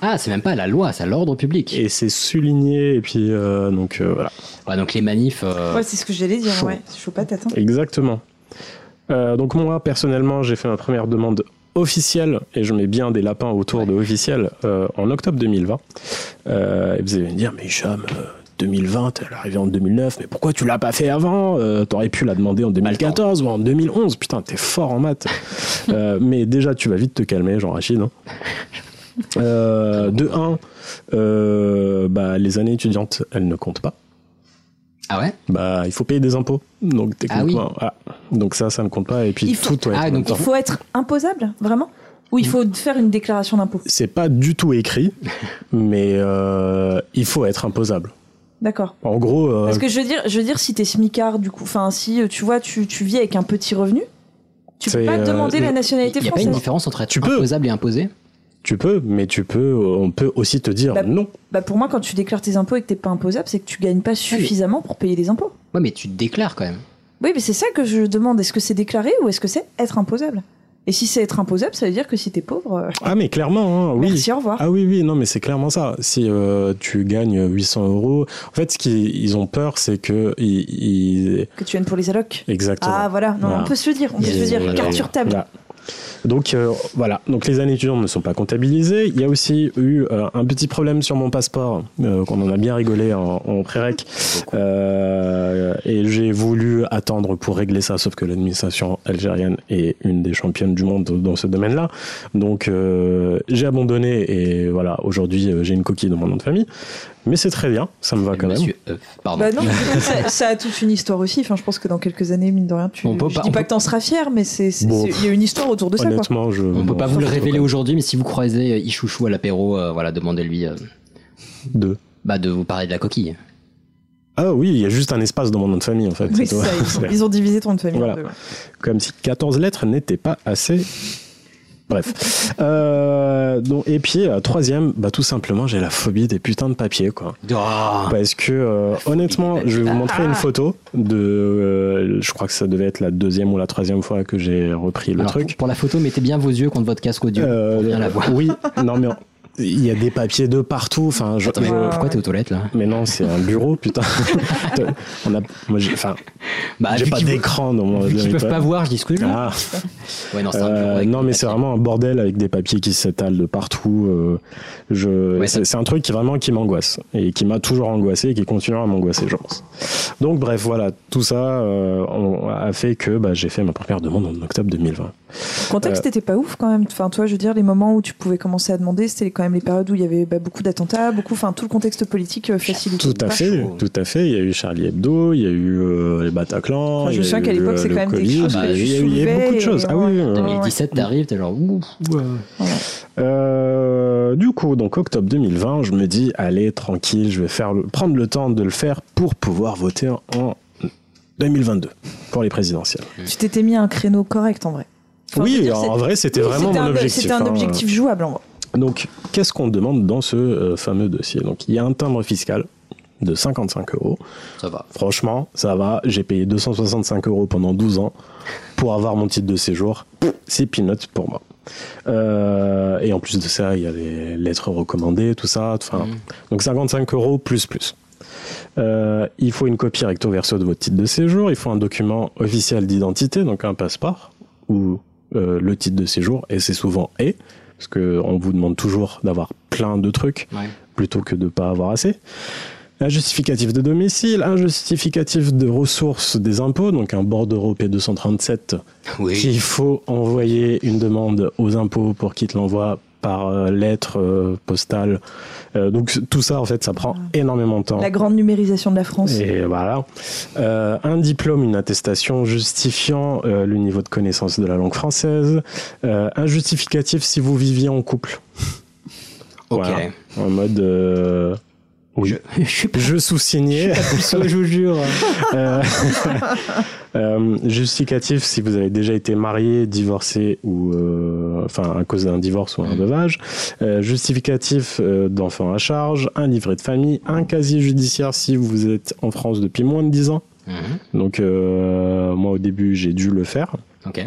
Ah, c'est même pas à la loi, c'est à l'ordre public.
Et c'est souligné, et puis euh, donc euh, voilà.
Ouais, donc les manifs. euh,
Ouais, c'est ce que j'allais dire,
Chaud.
ouais. Chaud patate. hein.
Exactement. Euh, donc moi, personnellement, j'ai fait ma première demande officielle, et je mets bien des lapins autour de officiel, euh, en octobre 2020. Euh, et vous allez me dire, mais Hicham, euh, 2020, elle est arrivée en 2009, mais pourquoi tu l'as pas fait avant Euh, T'aurais pu la demander en 2014 ou en 2011, putain, t'es fort en maths. Euh, mais déjà, tu vas vite te calmer, Jean-Rachid. hein. Euh, de 1, bah, les années étudiantes, elles ne comptent pas.
Ah ouais
Bah, il faut payer des impôts. Donc, techniquement, voilà. donc ça, ça ne compte pas. Et puis,
Ah Il faut- Ah,
tout doit être en même
Il
temps.
faut être imposable, vraiment Ou
Mm.
il faut faire une déclaration d'impôt
C'est pas du tout
[laughs]
écrit, mais euh, il faut être imposable.
D'accord.
En gros, euh,
Parce que je veux dire, je veux dire, si t'es smicard, du coup, enfin, si euh, tu vois, tu, tu vis avec un petit revenu, tu peux
C'est,
pas
euh,
demander la
le-
nationalité
Il n'y a pas une
française.
différence entre être
Tu peux.
imposable et imposé
tu peux, mais tu peux, on peut aussi te dire
Bah,
non.
Bah pour moi, quand tu déclares tes impôts et que t'es pas imposable, c'est que tu gagnes
Ah
pas suffisamment pour payer les impôts.
Ouais, mais tu te déclares quand même.
Ah,
Oui, mais c'est ça que je demande. Est-ce que c'est déclaré ou est-ce que c'est être imposable Et si c'est être imposable, ça veut dire que si t'es pauvre, euh,
Ah, mais clairement, hein, oui.
merci, au revoir.
Ah oui, oui, non, mais c'est clairement ça. Si euh, tu gagnes 800 euros, en fait, ce qu'ils ont peur, c'est que. Ils, ils-
Que tu viennes pour les allocs.
Exactement.
Ah voilà, non,
Voilà.
on peut se le dire, on peut se le
Et-
dire, carte sur table.
Voilà. Donc euh, voilà, donc les années étudiantes ne sont pas comptabilisées. Il y a aussi eu euh, un petit problème sur mon passeport, euh, qu'on en a bien rigolé en, en pré-rec. Euh, et j'ai voulu attendre pour régler ça, sauf que l'administration algérienne est une des championnes du monde dans ce domaine-là. Donc euh, j'ai abandonné et voilà, aujourd'hui euh, j'ai une coquille dans mon nom de famille. Mais c'est très bien, ça me va quand même.
Euh, Monsieur F. Pardon.
Bah non, mais ça, ça a toute une histoire aussi. Enfin, je pense que dans quelques années, mine de rien, tu.
On peut
je
pas-
dis
on
pas
peut-
que t'en seras fier, mais c'est c'est-
Bon.
c'est- il y a une histoire autour de ça. Quoi.
Honnêtement, je.
[laughs] On peut
m'en
pas vous le
fous
révéler
quand même.
aujourd'hui, mais si vous croisez euh, Ichouchou à l'apéro, euh, voilà, demandez-lui euh,
Deux.
bah, de vous parler de la coquille.
Ah oui, il y a juste un espace dans mon nom de famille en fait.
Oui,
c'est
c'est
tout. [laughs]
ça, ils, ont, ils ont divisé ton nom de famille. en
Voilà.
deux, ouais.
Comme si 14 lettres n'étaient pas assez. Bref. Euh, donc, et puis, euh, troisième, bah, tout simplement, j'ai la phobie des putains de papiers. Quoi.
Ah,
Parce que, euh, honnêtement, je vais vous montrer une photo de. euh, je crois que ça devait être la deuxième ou la troisième fois que j'ai repris le
Alors,
truc.
Pour, pour la photo, mettez bien vos yeux contre votre casque audio.
Euh,
bien la voir.
oui, non, mais. Il y a des papiers de partout. Enfin, je,
Attends, mais
je-
pourquoi t'es aux toilettes là
mais non, c'est un bureau,
[laughs]
putain. On a, moi, j'ai, enfin,
Bah,
j'ai
vu
pas
qu'ils-
d'écran dans mon.
Vu
dans
qu'ils
mes
peuvent
toilettes.
pas voir, je dis excuse-moi.
Ah.
Ouais, non, Oh, c'est un bureau
Euh,
avec
non,
des
mais c'est
papiers.
vraiment un bordel avec des papiers qui s'étalent de partout. euh, je,
Ouais, ça-
c'est, c'est un truc qui vraiment qui m'angoisse et qui m'a toujours angoissé et qui continuera à m'angoisser, je pense. Donc bref, voilà, tout ça euh, on- a fait que bah, j'ai fait ma première demande en octobre 2020.
Le
Euh,
contexte était pas ouf quand même. Enfin, toi, je veux dire, les moments où tu pouvais commencer à demander, c'était quand même les périodes où il y avait bah, beaucoup d'attentats, beaucoup, enfin, tout le contexte politique euh, facilité.
Tout à
Pas
fait,
chaud.
tout à fait. Il y a eu Charlie Hebdo, il y a eu euh, les Bataclan.
Enfin,
il y
je
a
me souviens
eu,
qu'à l'époque,
euh,
c'est
le
quand même des
Covid,
choses que
bah,
tu
Il y a eu- il y a eu
soulevais
beaucoup de
et-
choses. Ah oui,
ouais.
oui, oui.
2017, t'arrives, t'es genre ouh.
Euh, du coup, donc octobre 2020, je me dis, allez, tranquille, je vais faire, le- prendre le temps de le faire pour pouvoir voter en 2022 pour les présidentielles.
Tu t'étais mis un créneau correct en vrai. Enfin, je
oui,
veux dire,
en
c'est-
vrai, c'était
oui,
vraiment
un-
mon objectif.
C'était un
hein.
objectif jouable en vrai.
Donc, qu'est-ce qu'on demande dans ce euh, fameux dossier Donc, il y a un timbre fiscal de 55 euros.
Ça va.
Franchement, ça va. J'ai payé 265 euros pendant 12 ans pour avoir mon titre de séjour. C'est peanuts pour moi. Euh, et en plus de ça, il y a les lettres recommandées, tout ça. Enfin, Donc 55 euros plus plus. Euh, il faut une copie recto verso de votre titre de séjour. Il faut un document officiel d'identité, donc un passeport ou euh, le titre de séjour. Et c'est souvent et parce que on vous demande toujours d'avoir plein de trucs
Ouais.
plutôt que de pas avoir assez. Un justificatif de domicile, un justificatif de ressources des impôts, donc un bordereau P237 qu'il faut envoyer une demande aux impôts pour qu'ils te l'envoient par euh, lettre euh, postale. Euh, donc tout ça, en fait, ça prend énormément de temps.
La grande numérisation de la France.
Et voilà. Euh, un diplôme, une attestation justifiant euh, le niveau de connaissance de la langue française. Euh, un justificatif si vous viviez en couple.
Ok. Mhm,
Voilà. En mode. euh, oui. [laughs] Je, sous-signais.
je vous jure.
[laughs] Euh, euh, justificatif si vous avez déjà été marié, divorcé ou euh, enfin à cause d'un divorce ou
Mm.
un veuvage. Euh, justificatif euh, d'enfant à charge, un livret de famille, un casier judiciaire si vous êtes en France depuis moins de 10 ans. Donc euh, moi au début j'ai dû le faire.
Ok.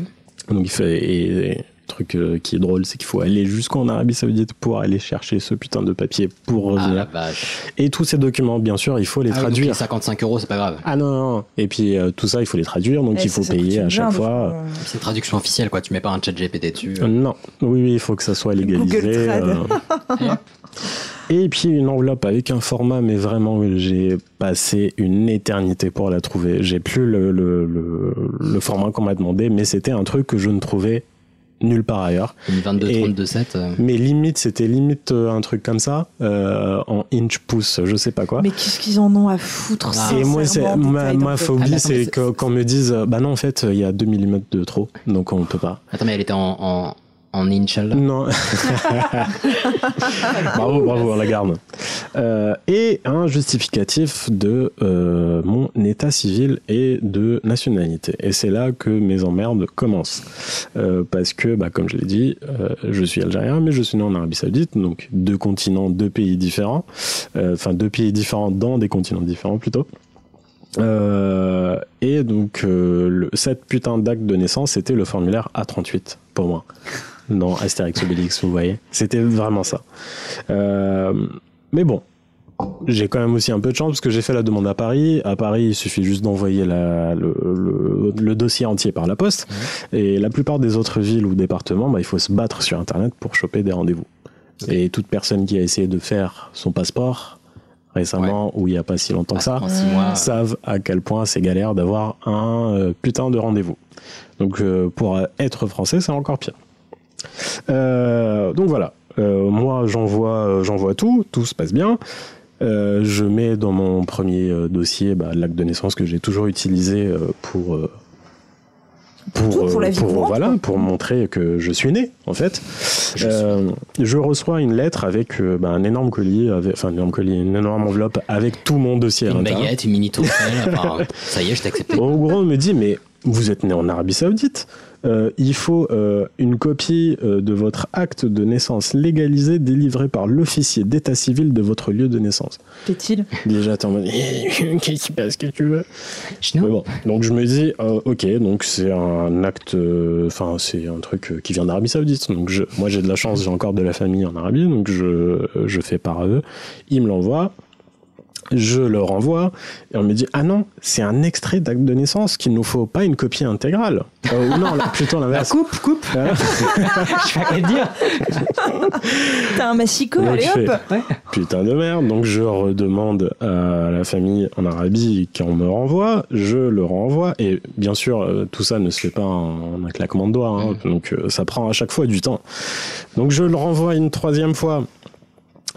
Donc il fait et, et le truc euh, qui est drôle c'est qu'il faut aller jusqu'en Arabie Saoudite pour aller chercher ce putain de papier pour
Ah la
revenir.
vache.
et tous ces documents bien sûr il faut les
Ah oui, donc
traduire.
les 55 euros, c'est pas grave.
Ah non, non, non. et puis euh, tout ça, il faut les traduire, donc
Eh,
il faut
ça, ça coûte
payer à
une
chaque
blinde,
fois.
faut, euh,
C'est une traduction officielle, quoi. Tu mets pas un chat GPT dessus.
Euh, Non, oui, oui, il faut que ça soit légalisé.
Google Trad.
euh. et puis une enveloppe avec un format, mais vraiment, j'ai passé une éternité pour la trouver. J'ai plus le, le, le, le format qu'on m'a demandé, mais c'était un truc que je ne trouvais nulle part ailleurs.
Une 22,
Et-
32, 7. euh,
Mais limite, c'était limite euh, un truc comme ça, euh, en inch pouce, je sais pas quoi.
Mais qu'est-ce qu'ils en ont à foutre
Ah.
Et moi, c'est
sincèrement,
ma,
détail
ma
d'un peu.
phobie,
Ah, mais attends, mais
c'est
c'est-
que- qu'on me dise, euh, bah non, en fait, il y a 2 mm de trop, donc on peut pas.
Attends, mais elle était en, en, en
[laughs]
Inch'Allah.
Non. bravo, bravo, on la garde. Euh, et un justificatif de euh, mon état civil et de nationalité. Et c'est là que mes emmerdes commencent. Euh, parce que, bah, comme je l'ai dit, euh, je suis algérien, mais je suis né en Arabie Saoudite, donc deux continents, deux pays différents. Euh, Enfin, deux pays différents dans des continents différents plutôt. Euh, et donc, euh, le, cette putain d'acte de naissance, c'était le formulaire A38 pour moi. Dans Astérix Obélix, vous voyez. C'était vraiment ça. Euh, mais bon, j'ai quand même aussi un peu de chance parce que j'ai fait la demande à Paris. À Paris, il suffit juste d'envoyer la- le, le- le dossier entier par la poste. Et la plupart des autres villes ou départements, bah, il faut se battre sur Internet pour choper des rendez-vous. Et toute personne qui a essayé de faire son passeport récemment ou il n'y a pas si longtemps que ça,
Ah, En 6 mois.
savent à quel point c'est galère d'avoir un euh, putain de rendez-vous. Donc euh, pour euh, être français, c'est encore pire. Euh, donc voilà, Euh, moi j'envoie euh, j'envoie tout, tout se passe bien. Euh, je mets dans mon premier euh, dossier bah, l'acte de naissance que j'ai toujours utilisé euh, pour euh, pour,
tout, pour la
euh,
vie courante,
voilà
quoi.
pour montrer que je suis né en fait. Euh, je reçois une lettre avec euh, bah, un énorme colis, avec- enfin un énorme colis, une énorme enveloppe avec tout mon dossier. à
Une
l'intérieur.
baguette, une mini
[laughs]
tour. ça y est, je t'ai accepté.
En gros, on me dit, mais vous êtes né en Arabie Saoudite. euh, il faut euh, une copie euh, de votre acte de naissance légalisé délivré par l'officier d'état civil de votre lieu de naissance.
Fait-il
Déjà, t'es en mode, [laughs] qu'est-ce qui passe, qu'est-ce que tu veux Mais
Chino.
bon, donc je me dis, euh, ok, donc c'est un acte, euh, enfin c'est un truc euh, qui vient d'Arabie Saoudite. Donc je, moi j'ai de la chance, j'ai encore de la famille en Arabie, donc je, euh, je fais par eux. Ils me l'envoient, je le renvoie, et on me dit, ah non, c'est un extrait d'acte de naissance qu'il nous faut pas une copie intégrale. Euh, ou non, là, plutôt l'inverse.
Coupe, coupe.
Hein
Je sais pas quoi te dire.
T'as un massicot,
Donc,
allez
je
hop [laughs]
fais, Putain de merde. Donc je redemande à la famille en Arabie qu'on me renvoie. Je le renvoie. Et bien sûr, euh, tout ça ne se fait pas en, en un claquement de doigts. hein.
Mm.
Donc euh, ça prend à chaque fois du temps. Donc je le renvoie une troisième fois.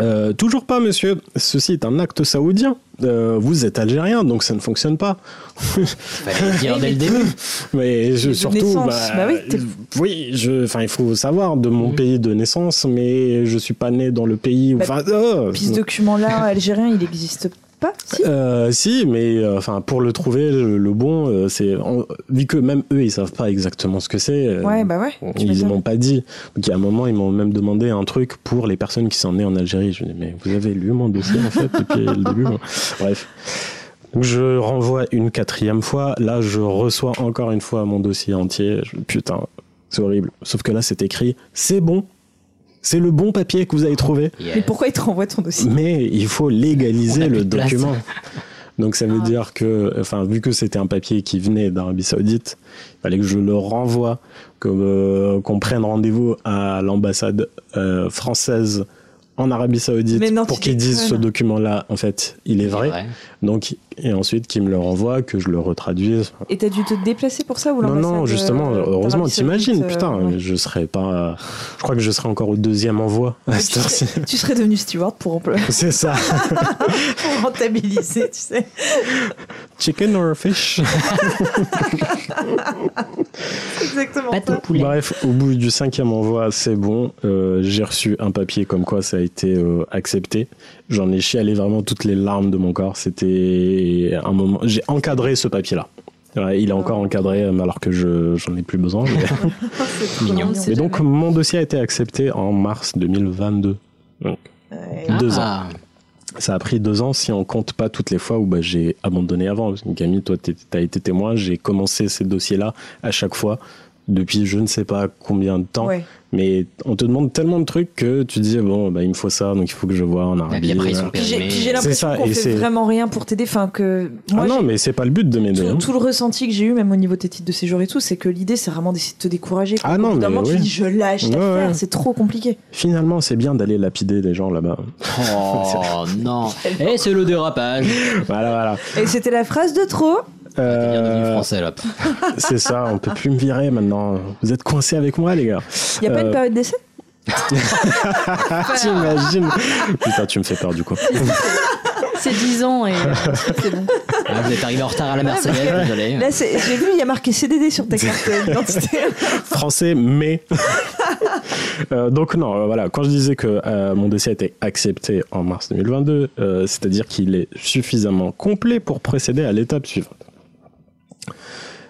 Euh, toujours pas, monsieur. Ceci est un acte saoudien. Euh, vous êtes algérien, donc ça ne fonctionne pas.
Fallait le dire dès le
[laughs]
début.
Mais je-
de
surtout,
naissance.
bah,
Bah oui, t'es- Mm.
oui, je, enfin, il faut savoir de mon pays de naissance, mais je suis pas né dans le pays. où-
Bah,
Enfin, oh,
Puis ce document-là, algérien, il n'existe pas si
euh, si, mais euh, enfin pour le trouver le, le bon, euh, c'est en- vu que même eux ils savent pas exactement ce que c'est. euh,
Ouais, bah ouais. tu
Ils
m'étonnes.
m'ont pas dit. Donc, à un moment, ils m'ont même demandé un truc pour les personnes qui sont nées en Algérie. Je me dis, mais vous avez lu mon dossier, en fait, depuis le début. moi. Bref. Donc, je renvoie une quatrième fois. Là, je reçois encore une fois mon dossier entier. Je- putain, c'est horrible. Sauf que là, c'est écrit, c'est bon. C'est le bon papier que vous avez trouvé.
Mais pourquoi il te renvoie ton dossier
Mais il faut légaliser
On a plus
le
de place.
document. Donc ça
Ah.
veut dire que, enfin, vu que c'était un papier qui venait d'Arabie Saoudite, il fallait que je le renvoie, que, euh, qu'on prenne rendez-vous à l'ambassade euh, française en Arabie Saoudite
Mais non,
pour
tu
qu'ils disent ce
déconnes.
document-là, en fait, il est vrai.
vrai.
Donc, et ensuite qu'ils me le renvoient, que je le retraduise.
Et t'as dû te déplacer pour ça ou
Non,
l'ambassade,
non, justement,
euh,
heureusement,
d'Arabie
t'imagines,
Saoudite, euh,
putain,
non.
je serais pas. Je crois que je serais encore au deuxième envoi à cette [laughs] heure-ci.
Tu serais devenu steward pour, empl-
C'est
[laughs]
ça.
pour rentabiliser, tu sais.
Chicken or fish
Exactement. ça.
Bref, au bout du cinquième envoi, c'est bon. Euh, j'ai reçu un papier comme quoi ça a été euh, accepté. J'en ai chialé vraiment toutes les larmes de mon corps. C'était un moment. J'ai encadré ce papier-là. Ouais, il est encore encadré euh, alors que je j'en ai plus besoin. mais-
mignon.
Mais donc mon dossier a été accepté en mars 2022. Donc, Deux [laughs]
Ah.
ans. Ça a pris deux ans si on compte pas toutes les fois où bah, j'ai abandonné avant. Camille, toi, t'es- t'as été témoin. J'ai commencé ces dossiers-là à chaque fois depuis je ne sais pas combien de temps.
Ouais.
Mais on te demande tellement de trucs que tu dis bon, bah, il me faut ça, donc il faut que je vois en
Bah,
Arabie.
après, ils sont
Voilà.
Puis j'ai puis j'ai
C'est
l'impression
ça,
qu'on
et
fait
c'est.
vraiment rien pour t'aider. Enfin, que moi,
ah non, mais c'est pas le but de m'aider.
tout,
hein.
tout le ressenti que j'ai eu, même au niveau de tes titres de séjour et tout, c'est que l'idée, c'est vraiment d'essayer de te décourager.
Ah non,
Au bout d'un
mais
moment,
oui.
tu dis, je lâche
Ouais,
l'affaire,
ouais.
c'est trop compliqué.
Finalement, c'est bien d'aller lapider les gens
[laughs]
là-bas.
Oh
[laughs]
non. Eh, c'est le dérapage.
voilà, voilà.
Et c'était la phrase de trop.
Euh, C'est ça, on peut plus me virer maintenant. Vous êtes coincés avec moi, les gars.
Il n'y a pas une
Euh,
période d'essai
[laughs] T'imagines Putain, tu me fais peur du
[laughs]
coup.
euh,
C'est 10 ans et
euh,
[laughs]
c'est bon.
Ah, vous êtes arrivé en retard à la Marseillaise, désolé.
Là, c'est- j'ai vu, il y a marqué
[laughs]
CDD sur ta carte d'identité.
Français, mais. [laughs] Euh, donc, non, euh, voilà. Quand je disais que euh, mon dossier a été accepté en mars 2022, euh, c'est-à-dire qu'il est suffisamment complet pour procéder à l'étape suivante.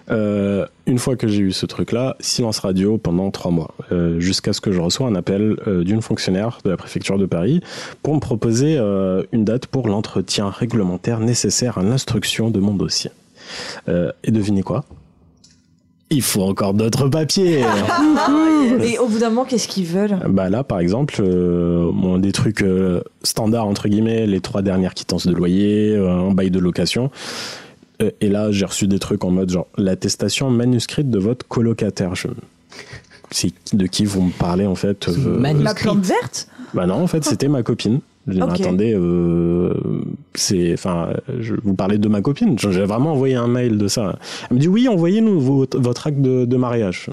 Euh, une fois que j'ai eu ce truc-là, silence radio pendant trois mois, euh, jusqu'à ce que je reçois un appel euh, d'une fonctionnaire de la préfecture de Paris pour me proposer euh, une date pour l'entretien réglementaire nécessaire à l'instruction de mon dossier. Euh, et devinez quoi Il faut encore d'autres papiers
Et au bout d'un moment, qu'est-ce qu'ils veulent
bah là, par exemple, euh, bon, des trucs euh, standards, entre guillemets, les trois dernières quittances de loyer, euh, un bail de location. Euh, et là, j'ai reçu des trucs en mode genre l'attestation manuscrite de votre colocataire. Je... C'est de qui vous me parlez en fait euh,
La plante verte
Bah non, en fait, c'était ma copine. Je dis, mais
Ok.
attendez, euh, c'est, enfin, je vous parlais de ma copine. J'ai vraiment envoyé un mail de ça. Elle me dit oui, envoyez-nous votre, votre acte de, de mariage.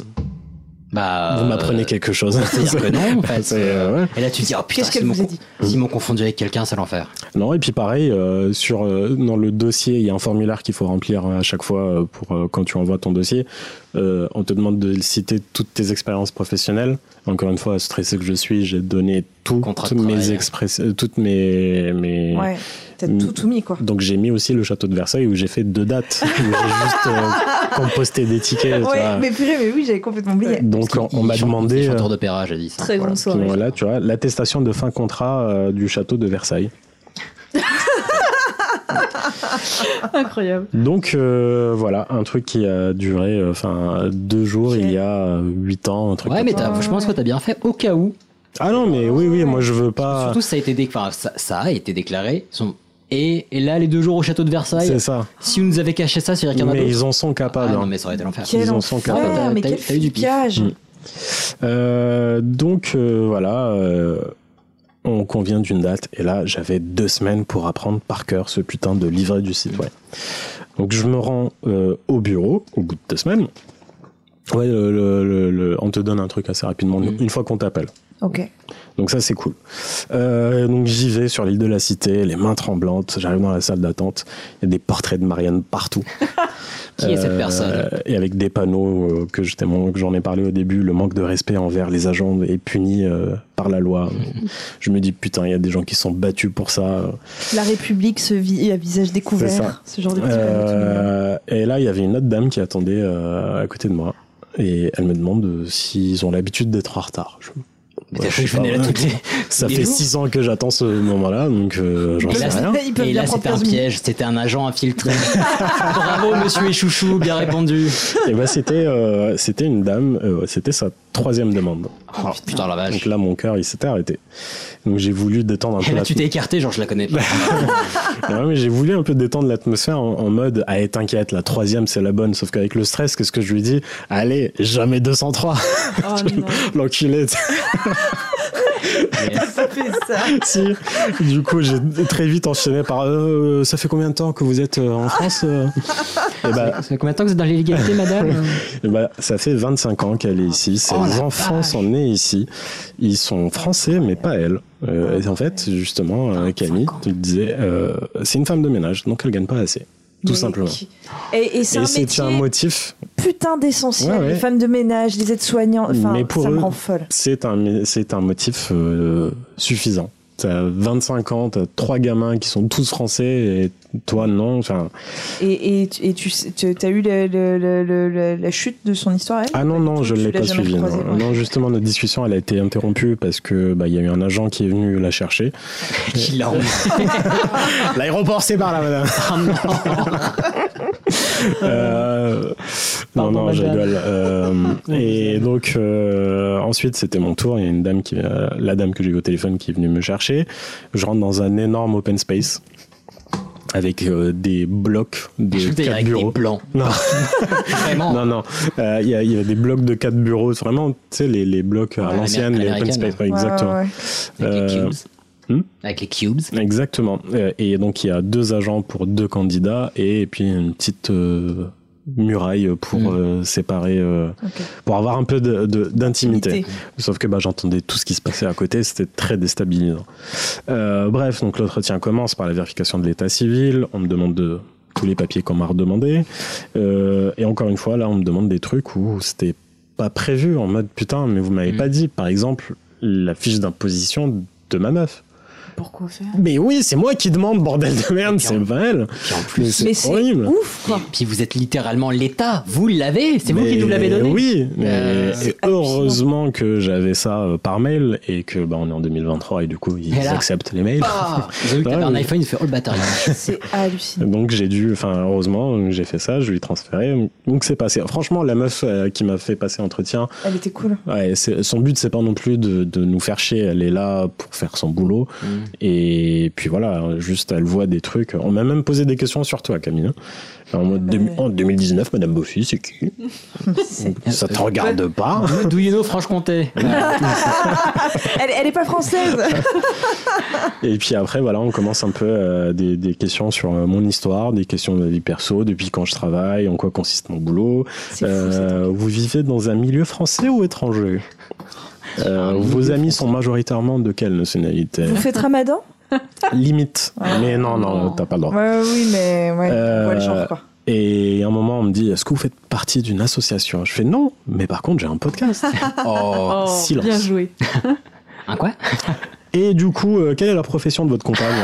Bah,
Vous m'apprenez quelque chose.
C'est-à-dire
[laughs]
que non, en fait.
C'est, euh, ouais.
Et là, tu te dis, oh putain, s'ils m'ont con- s'ils m'ont confondu avec quelqu'un, c'est l'enfer.
Non, et puis pareil, euh, sur, euh, dans le dossier, il y a un formulaire qu'il faut remplir à chaque fois euh, pour, euh, quand tu envoies ton dossier. Euh, on te demande de citer toutes tes expériences professionnelles. Encore une fois, stressé que je suis, j'ai donné toutes
Contrat de
mes
travail.
express, euh, toutes mes, mes-
Ouais, t'as tout, tout mis, quoi.
Donc j'ai mis aussi le château de Versailles où j'ai fait deux dates, [laughs] où j'ai juste euh, composté des tickets. tu vois.
Ouais, mais purée, mais oui, j'avais complètement oublié.
Donc on, on m'a demandé. euh,
Chanteur de Péra, j'ai dit ça.
Très bonne soirée.
Voilà, tu vois, l'attestation de fin contrat euh, du château de Versailles.
Incroyable.
Donc euh, voilà, un truc qui a duré euh, enfin deux jours il y a euh, huit ans, un truc.
Ouais,
comme
mais
ça.
t'as- je pense que t'as bien fait au cas où.
Ah non, mais oui, oui, moi je veux pas.
Surtout, ça a été, dé- enfin, ça, ça a été déclaré. Son- Et, et là, les deux jours au château de Versailles.
C'est ça.
Si on nous avait caché ça, c'est-à-dire qu'il y en a
Mais
d'autres.
ils en sont capables.
Ah non,
hein.
mais ça aurait été l'enfer.
Ils en sont capables.
Ah,
mais
t'as-
quel
t'as eu du pif.
flicage
Mm. Euh, donc euh, voilà, euh, on convient d'une date et là j'avais deux semaines pour apprendre par cœur ce putain de livret du site web. Donc je me rends euh, au bureau au bout de deux semaines. Ouais, le- le- le- le- on te donne un truc assez rapidement
Mm.
une fois qu'on t'appelle.
Ok.
Donc ça c'est cool. Euh, donc j'y vais sur l'île de la Cité, les mains tremblantes, j'arrive dans la salle d'attente, il y a des portraits de Marianne partout. Euh,
Qui est cette personne
Et avec des panneaux euh, que je t'ai- que j'en ai parlé au début, le manque de respect envers les agents est puni euh, par la loi. je me dis putain, il y a des gens qui sont battus pour
Ah,
ça.
La République se vit à visage
C'est ça.
découvert, ce genre de Ah, petit
[laughs] Euh, et là, il y avait une autre dame qui attendait euh, à côté de moi. Et elle me demande euh, s'ils ont l'habitude d'être en retard. Je-
Mais
je
t'as cru que
sais
je venais
pas.
là toutes
[laughs]
les-
Ça
tous les
fait
jours
6 ans que j'attends ce moment-là, donc euh, j'en
Et
sais
là,
rien.
c'est- et là, c'était un piège, c'était un
[laughs]
agent infiltré. Bravo, monsieur et chouchou, bien répondu.
Eh ben, Et bah, c'était euh, c'était une dame, euh, c'était sa troisième demande.
Oh, putain, la vache.
Donc là, mon cœur, il s'était arrêté. Donc j'ai voulu détendre un peu.
Et là,
la-
Eh ben, tu t'es écarté, genre, je la connais pas.
Ouais, mais j'ai voulu un peu détendre l'atmosphère en, en mode, allez, t'inquiète, la troisième, c'est la bonne. Sauf qu'avec le stress, qu'est-ce que je lui dis Allez, jamais 203. [laughs] L'enculé. tu sais.
T'as fait ça
Si. Du coup, j'ai très vite enchaîné par euh, ça fait combien de temps que vous êtes euh, en France euh Eh ben,
Ça fait combien de temps que vous êtes
[laughs]
dans l'illégalité, madame Euh,
eh ben, ça fait 25 ans qu'elle est ici.
Oh,
Ses enfants sont nés ici. Ils sont français, mais pas elle. Euh, et en fait, justement, euh, Camille, tu le disais, euh, c'est une femme de ménage, donc elle gagne pas assez. [laughs] Tout simplement.
Et, et c'est
Et
un
c'est
métier
un motif
putain d'essentiel.
Ouais, ouais.
Les femmes de ménage, les aides-soignants, enfin,
mais pour
ça
eux,
me rend folle.
c'est un, c'est un motif euh, suffisant. T'as 25 ans, t'as trois gamins qui sont tous français et toi non. Enfin,
Et, et, tu- et tu as eu le- le- le- le- le- la chute de son histoire, elle
ah non non, je
tu
l'ai
l'as
pas
jamais
suivi. Non.
croisée, ouais.
Non, justement notre discussion elle a été interrompue parce que bah il y a eu un agent qui est venu la chercher.
Qui l'a
L'aéroport c'est par là madame.
[laughs]
Euh, non, non, je
[laughs]
madame.
rigole. Euh, et donc, euh, ensuite, c'était mon tour. Il y a une dame qui, euh, la dame que j'ai eu au téléphone qui est venue me chercher. Je rentre dans un énorme open space avec euh, des blocs de
Je veux dire,
quatre
avec des
bureaux.
blancs.
[laughs] Non. Non, non. Euh, Il y, a- il y a des blocs de quatre bureaux. Vraiment, tu sais, les, les blocs euh, à
Ouais,
l'ancienne, les open
l'américaine,
space.
ouais.
exactement.
Ouais, ouais. Avec les
Euh,
cubes.
hmm
Avec les cubes.
Exactement. Euh, Et donc il y a deux agents pour deux candidats et puis une petite euh, muraille pour euh, séparer, euh, pour avoir un peu de- de- d'intimité. Sauf que bah, j'entendais tout ce qui se passait à côté, c'était très déstabilisant. Euh, bref, donc l'entretien commence par la vérification de l'état civil. On me demande de tous les papiers qu'on m'a redemandé. Euh, et encore une fois, là, on me demande des trucs où c'était pas prévu, en mode putain, mais vous m'avez pas dit, par exemple, la fiche d'imposition de ma meuf.
Pourquoi faire
Mais oui, c'est moi qui demande, bordel de merde, c'est pas elle. Mais c'est horrible.
ouf,
quoi. Puis vous êtes littéralement l'État. Vous l'avez. C'est vous
Mais
qui nous l'avez donné.
Oui, mais
Euh,
et heureusement que j'avais ça euh, par mail et que bah, on est en 2023 et du coup ils
Et là,
acceptent les mails.
Ah J'ai vu que t'avais
Ouais,
un
mais-
iPhone, il fait oh le bâtard.
C'est
[laughs]
hallucinant.
Donc j'ai dû, enfin heureusement j'ai fait ça, je lui ai transféré. Donc c'est passé. Franchement la meuf euh, qui m'a fait passer entretien,
Elle était cool.
ouais, c'est- son but c'est pas non plus de, de nous faire chier, elle est là pour faire son boulot. Et puis voilà, juste elle voit des trucs. On m'a même posé des questions sur toi Camille. hein. En mode deux- en 2019 Madame Boffy c'est qui Ça te regarde pas
D'où you know Franche-Comté.
elle, elle est pas française.
Et puis après, voilà, on commence un peu euh, des, des questions sur euh, mon histoire, des questions de ma vie perso, depuis quand je travaille, en quoi consiste mon boulot. Euh, vous vivez dans un milieu français ou étranger Euh, Vos amis sont majoritairement de quelle
[laughs]
nationalité
Vous faites ramadan
Limite. Mais non, non, t'as pas le droit.
Ouais, oui, mais ouais, on voit
Euh,
le genre, quoi.
Et à un moment, on me dit Est-ce que vous faites partie d'une association Je fais non, mais par contre, j'ai un
[laughs]
podcast.
Bah,
oh, silence.
Bien joué.
Un [laughs] quoi
Et du coup, euh, quelle est la profession de votre
[laughs]
compagne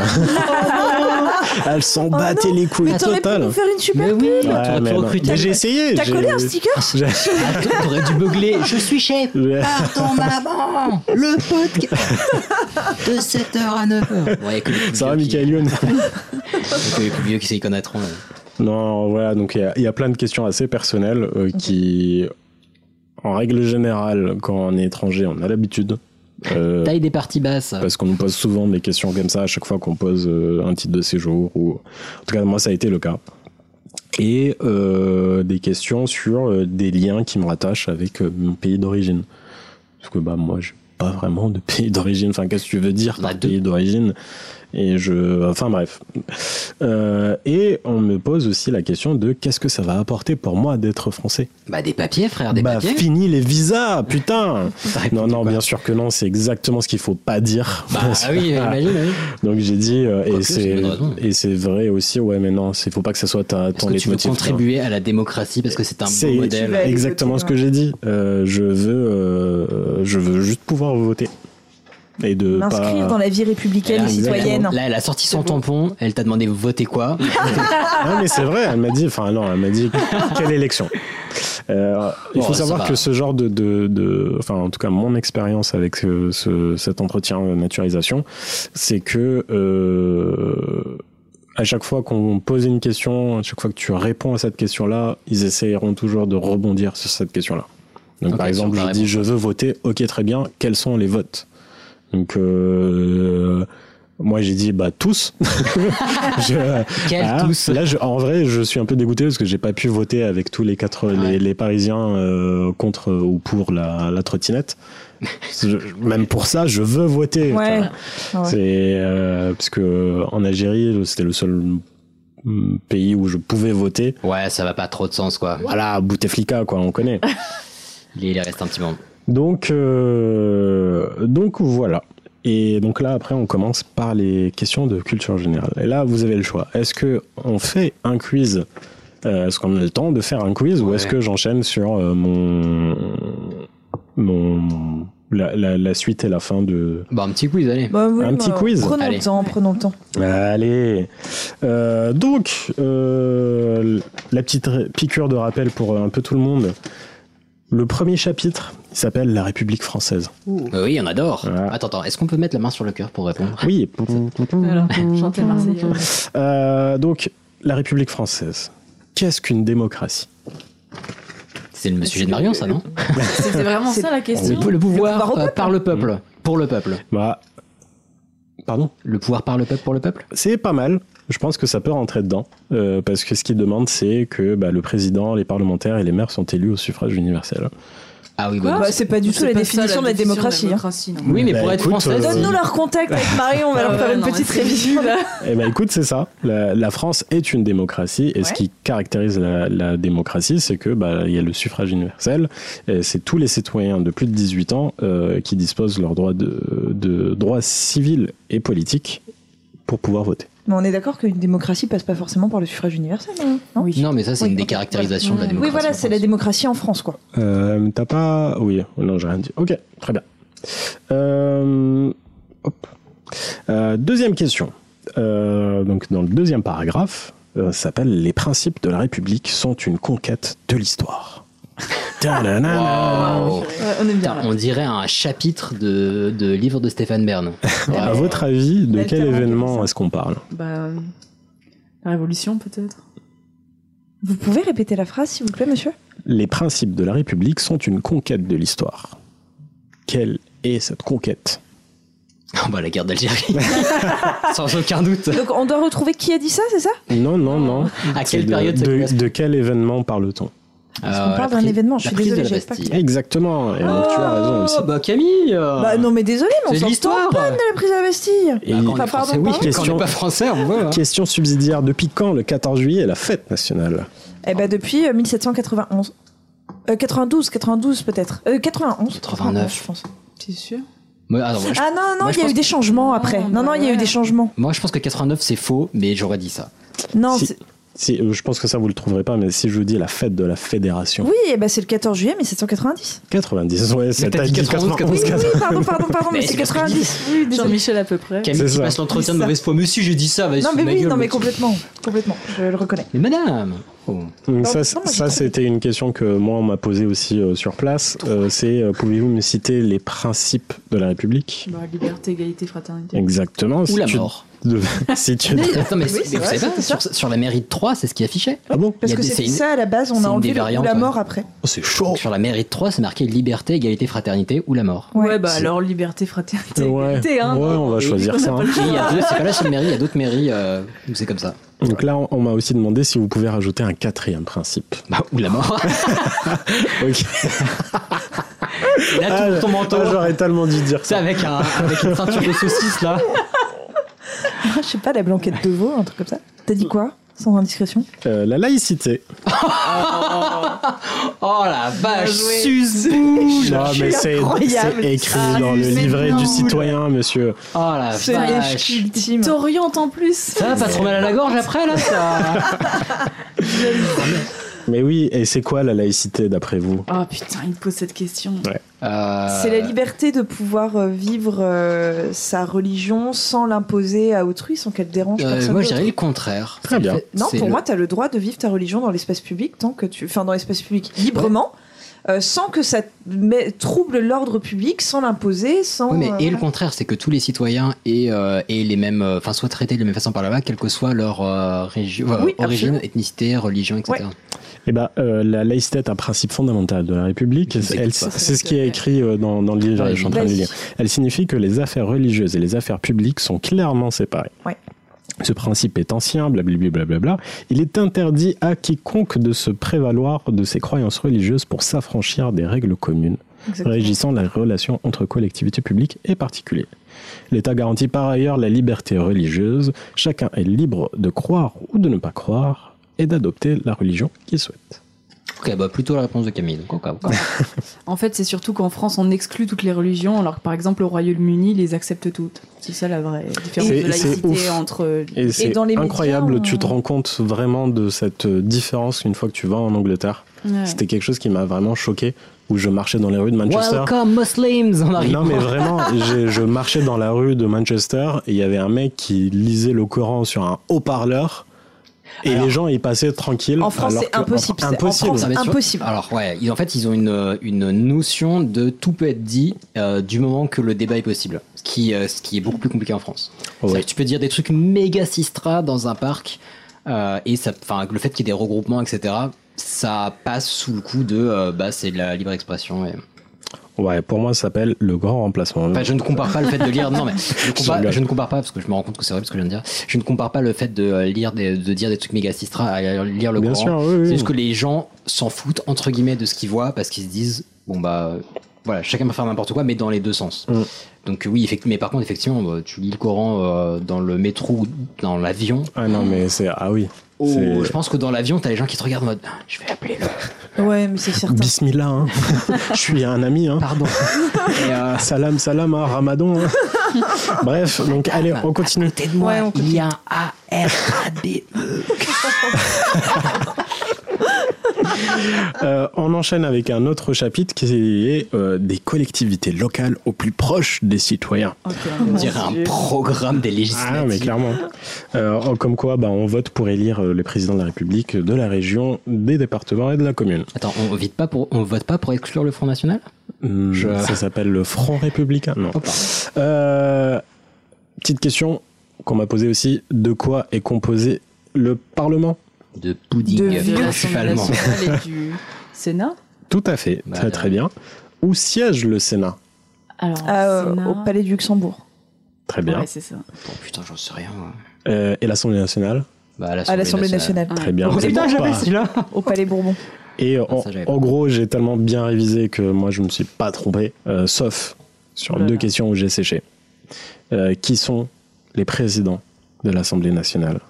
Elle s'en battait les couilles
Oh, Mais t'aurais pu
totales.
nous faire une super pub.
Ouais,
t'aurais
hein. mais
pu
non.
recruter.
Mais j'ai essayé.
T'as
j'ai-
collé un sticker
j'ai-
Ah, T'aurais dû beugler. Je suis chef.
j'ai-
Ah,
[laughs]
Pardon, maman. Le podcast de 7h à 9h. Ouais, que les
Ça va, Michael Youn
que les plus vieux qui s'y connaîtront. euh.
Non, voilà, donc il y a- il y, a plein de questions assez personnelles euh, qui, en règle générale, quand on est étranger, on a l'habitude. euh,
Taille des parties basses.
parce qu'on nous pose souvent des questions comme ça à chaque fois qu'on pose euh, un titre de séjour ou en tout cas moi ça a été le cas et euh, des questions sur euh, des liens qui me rattachent avec euh, mon pays d'origine parce que bah moi j'ai pas vraiment de pays d'origine enfin qu'est-ce que tu veux dire
Bah,
par pays d'origine et je enfin bref Euh, et on me pose aussi la question de qu'est-ce que ça va apporter pour moi d'être français
Bah des papiers, frère, des
bah,
papiers.
fini les visas,
[laughs]
putain Non, non, bien sûr que non, c'est exactement ce qu'il faut pas dire.
Bah oui, imagine, oui.
Donc j'ai dit, euh,
Quoique,
et
c'est
c'est
une bonne raison.
et c'est vrai aussi, ouais, mais non, il faut pas que ça soit ta,
Est-ce
ton
que tu veux
leitmotiv, putain.
contribuer à la démocratie parce que c'est un
C'est
beau modèle.
exactement ce que j'ai dit. Euh, je veux, euh, je veux juste pouvoir voter et de pas.
M'inscrire dans la vie républicaine et
Exactement.
citoyenne.
Là, elle a sorti son tampon, elle t'a demandé voter quoi
non mais c'est vrai, elle m'a dit, enfin non, elle m'a dit quelle élection. Euh, il
Bon,
faut
ça va.
savoir que ce genre de, de, de- enfin en tout cas mon expérience avec ce, ce- cet entretien euh, naturalisation, c'est que euh, à chaque fois qu'on pose une question, à chaque fois que tu réponds à cette question-là, ils essayeront toujours de rebondir sur cette question-là. Donc
Ok,
par exemple,
sur
je
la
dis
réponse.
je veux voter, ok très bien, quels sont les votes Donc euh, moi j'ai dit bah tous. [laughs] Je-
Quels tous
Ah, Là je- en vrai je suis un peu dégoûté parce que j'ai pas pu voter avec tous les quatre les, les Parisiens euh, contre ou pour la, la trottinette. Je- Même pour ça je veux voter.
Ouais.
Enfin, c'est euh, parce que en Algérie, c'était le seul mm, pays où je pouvais voter.
Ouais, ça va pas trop de sens, quoi.
Voilà, Bouteflika, quoi, on connaît.
Il il reste un petit moment.
donc, euh, donc voilà. Et donc là, après, on commence par les questions de culture générale. Et là, vous avez le choix. Est-ce que on fait un quiz Euh, Est-ce qu'on a le temps de faire un quiz ou est-ce que j'enchaîne sur euh, mon mon la, la- la suite et la fin de
Bah, un petit quiz, allez.
Bah oui,
un
bah,
petit quiz
Prenons le temps, prenons le temps.
Allez. Euh, donc, euh, la petite ré- piqûre de rappel pour un peu tout le monde. Le premier chapitre il s'appelle La République française.
Euh, oui, on adore. Attends, attends, est-ce qu'on peut mettre la main sur le cœur pour répondre
Oui.
Voilà, chanter
[laughs]
Marseillais.
Euh, donc, La République française. Qu'est-ce qu'une démocratie
C'est le sujet de Marion, ça, non
C'était vraiment ça la question.
Le, le pouvoir euh, par le peuple. Pour le peuple.
Bah. Pardon
Le pouvoir par le peuple pour le peuple
C'est pas mal. Je pense que ça peut rentrer dedans. euh, parce que ce qu'il demande, c'est que bah, le président, les parlementaires et les maires sont élus au suffrage universel.
Ah oui,
Bah, c'est pas du tout la définition de la démocratie. hein.
Oui, mais
Bah,
pour être
écoute,
français.
euh,
Donne-nous leur contact avec Marie, on va
Euh,
leur faire une petite révision.
Eh ben écoute, c'est ça. La, la France est une démocratie et ce
Ouais.
qui caractérise la, la démocratie, c'est que bah il y a le suffrage universel. et C'est tous les citoyens de plus de 18 ans euh, qui disposent de leurs droits de, de droits civils et politiques pour pouvoir voter.
Mais on est d'accord qu'une démocratie passe pas forcément par le suffrage universel, hein, non
Non, mais ça, c'est
Oui,
une
ok,
décaractérisation de la
Oui,
démocratie.
voilà, c'est la démocratie en France, quoi.
Euh, T'as pas Oui, non, j'ai rien dit. Ok, très bien. Euh, hop. Euh, deuxième question. Euh, donc dans le deuxième paragraphe, euh, ça s'appelle Les principes de la République sont une conquête de l'histoire. Ta-da-na-na.
Wow.
on aime
Putain, on dirait un chapitre de, de livre de Stéphane Bern.
À
[laughs]
votre avis, de quel événement est-ce qu'on parle
Bah, la révolution peut-être.
Vous pouvez répéter la phrase, s'il vous plaît, monsieur
Les principes de la République sont une conquête de l'histoire. Quelle est cette conquête
Oh, bah, la guerre d'Algérie. Sans aucun doute.
Donc, on doit retrouver qui a dit ça, c'est ça
Non, non, non.
À
C'est
quelle
de-
période ça Ah,
de,
correspond
de quel événement parle-t-on
Parce qu'on parle d'un événement, je suis désolée, j'ai pas.
Exactement, et donc tu as raison aussi.
bah Camille euh,
Bah non, mais désolé,
C'est
mais on s'en
l'histoire.
tamponne de la prise de la Bastille.
Et-
quand on est
Enfin,
français,
pardon,
oui,
pardon.
quand on
Question-
n'est pas français, on voit. hein.
Question subsidiaire, depuis quand le 14 juillet est la fête nationale
Eh ben depuis euh, 1791. Euh, 92, 92 peut-être. Euh, 91.
89.
je pense.
T'es sûr
Moi, alors, moi, je-
Ah non, non,
moi,
il
je
y a
pense-
eu des changements après. Non, non, il y a eu des changements.
Moi, je pense que 89, c'est faux, mais j'aurais dit ça.
Non,
Si-
c'est-
si, euh, Je pense que ça, vous le trouverez pas, mais si je vous dis la fête de la fédération.
oui, eh ben c'est le 14 juillet 1790.
90, ouais, ça
t'as
t'a
dit
dit
91,
91,
Oui, oui, pardon, pardon, pardon, mais,
Mais
c'est
c'est ce que je dis.
90. Oui, désolé.
Jean-Michel à peu près.
Camille
C'est
qui
ça.
passe l'entretien de
C'est ça.
mauvaise foi. Mais si, j'ai dit ça, vas-y,
Non,
sous
mais
ma
oui,
gueule,
non, mais
mec.
complètement. Complètement, je le reconnais.
Mais madame Oh.
Donc ça,
Non,
c'est-
non, moi, j'ai
ça,
compris.
c'était une question que moi, on m'a posée aussi euh, sur place. Euh, c'est euh, pouvez-vous me citer les principes de la République
Bah, liberté, égalité, fraternité.
Exactement.
Ou la
tu-
mort.
de- [laughs] si tu-
[laughs] Attends, mais
Oui,
c'est-
c'est
mais vous
vrai,
savez pas,
c'était ça.
sur, sur la mairie de Troyes, c'est ce qui est affiché.
Ah bon
Il
Parce
y a
que
des-
c'est
une-
ça à la base,
c'est
on
une
a
des
enlevé le- ou
variantes,
la
ouais.
mort après.
Oh, C'est chaud.
Sur la mairie de Troyes, c'est marqué liberté, égalité, fraternité ou la mort.
Ouais,
Ouais.
bah
C'est-
alors liberté, fraternité,
Ouais,
égalité, hein.
ouais, on va
Et
choisir
on [laughs]
ça.
n'a pas
hein.
le
Ah.
Et
choix.
il y a deux- c'est pas la seule mairie, il y a d'autres mairies euh, où c'est comme ça.
Donc là, on, on m'a aussi demandé si vous pouvez rajouter un quatrième principe.
Bah, ou la mort.
[laughs] Ok.
Et là,
Ah,
tout pour ton menton.
ah, J'aurais tellement dû dire
C'est
ça.
avec, un, avec une ceinture de saucisse là.
[laughs] Je sais pas, la
bah.
blanquette de veau, un truc comme ça. T'as dit quoi Sans indiscrétion
Euh, la laïcité.
Oh la vache,
joué.
Suze
Non, Ah, mais c'est
incroyable.
c'est écrit
Ah,
dans le
c'est
livret
nul.
du citoyen, monsieur.
Oh la vache
l'échec ultime.
T'orientes en plus.
Ça va pas trop mal à la gorge après là
[laughs]
ça
Mais oui, et c'est quoi la laïcité d'après vous
Ah putain, il me pose cette question.
Euh,
C'est la liberté de pouvoir euh, vivre euh, sa religion sans l'imposer à autrui, sans qu'elle dérange
euh,
personne.
moi je
d'autre.
dirais le contraire.
Très bien.
Non,
C'est
pour
le-
moi, t'as le droit de vivre ta religion dans l'espace public tant que tu. Enfin, dans l'espace public librement. euh, sans que ça mais, trouble l'ordre public, sans l'imposer, sans.
Oui, mais
euh,
et le
voilà.
contraire, c'est que tous les citoyens et, euh, et les mêmes, enfin, soient traités de la même façon par la loi, quelle que soit leur euh, régi- euh,
Oui,
origine,
absolument.
ethnicité, religion, etc.
Eh ben, euh, la laïcité est un principe fondamental de la République.
Je ne
Elle-
sais pas.
C'est ce qui est écrit euh, dans, dans le livre, je suis en train de le
Vas-y.
lire. Elle signifie que les affaires religieuses et les affaires publiques sont clairement séparées.
Ouais.
Ce principe est ancien, blablabla. blablabla. Il est interdit à quiconque de se prévaloir de ses croyances religieuses pour s'affranchir des règles communes
Exactement.
régissant la relation entre collectivités publiques et particuliers. L'État garantit par ailleurs la liberté religieuse. Chacun est libre de croire ou de ne pas croire et d'adopter la religion qu'il souhaite.
Ok, bah plutôt la réponse de Camille. donc, ok, ok.
En fait, c'est surtout qu'en France, on exclut toutes les religions, alors que par exemple, au Royaume-Uni, ils les acceptent toutes. C'est ça la vraie différence
C'est-
de
c'est
laïcité
ouf.
entre.
Et, c'est
dans les médias,
incroyable,
on-
tu te rends compte vraiment de cette euh, différence une fois que tu vas en Angleterre.
Ouais.
C'était quelque chose qui m'a vraiment choqué, où je marchais dans les rues de Manchester.
Welcome Muslims en arrivant.
Non mais vraiment, j'ai- je marchais dans la rue de Manchester et il y avait un mec qui lisait le Coran sur un haut-parleur et les gens y passaient tranquilles.
En France,
alors
c'est
que-
impossible, c'est- en
impossible.
France,
Ah, mais tu vois-
Impossible.
Alors ouais, ils- en fait, ils ont une, une notion de tout peut être dit euh, du moment que le débat est possible, ce qui, euh, ce qui est beaucoup plus compliqué en France. C'est-à-dire que Tu peux dire des trucs méga sistra dans un parc, euh, et ça, enfin, le fait qu'il y ait des regroupements, etc., ça passe sous le coup de, euh, bah, c'est de la libre expression. et-
Ouais, pour moi, ça s'appelle le grand remplacement.
Enfin, je ne compare pas le fait de lire. Non, mais je, compare-
rigole.
je ne compare pas parce que je me rends compte que c'est vrai parce que je viens de dire. Je ne compare pas le fait de euh, lire des, de dire des trucs méga sistra à lire le
Bien
Coran.
sûr, oui, oui.
C'est juste que les gens s'en foutent entre guillemets de ce qu'ils voient parce qu'ils se disent bon bah euh, voilà chacun va faire n'importe quoi mais dans les deux sens.
Hmm.
Donc euh, oui effectivement mais par contre effectivement bah, tu lis le Coran euh, dans le métro ou dans l'avion.
Ah non mais c'est ah oui.
Oh,
C'est-
je pense que dans l'avion t'as les gens qui te regardent en mode Ah, je vais appeler le
Ouais, mais c'est certain.
Bismillah, hein.
[laughs]
je suis un ami. Hein. [laughs]
Pardon. Et, euh,
Salam, salam, hein, Ramadan. hein.
[laughs]
Bref, donc allez, on continue.
côté de moi
Ouais, on
il y a un A R A D
Euh, on enchaîne avec un autre chapitre qui est euh, des collectivités locales au plus proche des citoyens.
Oh, On dirait un programme des législatives.
Ah, mais clairement. Euh, oh, comme quoi, bah, on vote pour élire euh, le président de la République, de la région, des départements et de la commune.
Attends, on, vite pas pour, on vote pas pour exclure le Front National
Hum,
Je-
Ça s'appelle le Front Républicain. Non.
Oh, pardon.
Euh, petite question qu'on m'a posée aussi. De quoi est composé le Parlement
De pudding,
de l'Assemblée
euh, principalement.
nationale et du Sénat.
Tout à fait.
Bah,
très très bien. Où siège le Sénat
Alors,
Euh,
Sénat-
au palais du Luxembourg.
Très bien.
Ouais, c'est ça.
Bon, putain, j'en sais rien. moi.
Euh, et l'Assemblée nationale
Bah,
À l'Assemblée nationale.
Ouais.
Très bien.
Oh,
Vous
putain,
êtes
j'avais
pas-
[laughs]
celui-là.
Au palais Bourbon.
Et euh,
Ah,
en,
ça, j'avais
en
pas.
gros, j'ai tellement bien révisé que moi, je me suis pas trompé, euh, sauf sur
Oh là
deux
là.
questions où j'ai séché. Euh, qui sont les présidents de l'Assemblée nationale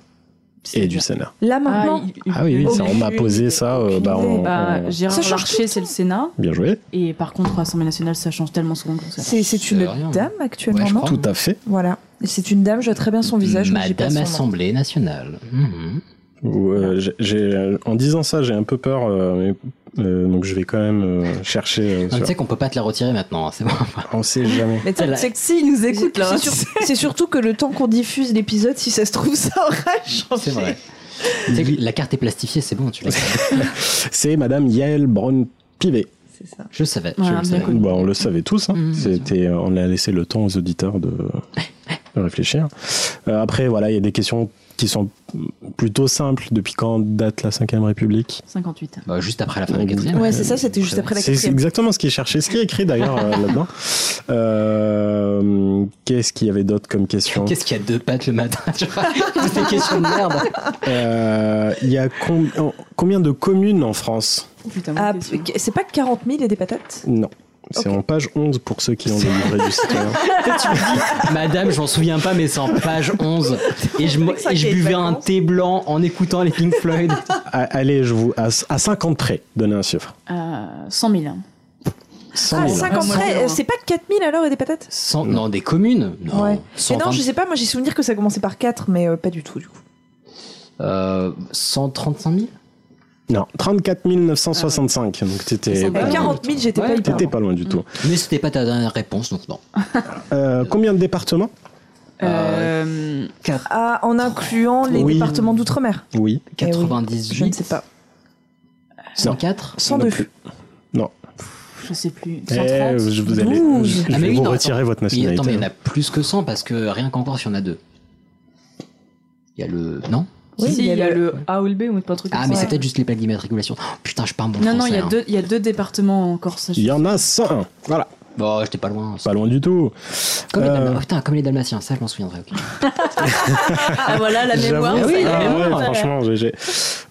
et du Sénat
Là
Ah,
maintenant.
il- il-
Ah oui, oui,
il-
ça, on m'a posé ça. euh, bah, on-
Bah,
on-
Gérard
Ça change
Larcher, c'est le Sénat.
Bien joué.
Et par contre, l'Assemblée nationale, ça change tellement souvent. que ça-
C'est c'est une
C'est rien.
dame actuellement,
Ouais, je
non
crois.
Tout à fait.
Voilà. Et C'est une dame, je vois très bien son visage. mais j'ai pas
Madame
son nom.
Assemblée nationale. Mhm.
Ou, euh, j'ai- j'ai- en disant ça, j'ai un peu peur, euh, mais, euh, donc je vais quand même euh, chercher. euh,
Ah, Tu
sur-
sais qu'on peut pas te la retirer maintenant, hein, c'est bon.
On sait jamais.
Mais
Elle a-
tu sais que
Si, il nous écoute là.
C'est sur- c'est surtout que le temps qu'on diffuse l'épisode, si ça se trouve, ça aura changé.
C'est [laughs] vrai. Tu sais que la carte est plastifiée, c'est bon, tu l'as.
C'est Madame Yael Braun-Pivet.
C'est ça.
Je le savais,
Ouais,
je
bien
le savais.
connu.
Bah, on le savait tous. hein.
Mhm.
C'était, euh, on a laissé le temps aux auditeurs de, de réfléchir. Euh, après, voilà, il y a des questions qui sont plutôt simples. Depuis quand date la Ve République
58.
Bah, juste après la fin de la quatrième.
Ouais, c'est ça, c'était juste après la
C'est c'est
quatrième.
exactement ce qui est cherché, ce qui est écrit d'ailleurs euh,
[laughs]
là-dedans. Euh, Qu'est-ce qu'il y avait d'autre comme question
Qu'est-ce qu'il y a deux pattes le matin tu vois [laughs] Toutes des questions de merde.
Euh, Il y a com- en- combien de communes en France
Putain,
Ah,
bonne question.
C'est pas 40 000 et des patates
Non. C'est en page 11 pour ceux qui ont des livrets du citoyen.
Madame, je m'en souviens pas, mais c'est en page 11. Et je, mo-
Ça,
et je
c'est les
buvais un
vacances.
thé blanc en écoutant les Pink Floyd.
Ah, Allez, je vous. À, à 50 près, donnez un chiffre.
Euh, 100 000. hein.
100
Ah,
000.
50
Ah, moi,
frais,
non.
euh, c'est pas 4 000 alors et des patates
Mm.
Cent- non, des communes Non,
Ouais. Mais
120
non, je sais pas, moi j'ai souvenir que ça commençait par 4, mais euh, pas du tout du coup.
euh, 135 000
Non, 34 965. Donc t'étais
C'est Mm.
Euh,
pas
pas,
mal.
40 000, j'étais
Ouais,
pas
t'étais
hyper.
t'étais
loin.
pas loin du tout.
Mais c'était pas ta dernière réponse, donc non.
Eh
Euh, combien de départements
Euh,
Ah, en incluant les
Oui.
départements d'outre-mer.
Oui.
Eh oui,
98
Je ne sais pas.
104
Sans
Non
deux.
plus. Non,
je sais plus,
Eh,
130,
je vous allez,
12.
je- je
Ah, mais
vais
oui,
vous
non,
retirer
attends.
votre
Mais
nationalité. hein.
Attends, mais il y en a plus que 100 parce que rien qu'en Corse, il y en a deux. Il y a le. Non
Oui, Si, il y a le A ou le B ou pas un truc
Ah,
comme
mais
ça.
c'est peut-être juste les plaques d'immatriculation. Oh, putain, je parle bon
Non, non, il y,
français,
a
hein.
deux- il y a deux départements en Corse.
Il y en a 100. Voilà.
Bon, hein. Bah, j'étais pas loin.
Pas loin du tout.
Comme, les
Euh,
Dalma- oh, putain, comme les Dalmatiens, ça je m'en souviendrai. ok.
Ah voilà, la
[laughs] J'avoue,
mémoire.
ah
ça
oui,
y est.
ah ouais, franchement, GG.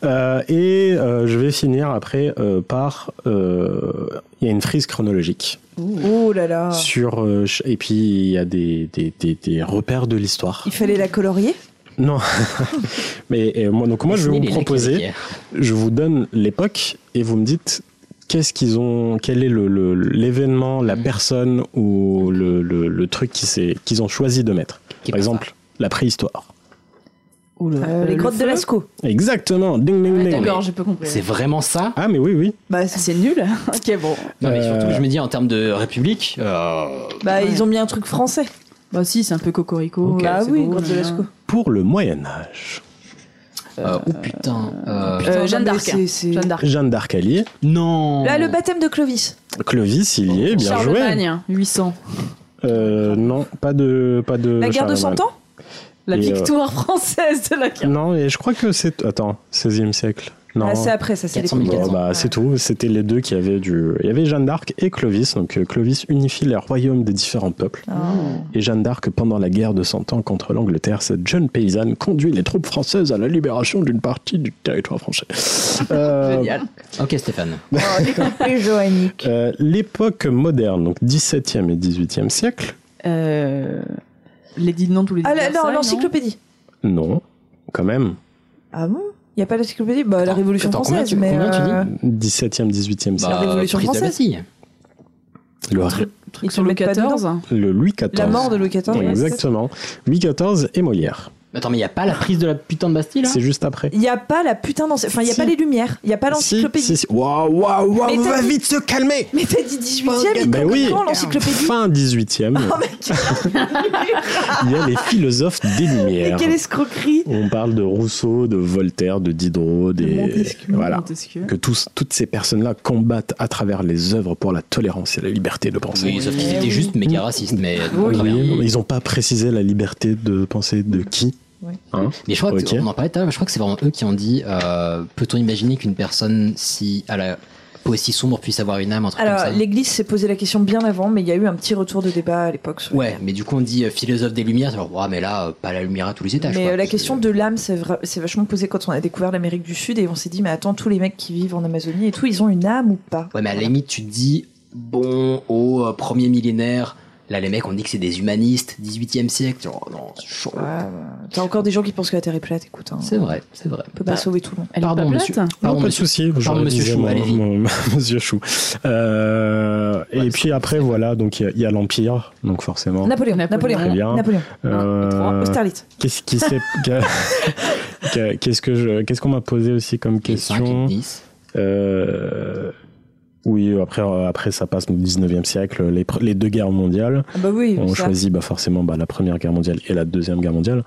Euh, et euh, je vais finir après euh, par. euh, Il y a une frise chronologique.
Oh là là.
Ah.
Sur, euh, ch- et puis, il y a des, des, des, des repères de l'histoire.
Il fallait la colorier.
Non. [laughs] Mais euh, moi, donc, moi, je vais
Disney,
vous
il est là,
proposer.
Québec.
Je vous donne l'époque et vous me dites qu'est-ce qu'ils ont, quel est le- le- l'événement, la
Mm.
personne ou le, le- le truc qui s'est- qu'ils ont choisi de mettre. Par exemple, la préhistoire.
Euh, les
le
grottes de
feu.
Lascaux.
Exactement. Ding,
Ah,
ding, ding.
D'accord, j'ai pas compris.
C'est vraiment ça
Ah, mais oui, oui.
Bah,
c'est nul. [laughs] ok, bon.
Non, mais surtout,
Euh,
je me dis en termes de République. euh,
Bah, ils ont mis un truc français.
Bah, si, c'est un peu cocorico.
bah
c'est
oui,
beau,
grottes de
là,
Lascaux.
là.
Pour le Moyen-Âge.
euh, oh putain. euh,
Putain,
Euh, Jeanne
non, mais
d'Arc.
c'est- c'est-
Jeanne d'Arc.
Jeanne d'Arc alliée.
Non.
Là, le baptême de Clovis.
Clovis, il y est, bien joué.
Charlemagne, 800.
Euh, non, pas de. Pas de
La guerre de
Charlemagne.
Cent Ans
La
Et, euh,
victoire française de la guerre.
Non, et je crois que c'est. Attends, 16e siècle. Non.
Ah, c'est après, ça, c'est les
400 000, Bon, bah, c'est tout. C'était les deux qui avaient du. Il y avait Jeanne d'Arc et Clovis. Donc euh, Clovis unifie les royaumes des différents peuples. Et Jeanne d'Arc, pendant la guerre de Cent Ans contre l'Angleterre, cette jeune paysanne conduit les troupes françaises à la libération d'une partie du territoire
[laughs]
français. Euh,
Génial.
Ok, Stéphane.
Et Joanny.
euh, L'époque moderne, donc 17e et 18e siècle,
Euh, Lady de Nantes ou Lady
Ah,
de
la- non,
Versailles,
l'encyclopédie.
non, quand même.
Ah bon Il n'y a pas l'encyclopédie Bah, la Révolution
attends, combien
française,
tu-
mais.
combien tu dis
euh,
17e, 18e
la
siècle.
Révolution
Bah, prise de
française.
Bastille.
Le, ré-
Ils
Sur le
te mettent pas dedans.
14.
le Louis XIV.
La mort de Louis XIV. ouais, c'est ça.
Exactement. Louis XIV et Molière.
Attends, mais il n'y a pas la prise de la putain de Bastille là
C'est juste après.
Il n'y a pas la putain d'encyclopédie. Enfin, il n'y a
Si.
pas les lumières. Il n'y a pas l'encyclopédie.
Si, si, si. Waouh, waouh,
Mais
waouh,
t'as
va
dit-
vite se calmer
Mais t'as dit 18ème, il
Ben oui,
quand l'encyclopédie
fin 18e,
Oh, mec,
il y a les philosophes
[laughs]
des Lumières.
quelle escroquerie
On parle de Rousseau, de Voltaire, de Diderot, des...
Montesquieu,
voilà.
Montesquieu.
Que tous, toutes ces personnes-là combattent à travers les œuvres pour la tolérance et la liberté de penser.
Oui, sauf qu'ils étaient juste méga racistes, mais.
Oui,
très bien.
Ils n'ont pas précisé la liberté de penser de qui.
Ouais.
Hein
Mais je crois
Ok.
qu'on en parlait tout à l'heure, mais je crois que c'est vraiment eux qui ont dit euh, peut-on imaginer qu'une personne si à la peau si sombre puisse avoir une âme un truc
Alors,
comme ça
l'église s'est posée la question bien avant, mais il y a eu un petit retour de débat à l'époque. sur-
Ouais, mais du coup on dit euh, philosophe des lumières, alors ouais, mais là euh, pas la lumière à tous les étages.
Mais
quoi.
euh, la question de l'âme, c'est vra- c'est vachement posé quand on a découvert l'Amérique du Sud et on s'est dit, mais attends, tous les mecs qui vivent en Amazonie et tout, ils ont une âme ou pas
Ouais, mais à la limite tu te dis bon au euh, premier millénaire, là les mecs on dit que c'est des humanistes, 18e siècle, genre, non, c'est chaud.
Ouais, euh, T'as encore des gens qui pensent que la Terre est plate, écoute. hein.
C'est vrai, c'est vrai.
On peut pas
Bah,
sauver tout le monde.
Elle est
Pardon,
pas plate
monsieur. Pardon,
non, pas de
monsieur.
souci. je
Pardon, monsieur
révisais
Chou,
mon-
allez-y.
mon- [laughs] monsieur Chou. Euh, et puis après, voilà, donc il y a- il y, a l'Empire, donc forcément.
Napoléon, Napoléon,
Très bien.
Napoléon, Ah,
Euh,
Austerlitz.
Qu'est-ce qui s'est- qu'a- qu'est-ce que je- qu'est-ce qu'on m'a posé aussi comme
Les cinq et
question
les dix.
Euh, Oui, après euh, après ça passe au 19e siècle, les, pr- les deux guerres mondiales.
Ah bah oui,
On
ça.
choisit bah, forcément bah, la première guerre mondiale et la deuxième guerre mondiale.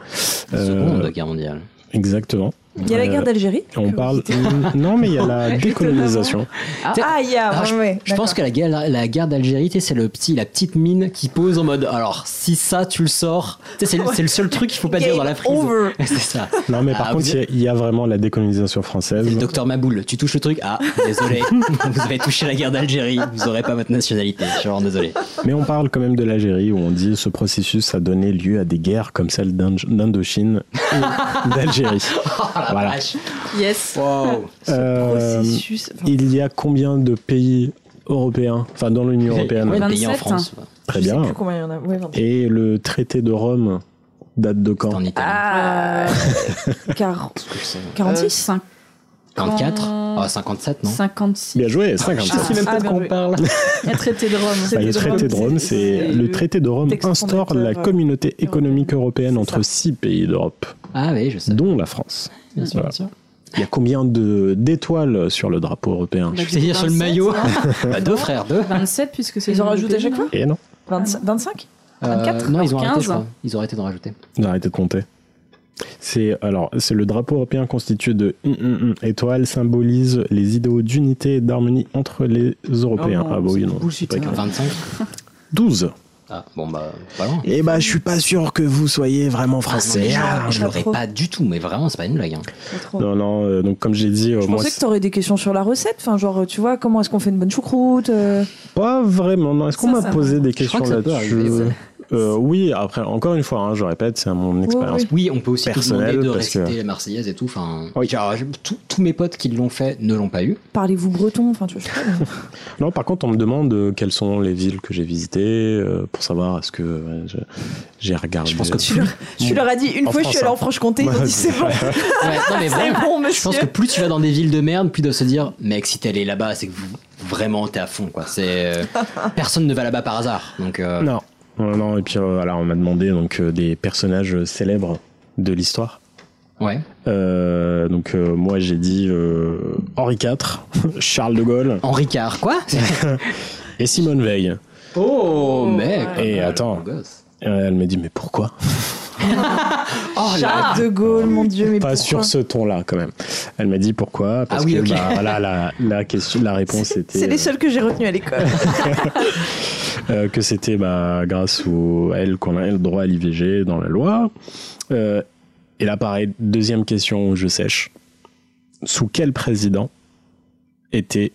Euh,
Seconde guerre mondiale.
exactement.
Il y a la guerre
Euh,
d'Algérie.
On parle Mm. non mais il y a la décolonisation.
Ah, il y a.
Ah,
ouais,
je,
ouais,
je pense que la guerre, la guerre d'Algérie, tu sais, c'est le petit, la petite mine qui pose en mode. Alors, si ça, tu le sors. Tu sais, C'est le- c'est le seul truc qu'il faut pas dire dans la frise.
over.
[laughs] c'est ça.
Non mais par
Ah,
contre
vous
il y, a- il y a vraiment la décolonisation française.
C'est le docteur Maboul. Tu touches le truc. Ah,
[laughs]
désolé. vous avez touché la guerre d'Algérie. Vous aurez pas votre nationalité. Je suis vraiment désolé.
Mais on parle quand même de l'Algérie où on dit ce processus a donné lieu à des guerres comme celle d'Ind- d'Indochine et d'Algérie. Voilà.
Ah,
Vache.
Yes.
Wow.
Bah,
Euh,
Processus. enfin,
il y a combien de pays européens, enfin dans l'Union européenne
Combien de pays en
27,
France
Très
Je sais
bien.
plus combien il y en a. Ouais, vingt-deux.
Et le traité de Rome date de
C'est
quand
En Italie.
Ah, car- 46
Euh,
44 Ah, 57, non
56.
Bien joué,
Ah,
56.
Ah,
même
bah
pas de quoi on
parle.
Il y a traité de Rome.
Bah, le traité de Rome, c'est le traité de Rome
texte
instaure la
fondateur, euh,
communauté économique européenne
C'est ça.
entre six pays d'Europe,
Ah, oui, je sais.
dont la France.
Bien sûr,
Voilà.
bien sûr.
Il y a combien de d'étoiles sur le drapeau européen
Je voulais dire sur le maillot. Bah, deux frères, deux.
27, puisque c'est.
Ils en
le
rajoutent à
pays,
chaque fois
hein.
Et Eh non,
25
Euh,
24,
Non, ils ont arrêté,
15.
je crois. Ils ont arrêté d'en rajouter.
j'ai arrêté de compter. C'est alors c'est le drapeau européen constitué de mm, mm, mm, étoiles symbolise les idéaux d'unité et d'harmonie entre les Européens.
Oh non,
ah bon, oui,
c'est
non,
bullshit,
c'est pas
hein.
grave.
25
12.
Ah, bon, bah, pas loin.
Et bah je suis pas sûr que vous soyez vraiment
Ah, non, mais
français.
je
Ah,
l'aurais- je l'aurais pas du tout, mais vraiment, c'est pas une blague. hein.
Non non euh, donc comme j'ai dit euh,
Je
moi
pensais que t'aurais des questions sur la recette, enfin genre tu vois comment est-ce qu'on fait une bonne choucroute. euh.
Pas vraiment. Non, est-ce qu'on
Ça,
m'a
ça
posé
va.
des
Je
questions
crois que ça peut
là-dessus
arriver, ça.
Euh, Oui, après, encore une fois, hein, je répète, c'est mon expérience.
Oui, on peut aussi te demander
personnelle
de
parce que-
réciter la Marseillaise et tout. Enfin, genre, je- tous- tous mes potes qui l'ont fait ne l'ont pas eu.
Parlez-vous breton, enfin tu vois. je sais pas, mais-
Non, par contre, on me demande euh, quelles sont les villes que j'ai visitées euh, pour savoir est-ce que euh, je- j'ai regardé. Je
pense que
tu leur, [laughs] tu leur as dit une fois je suis allé
hein.
en Franche-Comté, ils ont dit c'est bon.
Ouais, non, [laughs] mais
C'est
vraiment,
bon,
je pense
monsieur.
que plus tu vas dans des villes de merde, plus ils doivent se dire, mec, si t'es allé là-bas, c'est que vous- vraiment t'es à fond, quoi. C'est euh, personne ne va là-bas par hasard. Donc euh,
Non. non, non, et puis euh, alors, on m'a demandé donc, euh, des personnages célèbres de l'histoire.
Ouais.
Euh, donc, euh, moi, j'ai dit euh, Henri IV, [laughs] Charles de Gaulle.
Henri Carr, [laughs] quoi
et Simone Veil.
Oh, mec.
Et attends, euh, elle me dit, mais pourquoi
Oh là.
Charles de Gaulle, mon Dieu, mais
Pas
pourquoi
sur ce ton-là, quand même. Elle m'a dit pourquoi. Parce
Ah oui,
que
ok.
bah, voilà, la, la, question, la réponse était.
C'est les seuls que j'ai retenus à l'école. hein.
Euh, que c'était bah, grâce au, à elle qu'on a le droit à l'IVG dans la loi. Euh, et là, pareil, deuxième question où je sèche. Sous quel président était.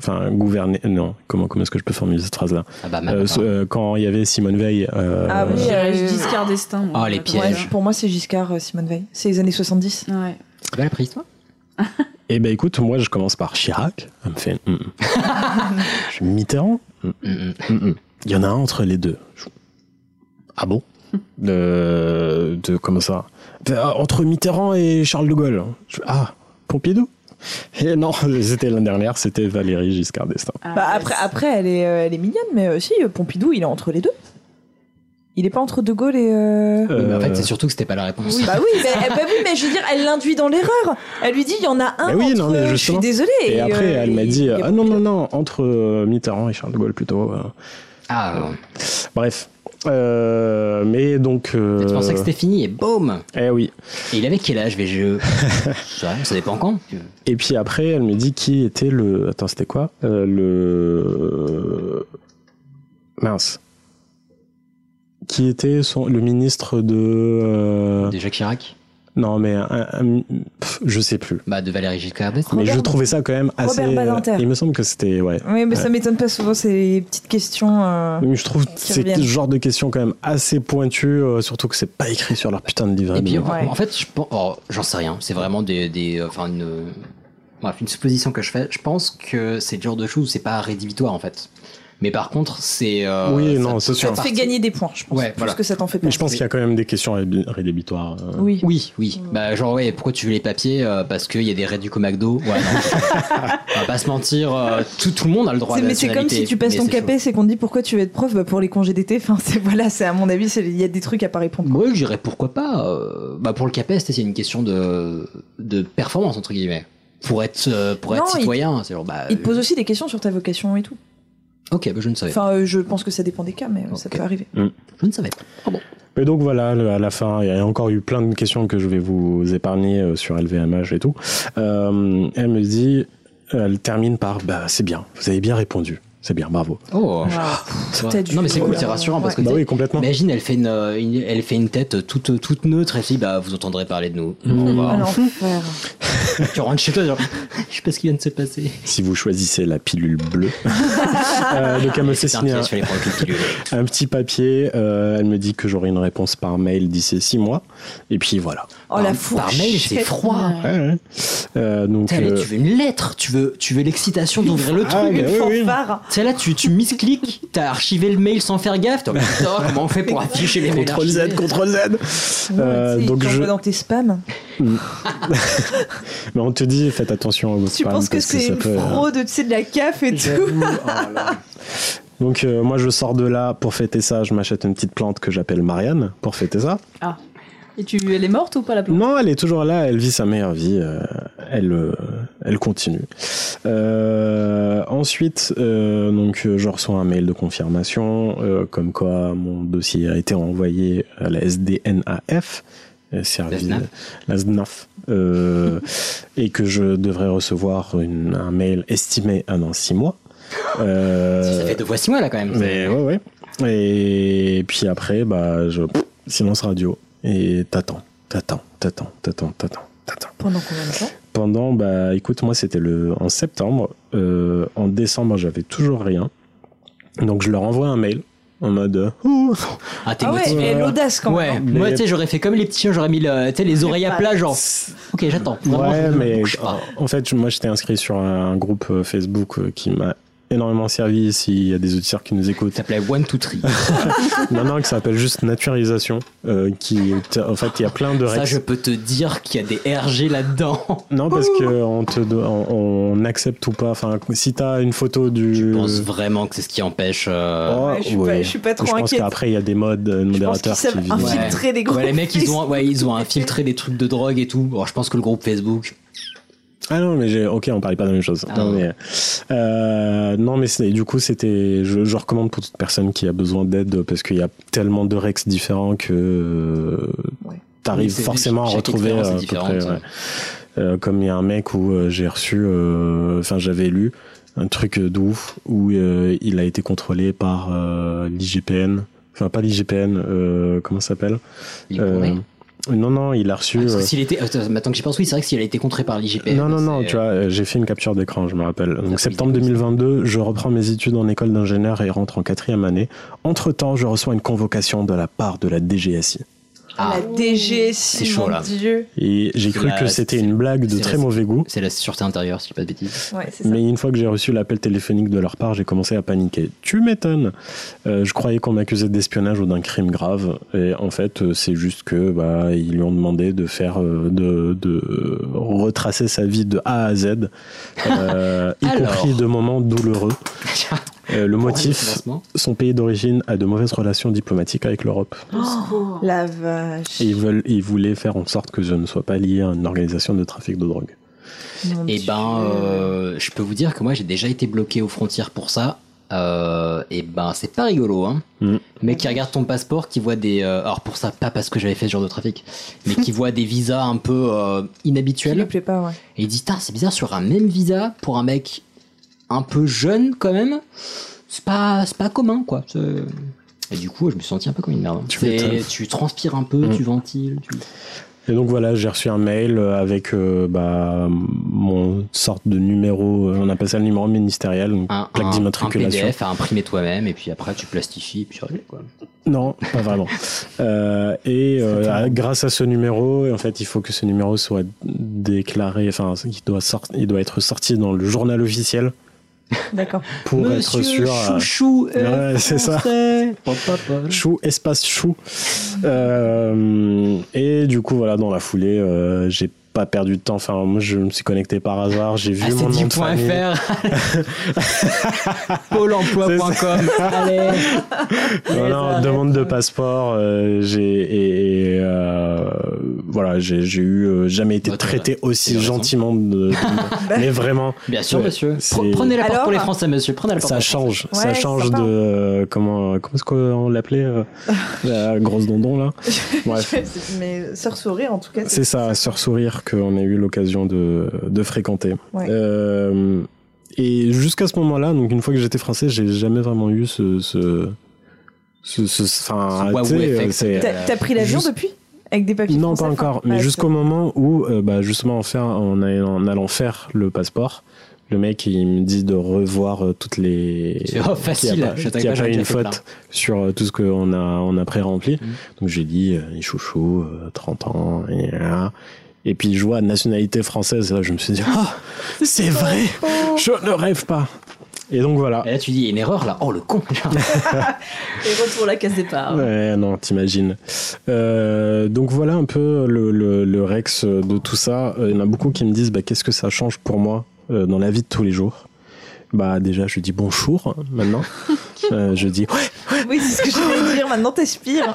Enfin, gouverné. Non, comment, comment est-ce que je peux formuler cette phrase-là
Ah bah,
Euh, ce- euh, Quand il y avait Simone Veil. euh,
Ah oui,
Euh,
euh,
Giscard d'Estaing. moi,
Ah,
Oh, les
j'adore
pièges.
ça.
Pour moi c'est Giscard, euh, Simone Veil. C'est les années 70.
Ouais.
Tu vas Bah, la prise, toi
Eh ben écoute, moi je commence par Chirac. Elle me fait.
[laughs]
Mm, mm. je suis Mitterrand.
Hum,
Mm, mm, mm. Il y en a un entre les deux. Je- Ah bon
Hum.
de, de comment ça Fait, ah, Entre Mitterrand et Charles de Gaulle. Je- ah, Pompidou. Et non, [laughs] c'était l'année dernière, c'était Valérie Giscard d'Estaing.
Ah,
Bah, après, après elle, est, euh, elle est mignonne, mais euh, si, euh, Pompidou, il est entre les deux. Il est pas entre De Gaulle et. euh,
Oui, mais En fait,
Euh,
c'est surtout que c'était pas la réponse.
Bah oui, mais, eh, bah oui, mais je veux dire, elle l'induit dans l'erreur. Elle lui dit, il y en a un.
Mais oui,
entre,
non, mais
euh, je suis
justement.
désolée.
Et, après,
euh,
elle m'a
et-
dit
et-
Ah non, non, non, entre euh, Mitterrand et Charles de Gaulle plutôt. euh.
Ah, ouais.
Bref. Euh, mais donc.
tu pensais que
euh,
c'était fini et boum
Eh oui.
Et il avait quel âge,
[laughs]
VGE Ça ça dépend quand.
Et puis après, elle me dit qui était le. Attends, c'était quoi Euh, Le. Mince. Qui était son... le ministre de. euh,
De Jacques Chirac
Non, mais. un- un- pff, je sais plus.
Bah, de Valérie Giscard d'Estaing.
mais
Robert-
je trouvais ça quand même assez. euh,
Robert Badinter.
Il me semble que c'était. Ouais.
Oui, mais ça
Ouais.
m'étonne pas souvent, c'est les petites questions. euh,
Mais je trouve
qui
c'est
reviennent.
ce genre de questions quand même assez pointues, euh, surtout que c'est pas écrit sur leur putain de livre.
Et puis,
Ah, Mais-
Ouais.
en fait, je pense, oh, j'en sais rien. C'est vraiment des, des euh, enfin, une, bref, une supposition que je fais. Je pense que c'est le genre de choses où c'est pas rédhibitoire, en fait. Mais par contre, c'est, euh,
Oui, non, c'est
Ça
sûr.
te fait
partie.
gagner des points, je pense.
Ouais,
plus
voilà.
que ça t'en fait pas.
Mais je pense qu'il y a quand même des questions ré- rédhibitoires. euh.
Oui.
Oui, oui. Bah, genre, ouais, pourquoi tu veux les papiers? Euh, Parce qu'il y a des réducs au McDo. Ouais, non.
[laughs]
On va pas se mentir, euh, tout, tout le monde a le droit à
C'est-
la
mais c'est comme si
nationalité,
tu passes
mais
ton
c'est chaud.
capé, c'est qu'on te dit pourquoi tu veux être prof bah, pour les congés d'été. [laughs] Enfin, c'est voilà, c'est à mon avis, c'est- il y a des trucs à pas répondre.
Moi, je dirais pourquoi pas. euh, bah, pour le CAPES, c'est une question de, de performance, entre guillemets. Pour être, euh, pour être
Non, il-
citoyen, c'est genre, bah.
Ils te posent aussi des questions sur ta vocation et tout.
Ok, bah, je ne savais pas.
Enfin, euh, je pense que ça dépend des cas, mais euh, ça
Ok.
peut arriver.
Je ne savais pas. Ah bon.
Mais donc voilà, le- à la fin, il y a encore eu plein de questions que je vais vous épargner euh, sur LVMH et tout. Euh, elle me dit, elle termine par, bah c'est bien, vous avez bien répondu, c'est bien, bravo.
Oh.
Tout a dû-
Non mais c'est cool,
euh,
c'est rassurant parce que
ouais.
Bah
tu sais,
oui, complètement.
imagine elle fait une, euh, une- elle fait une tête toute toute neutre et elle dit bah vous entendrez parler de nous. Au
Ah,
revoir.
l'enfer.
tu rentres chez toi genre [laughs] je sais pas ce qui vient de se passer.
Si vous choisissez la pilule bleue, Euh, donc elle me fait
C'est un
signer un,
piège, fallait prendre une
[laughs]
pilule.
un petit papier. euh, elle me dit que j'aurai une réponse par mail d'ici six mois. Et puis voilà.
Oh la
Par-
fourche.
Par mail c'est froid.
Ouais, ouais. Euh, donc
Putain, là,
euh,
tu veux une lettre, tu veux tu veux l'excitation d'ouvrir le
Ah,
truc.
bah oui, oui.
Phare.
Tu sais, là tu tu miscliques, t'as archivé le mail sans faire gaffe.
[laughs]
T'as dit, Putain comment on fait pour afficher les mails
Ctrl Z,
archivés
Ctrl Z. Euh,
Ouais, tu sais,
donc
ils
je-
t'envoient dans tes spams.
Mais on te dit, faites attention à vos
Tu
spams
penses que
parce
c'est
ça
une
peut- euh,
fraude, tu sais, de la CAF et tout.
[laughs]
[laughs] Oh Donc euh, moi je sors de là pour fêter ça, je m'achète une petite plante que j'appelle Marianne pour fêter ça.
Ah. Et tu, elle est morte ou pas la plante
Non, elle est toujours là, elle vit sa meilleure vie, euh, elle euh, elle continue. Euh, ensuite euh, donc euh, je reçois un mail de confirmation euh, comme quoi mon dossier a été envoyé à la SDNAF servi la SNAF, euh, et que je devrais recevoir une, un mail estimé à dans six mois.
Euh, ça fait deux fois six mois là quand même.
Mais ouais, ouais. Et puis après, bah, je... silence radio. Et t'attends, t'attends, t'attends, t'attends, t'attends, t'attends.
Pendant combien de temps
Pendant, bah, écoute, moi c'était le en septembre. Euh, en décembre, j'avais toujours rien. Donc je leur envoie un mail en mode euh, Ouh.
ah, t'es ah ouais, mais l'audace quand
euh, ouais.
même. hein.
Moi, tu sais, j'aurais fait comme les petits chiens, j'aurais mis le, les oreilles à plat, genre. Ok, j'attends.
Ouais, mais en fait, moi, j'étais inscrit sur un groupe euh, Facebook qui m'a énormément servi s'il y a des auditeurs qui nous écoutent. [laughs]
Ça s'appelait One Two Three.
non, non, qui s'appelle juste Naturalisation. Euh, qui, en fait, il y a plein de
Ça, rex. je peux te dire qu'il y a des RG là-dedans.
Non, parce que on, te, on, on accepte ou pas. Enfin, si t'as une photo du. Ah,
Je pense vraiment que c'est ce qui empêche. Euh...
Oh, ouais, je, suis ouais. pas, je suis pas trop
je
inquiète.
Je pense qu'après, il y a des modes euh, modérateurs
qui, qui infiltrer ouais. des groupes.
les mecs, ils ont, ils
[laughs]
ont infiltré des trucs de drogue et tout. Alors, je pense que le groupe Facebook.
Ah non, mais j'ai. Ok, on parlait pas de la même chose. Ah non, mais, euh, non, mais du coup, c'était. Je, je, recommande pour toute personne qui a besoin d'aide parce qu'il y a tellement de Rex différents que ouais. t'arrives oui, forcément à retrouver. À peu près, ouais. euh, comme il y a un mec où j'ai reçu. Enfin, euh, j'avais lu un truc de ouf où euh, il a été contrôlé par euh, l'IGPN. Enfin, pas l'IGPN, euh, comment ça s'appelle Euh, non, non, il a reçu. euh,
Ah, s'il était. Attends, maintenant que j'y pense, oui, c'est vrai que s'il a été contré par l'IGPN.
Non, non, non, tu vois, euh, j'ai fait une capture d'écran, je me rappelle. Donc, septembre 2022, je reprends mes études en école d'ingénieur et rentre en quatrième année. Entre temps, je reçois une convocation de la part de la DGSI.
euh,
Ah. La DGSI, c'est chaud, là. Dieu.
Et j'ai cru la... que c'était une blague de très
la...
mauvais goût.
C'est la sûreté intérieure, si je dis pas de bêtises.
Ouais, ça.
Mais une fois que j'ai reçu l'appel téléphonique de leur part, j'ai commencé à paniquer. Tu m'étonnes. Euh, je croyais qu'on m'accusait d'espionnage ou d'un crime grave. Et en fait, euh, c'est juste que bah, ils lui ont demandé de faire, euh, de, de retracer sa vie de A à Z, euh, y Alors... compris de moments douloureux. Euh, le motif, son pays d'origine a de mauvaises relations diplomatiques avec l'Europe.
Oh, la vache.
Et ils, veulent, ils voulaient faire en sorte que je ne sois pas lié à une organisation de trafic de drogue.
Mon et Dieu. ben, euh, je peux vous dire que moi j'ai déjà été bloqué aux frontières pour ça. Euh, et ben, c'est pas rigolo, hein. Mmh. Mais qui regarde ton passeport, qui voit des. euh, alors pour ça, pas parce que j'avais fait ce genre de trafic, mais qui voit des visas un peu euh, inhabituels.
Lui plaît pas, ouais.
Et il dit, c'est bizarre, sur un même visa, pour un mec un peu jeune quand même, c'est pas, pas commun quoi. Et du coup, je me suis senti un peu comme une merde. Tu, tu transpires un peu, mmh. tu ventiles. Tu...
Et donc voilà, j'ai reçu un mail avec euh, bah, mon sorte de numéro, euh, on appelle ça le numéro ministériel, une
un,
plaque d'immatriculation.
Un PDF à imprimer toi-même et puis après tu plastifies et puis réglé quoi.
Non, pas vraiment. euh, et euh, grâce à ce numéro, en fait, il faut que ce numéro soit déclaré, enfin, il doit, sorti, il doit être sorti dans le journal officiel.
D'accord.
Pour Monsieur être sûr.
Chouchou.
Euh, ouais, c'est ça. [laughs] Chou, espace chou. Euh, et du coup, voilà, dans la foulée, euh, j'ai pas perdu de temps. Enfin, moi, je me suis connecté par hasard. J'ai vu ah, mon nom de famille. [laughs]
Pôle emploi.com. Allez.
Voilà, demande de passeport. Euh, j'ai et, et euh, voilà, j'ai eu euh, jamais été Votre traité aussi gentiment. [laughs] De, de, mais vraiment.
Bien sûr, monsieur. Prenez la porte pour les Français, monsieur. Prenez la porte.
Ça change. Ouais, ça change sympa. de euh, comment comment est-ce qu'on l'appelait euh, [laughs] la grosse dondon [laughs] là.
[laughs] Bref. mais sœur sourire en tout cas.
C'est ça, sœur sourire qu'on a eu l'occasion de, de, fréquenter.
Ouais.
Euh, et jusqu'à ce moment-là, donc une fois que j'étais français, j'ai jamais vraiment eu ce. ce, ce, ce euh,
wow T'as pris l'avion juste... depuis avec des papiers
Non, pas encore. Mais ah, jusqu'au moment où, euh, bah, justement, en, faire, en, en allant faire le passeport, le mec il me dit de revoir euh, toutes [laughs] les
oh, facile
qui a pas, hein. je qui a pas une faute sur euh, tout ce qu'on a on a pré-rempli mmh. donc j'ai dit euh, chouchou euh, 30 ans et là. et puis je vois nationalité française et là je me suis dit [laughs] ah oh, c'est vrai je ne rêve pas et donc voilà.
Et là tu dis il y a une erreur là, oh le con [laughs]
Et retour la case départ.
Ouais, non, t'imagines. Euh, donc voilà un peu le, le, le, Rex de tout ça. Il y en a beaucoup qui me disent bah, qu'est-ce que ça change pour moi euh, dans la vie de tous les jours. Bah déjà je dis bonjour hein, maintenant. Euh, je dis ouais,
Oui, c'est ce que j'allais dire. pire, maintenant
[laughs]
t'espires.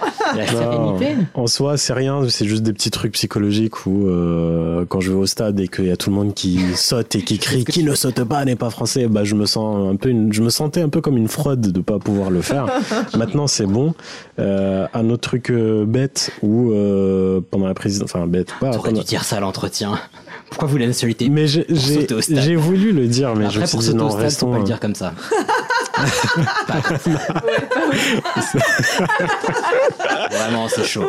Non, Ah, en soi, c'est rien, c'est juste des petits trucs psychologiques où euh, quand je vais au stade et qu'il y a tout le monde qui saute et qui crie qui ne saute pas n'est pas français, bah je me sens un peu, une- je me sentais un peu comme une fraude de pas pouvoir le
[laughs]
faire. maintenant, c'est bon. Euh, un autre truc euh, bête où euh, pendant la présidence, enfin bête, pas.
T'aurais
pendant-
dû dire ça à l'entretien. Pourquoi vous la nationalité
Mais j'ai j'ai-
sauter au stade.
j'ai voulu le dire, mais je me
Après,
suis
pour
dit
sauter
non,
au stade, faut
restons.
pas le
hein.
dire
[laughs]
comme ça. Vraiment, c'est chaud.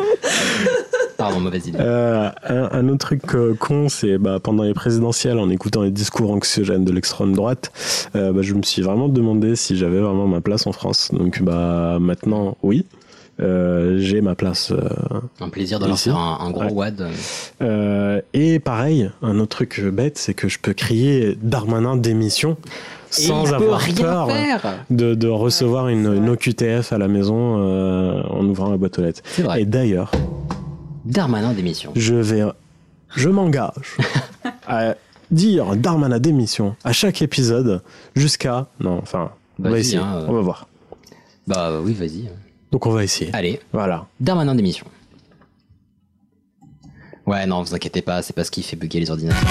Pardon, mauvaise idée.
Euh, un, un autre truc euh, con, c'est bah, pendant les présidentielles, en écoutant les discours anxiogènes de l'extrême droite, euh, bah, je me suis vraiment demandé si j'avais vraiment ma place en France. Donc bah, maintenant, oui, Euh, j'ai ma place.
un plaisir de leur faire un, un gros wad.
Euh, et pareil, un autre truc bête, c'est que je peux crier Darmanin démission
Et
sans
il peut
avoir
rien
peur
faire.
de, de recevoir une, une OQTF à la maison euh, en ouvrant la boîte aux lettres. Et d'ailleurs,
Darmanin démission.
je vais, je
[laughs]
m'engage à dire Darmanin démission à chaque épisode jusqu'à non, enfin, on va
Vas-y,
essayer,
hein, euh.
on va voir.
Bah euh, oui, vas-y.
Donc on va essayer.
Allez.
Voilà.
Darmanin démission. Ouais, non, vous inquiétez pas, c'est parce qu'il fait bugger
[laughs]
les ordinateurs.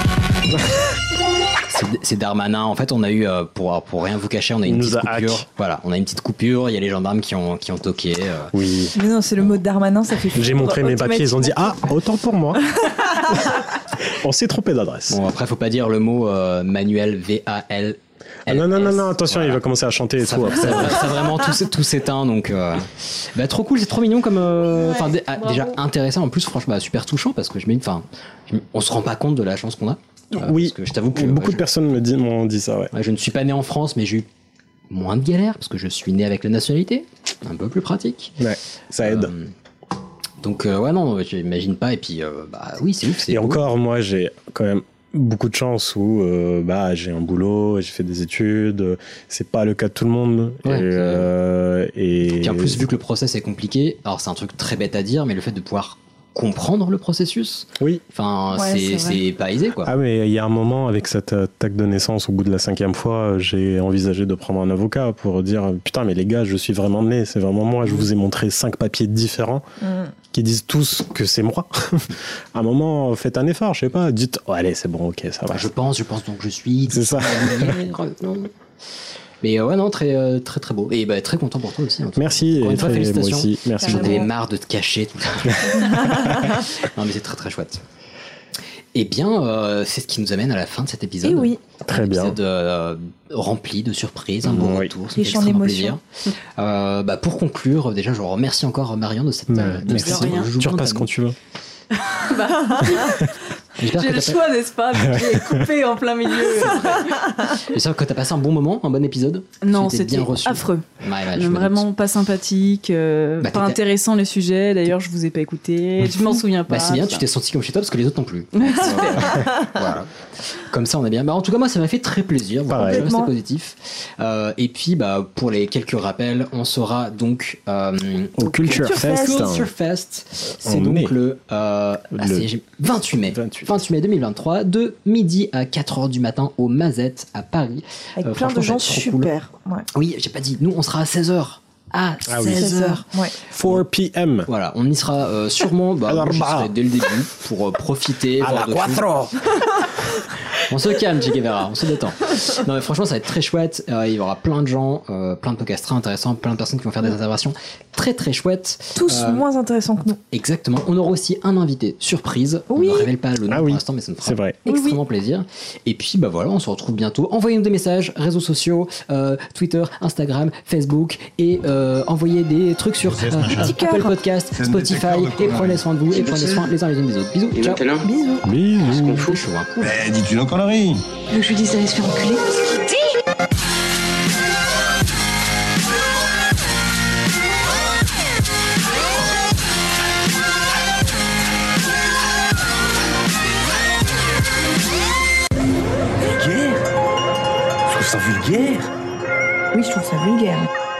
C'est- C'est Darmanin. En fait, on a eu, euh, pour, pour rien vous cacher, on a eu
Il
une
nous
petite
a hack.
coupure. Voilà, on a une petite coupure. Il y a les gendarmes qui ont, qui ont toqué. euh.
Oui.
Mais non, c'est le mot de Darmanin, ça fait
J'ai
Bah,
montré mes papiers, ils ont dit
automatiquement.
ah autant pour moi. on s'est trompé d'adresse.
Bon, après, faut pas dire le mot euh, manuel V-A-L.
Ah non, non, non, non, attention, il va commencer à chanter et
Ça,
tout. après.
ça- ça vraiment tout, s'é- tout s'éteint donc euh, bah, trop cool c'est trop mignon comme euh, enfin dé- ah, déjà intéressant en plus franchement bah, super touchant parce que je me dis enfin je- on se rend pas compte de la chance qu'on a euh,
Oui.
parce que je t'avoue que
Beaucoup
ouais,
de personnes me disent- m'ont dit ça, ouais.
je, ouais, je ne suis pas né en France mais j'ai eu moins de galères parce que je suis né avec la nationalité un peu plus pratique Euh,
Ouais, ça aide.
donc euh, ouais non j'imagine pas et puis euh, bah oui c'est ouf c'est
Et
beau.
encore, moi, j'ai quand même beaucoup de chance où euh, bah, j'ai un boulot, j'ai fait des études. euh, C'est pas le cas de tout le monde.
Ouais,
et,
c'est-
euh, et-
Puis en plus, vu que le process est compliqué, alors c'est un truc très bête à dire, mais le fait de pouvoir comprendre le processus,
oui.
enfin,
Ouais,
c'est-
c'est vrai.
c'est pas aisé quoi.
Ah, mais il y a un moment, avec cette attaque de naissance, au bout de la cinquième fois, euh, j'ai envisagé de prendre un avocat pour dire Putain, mais les gars, je suis vraiment né, c'est vraiment moi, je vous ai montré cinq papiers différents. qui disent tous que c'est moi. [laughs] à un moment, faites un effort, je sais pas. Dites, oh, allez, c'est bon, ok, ça va.
Bah, Je pense, je pense donc je suis.
[laughs]
C'est ça.
Non. Mais euh, ouais, non, très, euh, très très beau. Et bah, très content pour toi aussi. en tout cas.
Merci,
Encore
et
une fois,
très- moi
félicitations.
aussi, merci
J'en
beaucoup.
avais marre de te cacher tout le temps.
[laughs]
non, mais c'est très très chouette. Eh bien, euh, c'est ce qui nous amène à la fin de cet épisode.
Eh oui.
Très
bien. Épisode euh, rempli de surprises, un bon retour. ça fait
Riche en
extrêmement
émotions.
plaisir. Euh, bah, pour conclure, déjà, je remercie encore Marion de cette. euh, de
Merci.
cette- je
Tu
joue bien
repasses
ta-
quand tu veux.
J'espère
J'ai
que
le
t'as pas-
choix, n'est-ce pas
Euh,
vu que J'ai coupé en plein milieu.
J'espère que t'as passé un bon moment, un bon épisode.
[laughs] Non,
Tu t'es
c'était
bien reçu.
affreux.
Ouais, ouais, je me doute.
Vraiment pas sympathique, euh,
Bah,
pas
t'étais-
intéressant les sujets. D'ailleurs, je vous ai pas écouté. Je m'en souviens pas.
Bah, c'est bien,
tout
tu
ça.
t'es senti comme chez toi parce que les autres non
[laughs]
plus. Voilà. Comme ça, on est bien. Bah, en tout cas, moi, ça m'a fait très plaisir. Voilà,
Pareil.
je restais
Complètement.
positif. Euh, et puis, bah, pour les quelques rappels, on sera donc euh,
Au Culture Fest.
Culture Fest. C'est
En
donc
mai.
le, euh, ah,
Le-
c'est- j'ai- 28 mai. 28. mai 2023, de midi à 4h du matin au Mazette à Paris.
Avec
Euh,
plein de
franchement,
gens
ça va être trop cool.
super. Ouais.
Oui, j'ai pas dit. Nous, on sera à 16h. À
Ah oui.
16h.
4 p.m.
Voilà, on y sera euh, sûrement bah, moi, j'y serai dès le début pour euh, profiter.
À
voir
la
de tout.
quattro.
On se calme, Che Guevara, on se détend. Non, mais franchement, ça va être très chouette. Euh, il y aura plein de gens, euh, plein de podcasts très intéressants, plein de personnes qui vont faire des interventions très très chouettes.
Tous
Euh,
moins intéressants que nous.
Exactement. On aura aussi un invité surprise. On ne révèle pas le nom pour l'instant, mais ça nous fera extrêmement plaisir. Et puis, bah voilà, on se retrouve bientôt. Envoyez-nous des messages, réseaux sociaux, euh, Twitter, Instagram, Facebook, et euh, envoyez des trucs sur euh,
Sticker.
Apple Podcast,
C'est un
Spotify.
détecteur de
Et
conneries.
prenez soin de vous et
Je
prenez
sais.
soin les uns les unes des autres. Bisous.
Et
ciao.
maintenant
Bisous.
Bisous.
Je suis chaud, hein.
Eh, dis-tu nos conneries
Le jeudi, ça allait se faire enculer.
Vulgaire Je trouve ça vulgaire
Oui, je trouve ça vulgaire.